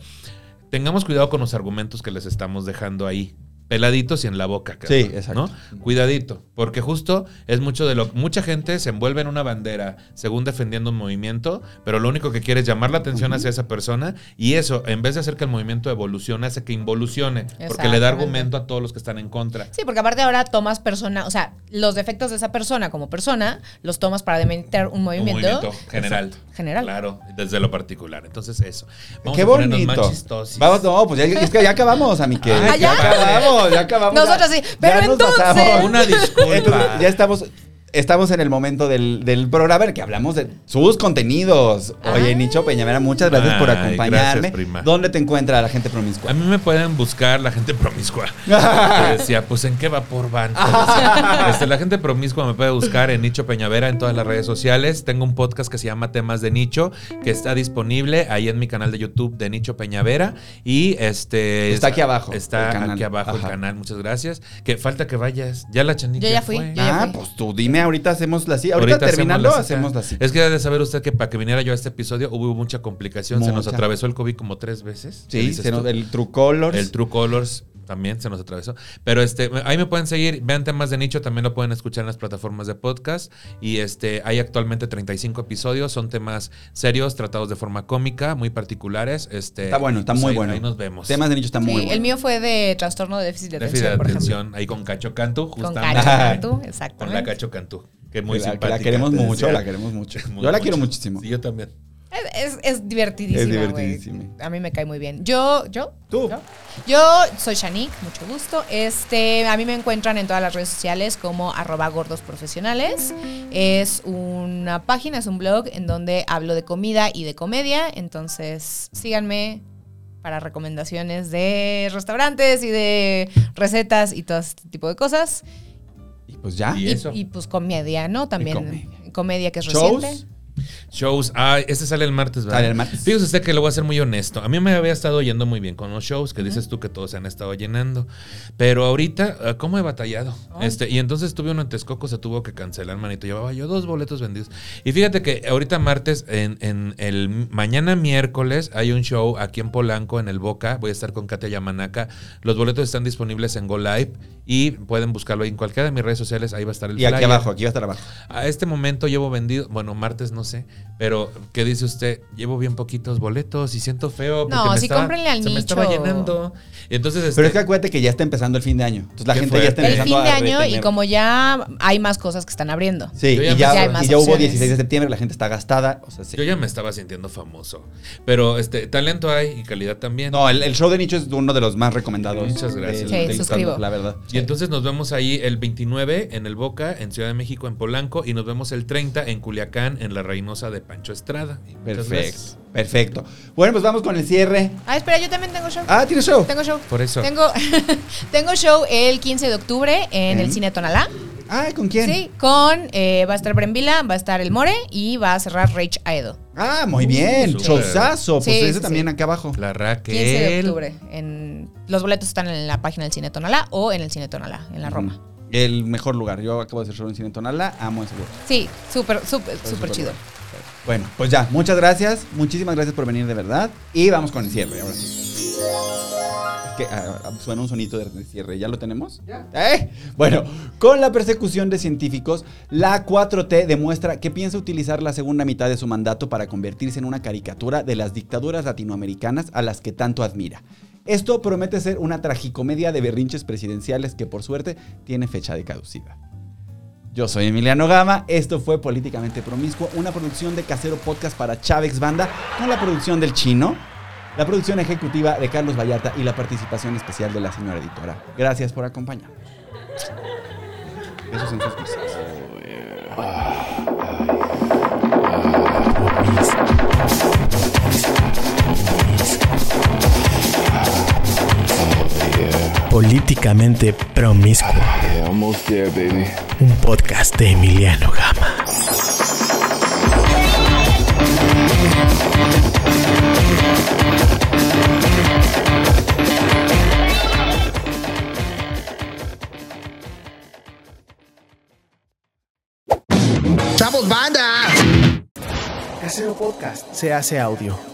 F: Tengamos cuidado con los argumentos que les estamos dejando ahí. Peladitos y en la boca,
D: Sí,
F: carnal,
D: exacto.
F: ¿no? Cuidadito, porque justo es mucho de lo mucha gente se envuelve en una bandera según defendiendo un movimiento, pero lo único que quiere es llamar la atención hacia esa persona y eso en vez de hacer que el movimiento evolucione hace que involucione, porque le
E: Exactamente.
F: da argumento a todos los que están en contra.
E: Sí, porque aparte ahora tomas persona, o sea, los defectos de esa persona como persona, los tomas para demeritar un movimiento.
F: Un movimiento general.
E: Exacto, general.
F: Claro, desde lo particular. Entonces eso.
D: Qué
F: ponernos
D: bonito.
F: más chistosis.
D: Vamos, no, pues ya, es que ya acabamos, Amique.
F: Ah,
D: ya
F: ya.
D: acabamos, ya acabamos.
E: Nosotros sí, pero
D: nos
E: entonces-
D: pasamos.
F: Una disculpa.
D: Entonces, ya estamos, estamos en el momento del, del programa en el que hablamos de sus contenidos. Oye, Nicho Peñavera, muchas gracias por
F: Ay,
D: acompañarme.
F: gracias, prima.
D: ¿Dónde te encuentra la gente promiscua?
F: A mí me pueden buscar la
D: (laughs)
F: gente promiscua. Que decía, pues en qué vapor van. Este, la gente promiscua me puede buscar en Nicho Peñavera en todas las redes sociales. Tengo un podcast que se llama Temas de Nicho, que está disponible ahí en mi canal de YouTube de Nicho Peñavera. Y este.
D: Está aquí abajo,
F: Está
D: el canal.
F: aquí abajo
D: Ajá.
F: el canal. Muchas gracias. Que falta que vayas. Ya la chanita.
E: Yo ya fui, yo
D: Ah,
E: ya fui.
D: pues tú dime, ahorita hacemos la cita. Ahorita,
F: hacemos
D: terminando,
F: la cita.
D: hacemos la cita.
F: Es que ha de saber usted que para que viniera yo a este episodio hubo mucha complicación. Se nos
D: Mucha.
F: atravesó el COVID como tres veces. ¿Qué
D: Sí,
F: dices
D: se nos-
F: tú?
D: el True Colors.
F: El True Colors también se nos atravesó. Pero este, ahí me pueden seguir, vean temas de nicho, también lo pueden escuchar en las plataformas de podcast. Y este, hay actualmente 35 episodios, son temas serios, tratados de forma cómica, muy particulares. Este,
D: Está bueno, está
F: pues
D: muy
F: ahí-
D: bueno.
F: Ahí nos vemos.
D: Temas de Nicho está
E: Sí,
D: muy bueno.
E: el mío fue de trastorno de déficit de
F: Déficit
E: atención,
F: de
E: por
F: atención, ahí con Cacho Cantú,
E: ejemplo. Con
F: justamente.
E: Cacho Cantú,
F: Con la
E: exactamente.
F: Cacho Cantú, que es
D: Que
F: muy
D: la- que
F: simpática.
D: la queremos
F: te decía.
D: mucho, la queremos mucho.
F: Muy
D: Yo la
F: mucho.
D: quiero muchísimo.
F: Sí, yo también.
E: Es, es- es divertidísima,
D: Es
E: güey.
D: divertidísima.
E: A mí me cae muy bien. Yo, yo,
D: Tú.
E: yo, yo soy Shanique, mucho gusto. Este, a mí me encuentran en todas las redes sociales como arroba gordos profesionales. Es una página, es un blog en donde hablo de comida y de comedia. Entonces, síganme para recomendaciones de restaurantes y de recetas y todo este tipo de cosas.
D: Y pues ya.
F: Y
E: Y,
F: eso.
E: y, pues comedia, ¿no? También
D: comedia.
E: comedia. que es
D: Shows.
E: reciente.
F: Shows. Ah, este sale el martes, ¿verdad?
D: Sale el martes.
F: Fíjese usted que lo voy a ser muy honesto. A mí me había estado yendo muy bien con los shows, que dices tú que todos se han estado llenando. Pero ahorita, ah, ¿cómo he batallado? Este, y entonces tuve uno en Texcoco, se tuvo que cancelar, manito. Llevaba yo dos boletos vendidos. Y fíjate que ahorita martes, en, en el mañana miércoles, hay un show aquí en Polanco, en el Boca. Voy a estar con Katia Yamanaka. Los boletos están disponibles en Go Live y pueden buscarlo ahí en cualquiera de mis redes sociales. Ahí va a estar el
D: Y aquí
F: flyer.
D: abajo, aquí va a estar abajo.
F: A este momento llevo vendido, bueno, martes no sé, pero ¿qué dice usted? Llevo bien poquitos boletos y siento feo porque
E: No,
F: me
E: sí,
F: estaba-
E: cómprenle al
F: se me estaba
E: nicho.
F: llenando. Y entonces este,
D: Pero es que acuérdate que ya está empezando el fin de año. Entonces la
F: Qué
D: gente ya
F: fuerte.
D: está
F: El
E: El
D: empezando
E: fin de
D: a
E: año y
D: retener.
E: como ya hay más cosas que están abriendo.
D: Sí,
F: Yo ya
D: y
F: me-
D: ya,
F: Ya hay
D: y
E: más
D: ya hubo
E: opciones.
D: 16 de septiembre, la gente está gastada. O sea, sí.
F: este, yo ya me estaba sintiendo famoso. Pero este talento hay y calidad también.
D: No, el, el show de Nicho es uno de los más recomendados.
F: Muchas gracias.
D: del-
E: Sí,
D: del
E: suscribo.
D: stand-up, La verdad.
F: Y entonces nos vemos ahí el 29 en el Boca, en Ciudad de México, en Polanco, y nos vemos el 30 en Culiacán, en la Reinosa de Pancho Estrada. Y muchas
D: Perfecto.
F: gracias.
D: Perfecto. Bueno, pues vamos con el cierre.
E: Ah, espera, yo también tengo show.
D: Ah, ¿tienes show?
E: Tengo show.
F: Por eso.
E: Tengo, (laughs) tengo show el 15 de octubre en
D: Ujú.
E: el Cine Tonalá.
D: Ah, ¿con quién?
E: Sí, con. eh, va a estar Brembila, va a estar El More y va a cerrar Rage Aedo.
D: Ah, muy bien.
F: súper.
D: Showzazo. Pues
E: Sí,
D: ese
E: sí,
D: también
E: sí.
D: acá abajo.
F: La Raquel.
E: 15 de octubre. En, los boletos están en la página del Cine Tonalá o en el Cine Tonalá, en la Roma.
D: El mejor lugar. Yo acabo de hacer show en Cine Tonala. Amo ese lugar.
E: Sí, súper, súper, súper
D: súper
E: chido.
D: bueno. Bueno, pues ya. Muchas gracias. Muchísimas gracias por venir de verdad. Y vamos con el cierre. Ahora sí. Es que ah, ah, suena un sonito de- de cierre. ¿Ya lo tenemos? ¿Eh? Bueno, con la persecución de científicos, la 4T demuestra que piensa utilizar la segunda mitad de su mandato para convertirse en una caricatura de las dictaduras latinoamericanas a las que tanto admira. Esto promete ser una tragicomedia de berrinches presidenciales que por suerte tiene fecha de caducidad. Yo soy Emiliano Gama, esto fue Políticamente Promiscuo, una producción de Casero Podcast para Chávez Banda, con la producción del chino, la producción ejecutiva de Carlos Vallarta y la participación especial de la señora editora. Gracias por acompañarnos. Besos en sus pisos.
J: Políticamente Promiscuo,
C: Yeah, almost there, baby.
J: un podcast de Emiliano Gama.
B: ¡Chavos, banda!
J: Casero Podcast se hace audio.